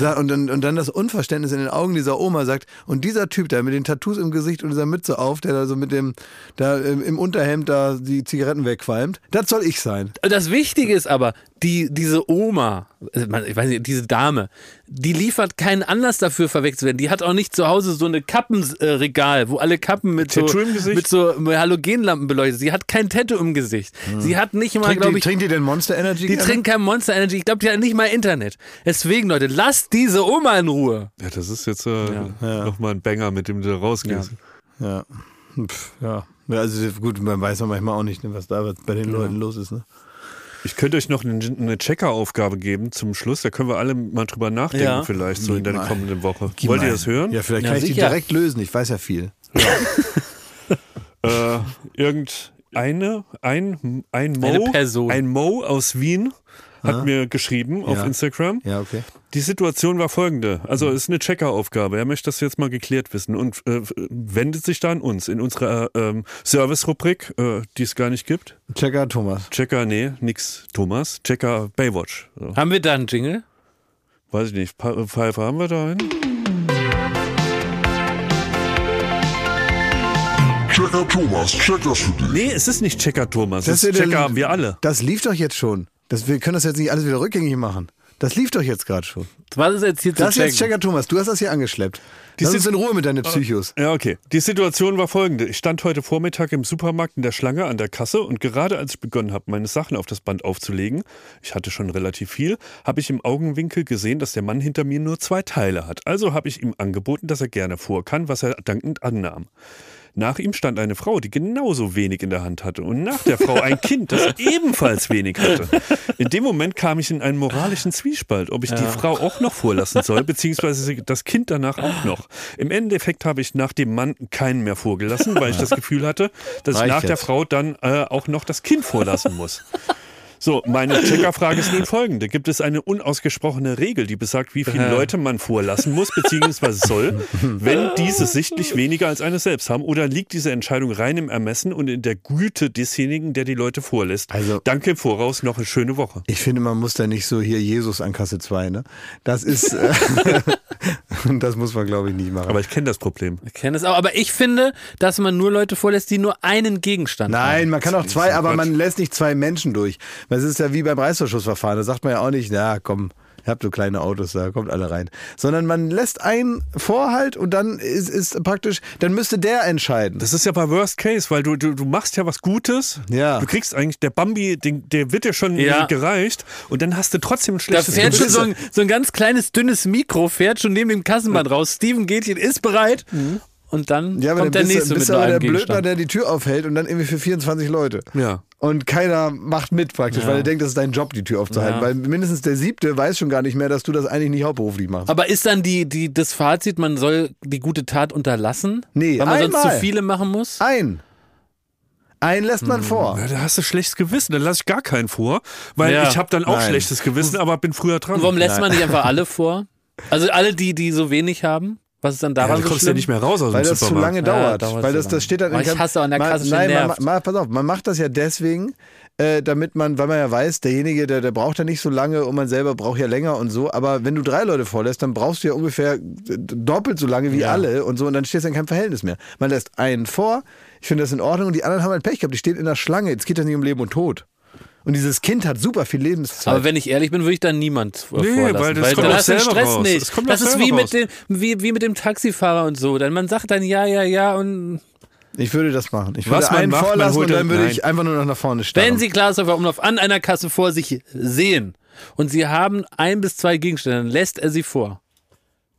S1: Sa- Und dann, und dann das Unverständnis in den Augen dieser Oma sagt, und dieser Typ da mit den Tattoos im Gesicht und dieser Mütze auf, der da so mit dem, da im, im Unterhemd da die Zigaretten wegqualmt, das soll ich sein.
S3: Das Wichtige ist aber, die, diese Oma, also man- ich weiß nicht, diese Dame, die liefert keinen Anlass dafür verwechselt zu werden. Die hat auch nicht zu Hause so eine Kappenregal, wo alle Kappen mit so,
S2: Tattoo im Gesicht?
S3: mit so Halogenlampen beleuchtet sind. Sie hat kein Tattoo im Gesicht. Sie hat nicht mal,
S1: Trinkt
S3: glaube
S1: die,
S3: ich,
S1: trinkt die denn Monster Energy?
S3: die trinkt kein Monster Energy. Ich glaube, die hat nicht mal Internet. Deswegen, Leute, lasst diese Oma in Ruhe.
S2: Ja, das ist jetzt äh, nochmal ein Banger, mit dem du da rausgehst.
S1: Ja. Pff, ja. Ja, Also gut, man weiß ja manchmal auch nicht, ne, was da bei den Leuten los ist. Ne?
S2: Ich könnte euch noch eine- eine Checker-Aufgabe geben zum Schluss. Da können wir alle mal drüber nachdenken,
S3: Ja.
S2: vielleicht so in der
S1: mal.
S2: kommenden Woche. Wollt ihr das hören?
S1: Ja, vielleicht
S3: Ja,
S1: kann ich die
S3: sicher.
S1: direkt lösen. Ich weiß ja viel.
S2: Äh, irgendeine, ein, ein Mo,
S3: Eine Person.
S2: ein Mo aus Wien hat mir geschrieben auf
S1: Ja.
S2: Instagram.
S1: Ja, okay.
S2: Die Situation war folgende. Also es ist eine Checker-Aufgabe. Er möchte das jetzt mal geklärt wissen und äh, wendet sich da an uns in unserer äh, ähm, Service-Rubrik, äh, die es gar nicht gibt.
S1: Checker Thomas.
S2: Checker, nee, nix Thomas. Checker Baywatch. So,
S3: Haben wir da einen Jingle?
S2: weiß ich nicht. Pa- Pfeife haben wir da einen?
S5: Checker Thomas, Checkers für dich.
S2: Nee, es ist nicht Checker Thomas.
S1: Das
S2: es ist
S1: ist ja der-
S2: Checker wir alle.
S1: Das lief doch jetzt schon. Das, wir können das jetzt nicht alles wieder rückgängig machen. Das lief doch jetzt gerade schon.
S3: Was ist jetzt hier
S1: Das
S3: zu
S1: ist jetzt
S3: checken?
S1: Checker Thomas. Du hast das hier angeschleppt. Die Lass uns in Ruhe mit
S2: Ah.
S1: deinen Psychos.
S2: Ja, okay. Die Situation war folgende. Ich stand heute Vormittag im Supermarkt in der Schlange an der Kasse und gerade als ich begonnen habe, meine Sachen auf das Band aufzulegen, ich hatte schon relativ viel, habe ich im Augenwinkel gesehen, dass der Mann hinter mir nur zwei Teile hat. Also habe ich ihm angeboten, dass er gerne vor kann, was er dankend annahm. Nach ihm stand eine Frau, die genauso wenig in der Hand hatte und nach der Frau ein Kind, das ebenfalls wenig hatte. In dem Moment kam ich in einen moralischen Zwiespalt, ob ich die Frau auch noch vorlassen soll, beziehungsweise sie- das Kind danach auch noch. Im Endeffekt habe ich nach dem Mann keinen mehr vorgelassen, weil ich das Gefühl hatte, dass ich
S1: Reicht
S2: nach der
S1: jetzt.
S2: Frau dann äh, auch noch das Kind vorlassen muss. So, meine Checkerfrage ist nun folgende. Gibt es eine unausgesprochene Regel, die besagt, wie
S3: Äh.
S2: viele Leute man vorlassen muss, beziehungsweise soll, wenn diese sichtlich weniger als eine selbst haben? Oder liegt diese Entscheidung rein im Ermessen und in der Güte desjenigen, der die Leute vorlässt?
S1: Also-
S2: Danke im voraus, noch eine schöne Woche.
S1: Ich finde, man muss da nicht so hier Jesus an Kasse 2, ne? Das ist. Äh, das muss man, glaube ich, nicht machen.
S2: Aber ich kenne das Problem.
S3: Ich kenne es auch, aber ich finde, dass man nur Leute vorlässt, die nur einen Gegenstand
S1: Nein, man kann auch zwei,
S3: oh
S2: ein
S1: aber
S2: Quatsch.
S1: man lässt nicht zwei Menschen durch. Weil es ist ja wie beim Reißverschlussverfahren. Da sagt man ja auch nicht, na komm, ihr habt so kleine Autos, da kommt alle rein. Sondern man lässt einen Vorhalt und dann ist, ist praktisch, dann müsste der entscheiden.
S2: Das ist ja bei Worst Case, weil du, du, du machst ja was Gutes.
S1: Ja.
S2: Du kriegst eigentlich, der Bambi, den, der wird dir schon
S3: Ja.
S2: gereicht und dann hast du trotzdem ein
S3: Da
S2: schlechtes
S3: fährt schon
S2: Gewissen.
S3: so ein, so ein ganz kleines, dünnes Mikro, fährt schon neben dem Kassenband raus. Steven Gätchen ist bereit.
S2: Mhm.
S3: Und dann
S1: ja, aber
S3: kommt der
S1: dann bist,
S3: nächste
S1: du- bist du
S3: mit
S1: aber
S3: einem
S1: der Blödner,
S3: Gegenstand.
S1: der die Tür aufhält und dann irgendwie für 24 Leute.
S2: Ja.
S1: Und keiner macht mit praktisch, weil er denkt, das ist dein Job, die Tür aufzuhalten.
S3: Ja.
S1: Weil mindestens der siebte weiß schon gar nicht mehr, dass du das eigentlich nicht hauptberuflich machst.
S3: aber ist dann die, die, das Fazit, man soll die gute Tat unterlassen?
S1: Nee,
S3: Weil man sonst
S1: einmal.
S3: zu viele machen muss?
S1: Ein. Einen lässt
S3: Hm,
S1: man vor.
S2: Ja, da hast du schlechtes Gewissen, dann lasse ich gar keinen vor, weil
S3: Ja.
S2: ich habe dann auch
S1: Nein.
S2: schlechtes Gewissen, aber bin früher
S3: Und
S2: dran.
S3: warum lässt man nicht einfach alle vor? Also alle, die, die so wenig haben? Was ist dann
S2: ja,
S3: daran
S2: du
S3: so
S2: kommst ja
S3: schlimm?
S2: nicht mehr raus aus
S1: Weil
S2: dem
S1: das zu
S2: Supermarkt.
S1: lange
S3: Ja,
S1: dauert.
S3: dauert
S1: weil
S3: zu
S1: das,
S3: lange.
S1: das steht dann
S3: Boah, ich
S1: ganz-
S3: hasse an der
S1: man,
S3: Kasse,
S1: Nein,
S3: schon
S1: man,
S3: nervt.
S1: ma- pass auf, man macht das ja deswegen, äh, damit man, weil man ja weiß, derjenige, der, der braucht ja nicht so lange und man selber braucht ja länger und so. Aber wenn du drei Leute vorlässt, dann brauchst du ja ungefähr doppelt so lange wie alle und so und dann steht dann kein Verhältnis mehr. Man lässt einen vor, ich finde das in Ordnung und die anderen haben halt Pech gehabt. Die stehen in der Schlange. Jetzt geht das nicht um Leben und Tod. Und dieses Kind hat super viel Lebenszeit.
S3: Aber wenn ich ehrlich bin, würde ich dann niemand nee, vorlassen.
S2: weil das kommt
S3: dann
S2: doch
S3: hast du den
S2: selber
S3: Stress
S2: raus.
S3: nicht.
S2: Das kommt doch
S3: das ist
S2: selber
S3: wie
S2: raus.
S3: mit, dem, wie, wie mit dem Taxifahrer und so. Dann man sagt dann ja, ja, ja und
S1: ich würde das machen. Ich würde
S2: Was man
S1: einen
S2: macht, man
S1: vorlassen
S2: holt
S1: und dann
S2: den-
S1: würde
S2: Nein.
S1: ich einfach nur noch nach vorne starren.
S3: Wenn Sie Glashofer Umlauf an einer Kasse vor sich sehen und Sie haben ein bis zwei Gegenstände, dann lässt er sie vor.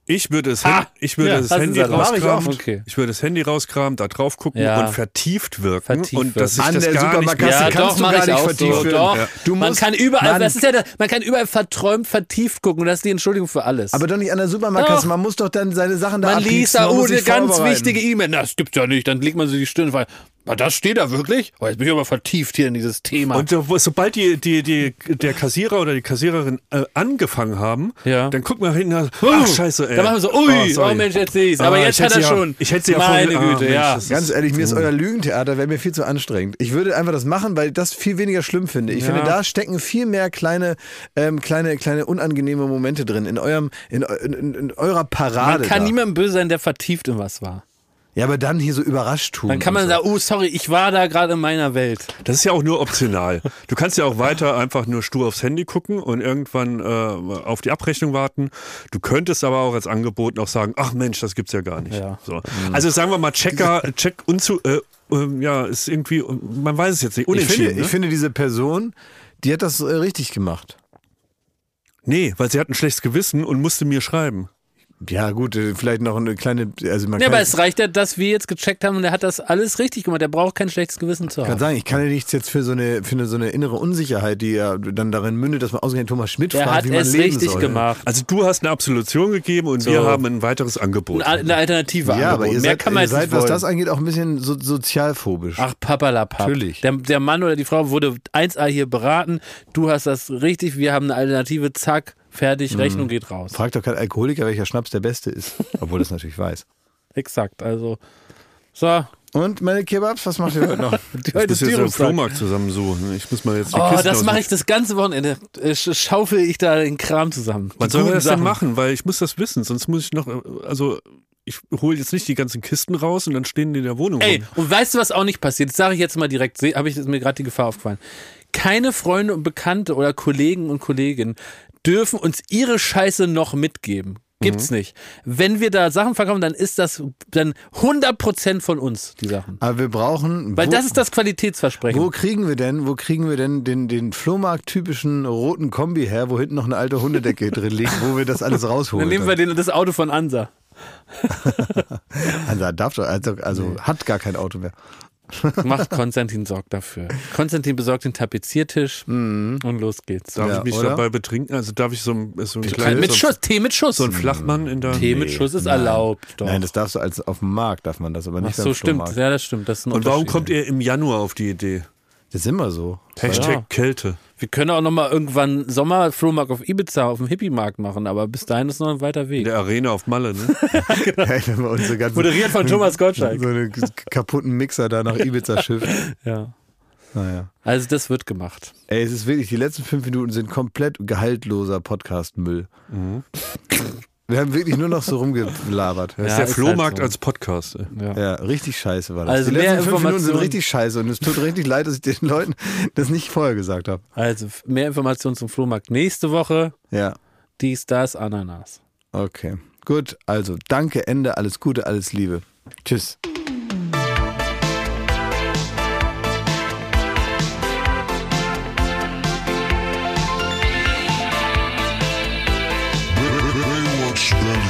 S2: Ich würde das, Hand- ich würde
S3: Ja,
S2: das
S3: hast du
S2: Handy
S3: gesagt, mach ich
S2: rauskramen,
S3: oft. Okay.
S2: ich würde das Handy rauskramen, da drauf gucken
S3: Ja.
S2: und vertieft wirken
S3: Vertieft
S2: und dass ich
S1: An
S2: das
S1: der
S2: gar nicht
S1: Supermarktkasse
S2: merke.
S1: kannst du
S3: mach
S1: gar
S3: ich
S1: nicht
S3: auch
S1: vertieft
S3: so,
S1: werden.
S3: doch.
S1: Ja. Du
S3: man
S1: musst-
S3: kann überall,
S1: Mann.
S3: das ist ja, das- man kann überall verträumt vertieft gucken. Das ist die Entschuldigung für alles.
S1: Aber doch nicht an der Supermarktkasse.
S3: Doch.
S1: Man muss doch dann seine Sachen da
S3: man liest
S1: abpieksen,
S3: da
S1: man muss
S3: oh, eine
S1: sich
S3: ganz
S1: vorbereiten.
S3: wichtige E-Mail. Na, Das gibt's ja nicht. Dann legt man so die Stirn vor. Na, das steht da wirklich? Oh, jetzt bin ich aber vertieft hier in dieses Thema.
S2: Und so, sobald die, die, die, der Kassierer oder die Kassiererin äh, angefangen haben,
S3: Ja.
S2: dann guckt man hinten und
S3: Oh,
S2: ach scheiße, ey.
S3: Da machen wir so, ui, oh,
S2: sorry.
S3: Mensch, jetzt sehe ich's. Aber
S2: Ah,
S3: jetzt
S2: ich
S3: hat
S2: hätte
S3: er
S2: sie ja-
S3: schon.
S2: ich hätte sie ja
S3: Meine
S2: voll- ah,
S3: Güte,
S2: Mensch,
S3: ja.
S2: das
S1: Ganz ehrlich,
S3: Hm.
S1: mir ist euer Lügentheater, wäre mir viel zu anstrengend. Ich würde einfach das machen, weil ich das viel weniger schlimm finde. Ich finde, da stecken viel mehr kleine, ähm, kleine, kleine unangenehme Momente drin in eurem, in, eu- in, in, in eurer
S3: Man
S1: Parade.
S3: kann
S1: da.
S3: niemandem böse sein, der vertieft in was war.
S1: Ja, aber dann hier so überrascht tun.
S3: Dann kann man
S1: und so.
S3: sagen, oh, sorry, ich war da gerade in meiner Welt.
S2: Das ist ja auch nur optional. Du kannst ja auch weiter einfach nur stur aufs Handy gucken und irgendwann äh, auf die Abrechnung warten. Du könntest aber auch als Angebot noch sagen, ach Mensch, das gibt's ja gar nicht.
S3: Ja. Mhm.
S2: So. Also sagen wir mal, Checker, Check unzu, äh, ähm, ja, ist irgendwie, man weiß es jetzt nicht,
S1: ich,
S2: unentschieden.
S1: finde, ich
S2: ne?
S1: finde, diese Person, die hat das äh, richtig gemacht.
S2: Nee, weil sie hat ein schlechtes Gewissen und musste mir schreiben.
S1: Ja, gut, äh, vielleicht noch eine kleine. Also man
S3: Ja,
S1: kann,
S3: aber es reicht ja, dass wir jetzt gecheckt haben und er hat das alles richtig gemacht. Er braucht kein schlechtes Gewissen zu
S1: kann
S3: haben.
S1: sagen, ich kann ja nichts jetzt für so eine, für eine, so eine innere Unsicherheit, die ja dann darin mündet, dass man ausgerechnet Thomas Schmidt
S3: Er
S1: fragt,
S3: hat
S1: wie man
S3: es
S1: leben
S3: richtig
S1: soll.
S3: gemacht.
S2: Also du hast eine Absolution gegeben und wir haben ein weiteres Angebot.
S3: Eine Al- eine Alternative
S1: Ja, aber
S3: angeboten.
S1: ihr
S3: Mehr
S1: seid,
S3: kann man
S1: ihr
S3: jetzt
S1: seid
S3: nicht
S1: was
S3: wollen.
S1: das angeht, auch ein bisschen so, sozialphobisch.
S3: Ach, papalapap.
S1: Natürlich.
S3: Der, der Mann oder die Frau wurde 1A hier beraten. Du hast das richtig. Wir haben eine Alternative. Zack,
S1: Mhm.
S3: fertig. Rechnung geht raus.
S1: Frag doch kein Alkoholiker, welcher Schnaps der beste ist. Obwohl das natürlich weiß.
S3: Exakt. Also, so.
S1: Und meine Kebabs, was macht ihr heute noch?
S2: ich muss jetzt
S3: ist
S2: einen
S3: Dienstag.
S2: Flohmarkt zusammensuchen. Ich muss mal jetzt die
S3: Oh,
S2: Kisten
S3: das
S2: aus-
S3: mache ich das ganze Wochenende. Äh, sch- Schaufel ich da den Kram zusammen. Die
S2: Wann sollen wir
S3: guten
S2: das denn
S3: Sachen.
S2: machen? Weil ich muss das wissen, sonst muss ich noch, äh, also ich hole jetzt nicht die ganzen Kisten raus und dann stehen die in der Wohnung
S3: Ey,
S2: rum.
S3: und weißt du, was auch nicht passiert? Das sage ich jetzt mal direkt, habe ich ist mir gerade die Gefahr aufgefallen. Keine Freunde und Bekannte oder Kollegen und Kolleginnen dürfen uns ihre Scheiße noch mitgeben. Gibt's nicht. Wenn wir da Sachen verkaufen, dann ist das dann 100% von uns, die Sachen.
S1: Aber wir brauchen.
S3: Weil
S1: wo,
S3: das ist das Qualitätsversprechen.
S1: Wo kriegen wir denn, wo kriegen wir denn den, den Flohmarkt-typischen roten Kombi her, wo hinten noch eine alte Hundedecke drin liegt, wo wir das alles rausholen?
S3: dann nehmen wir
S1: können?
S3: den, das Auto von Ansa.
S1: also, er darf doch, also, also hat gar kein Auto mehr.
S3: Macht Konstantin sorgt dafür. Konstantin besorgt den Tapeziertisch und los geht's.
S2: Darf
S1: Ja,
S2: ich mich
S1: oder?
S2: dabei betrinken? Also darf ich so ein, so ein
S3: Kein,
S2: kleines,
S3: mit
S2: so ein
S3: Schuss, Tee mit Schuss. So ein
S2: Flachmann in der...
S3: Tee mit Schuss ist erlaubt. Doch.
S1: Nein, das darfst du als auf dem Markt, darf man das, aber nicht
S3: Ach so,
S1: beim
S3: stimmt.
S1: Flohmarkt.
S3: Ja, das stimmt. Das ist ein
S2: Und warum
S3: Unterschied.
S2: kommt ihr im Januar auf die Idee?
S1: Das ist immer so.
S2: Hashtag
S3: Ja.
S2: Kälte.
S3: Wir können auch nochmal irgendwann Sommer-Flohmarkt auf Ibiza auf dem Hippie-Markt machen, aber bis dahin ist noch ein weiter
S2: In
S3: Weg.
S2: der Arena auf Malle, ne?
S1: Hey, wenn wir unsere ganzen,
S3: Moderiert von Thomas
S1: so
S3: Gottschalk.
S1: einen kaputten Mixer da nach Ibiza schifft.
S3: Ja.
S1: Naja.
S3: Also das wird gemacht.
S1: Ey, es ist wirklich, die letzten fünf Minuten sind komplett gehaltloser Podcast-Müll.
S3: Mhm.
S1: Wir haben wirklich nur noch so rumgelabert.
S2: Das ist
S3: Ja,
S2: der
S3: ist halt
S2: Flohmarkt
S3: so.
S2: als Podcast. Ey.
S1: Ja, richtig scheiße war das.
S3: Also
S1: die
S3: mehr
S1: letzten fünf Minuten sind
S3: Informationen.
S1: richtig scheiße und es tut richtig leid, dass ich den Leuten das nicht vorher gesagt habe.
S3: Also f- mehr Informationen zum Flohmarkt nächste Woche.
S1: Ja,
S3: Dies, das, Ananas.
S1: okay. Gut, also danke, Ende, alles Gute, alles Liebe. Tschüss.
S5: Baywatch Berlin.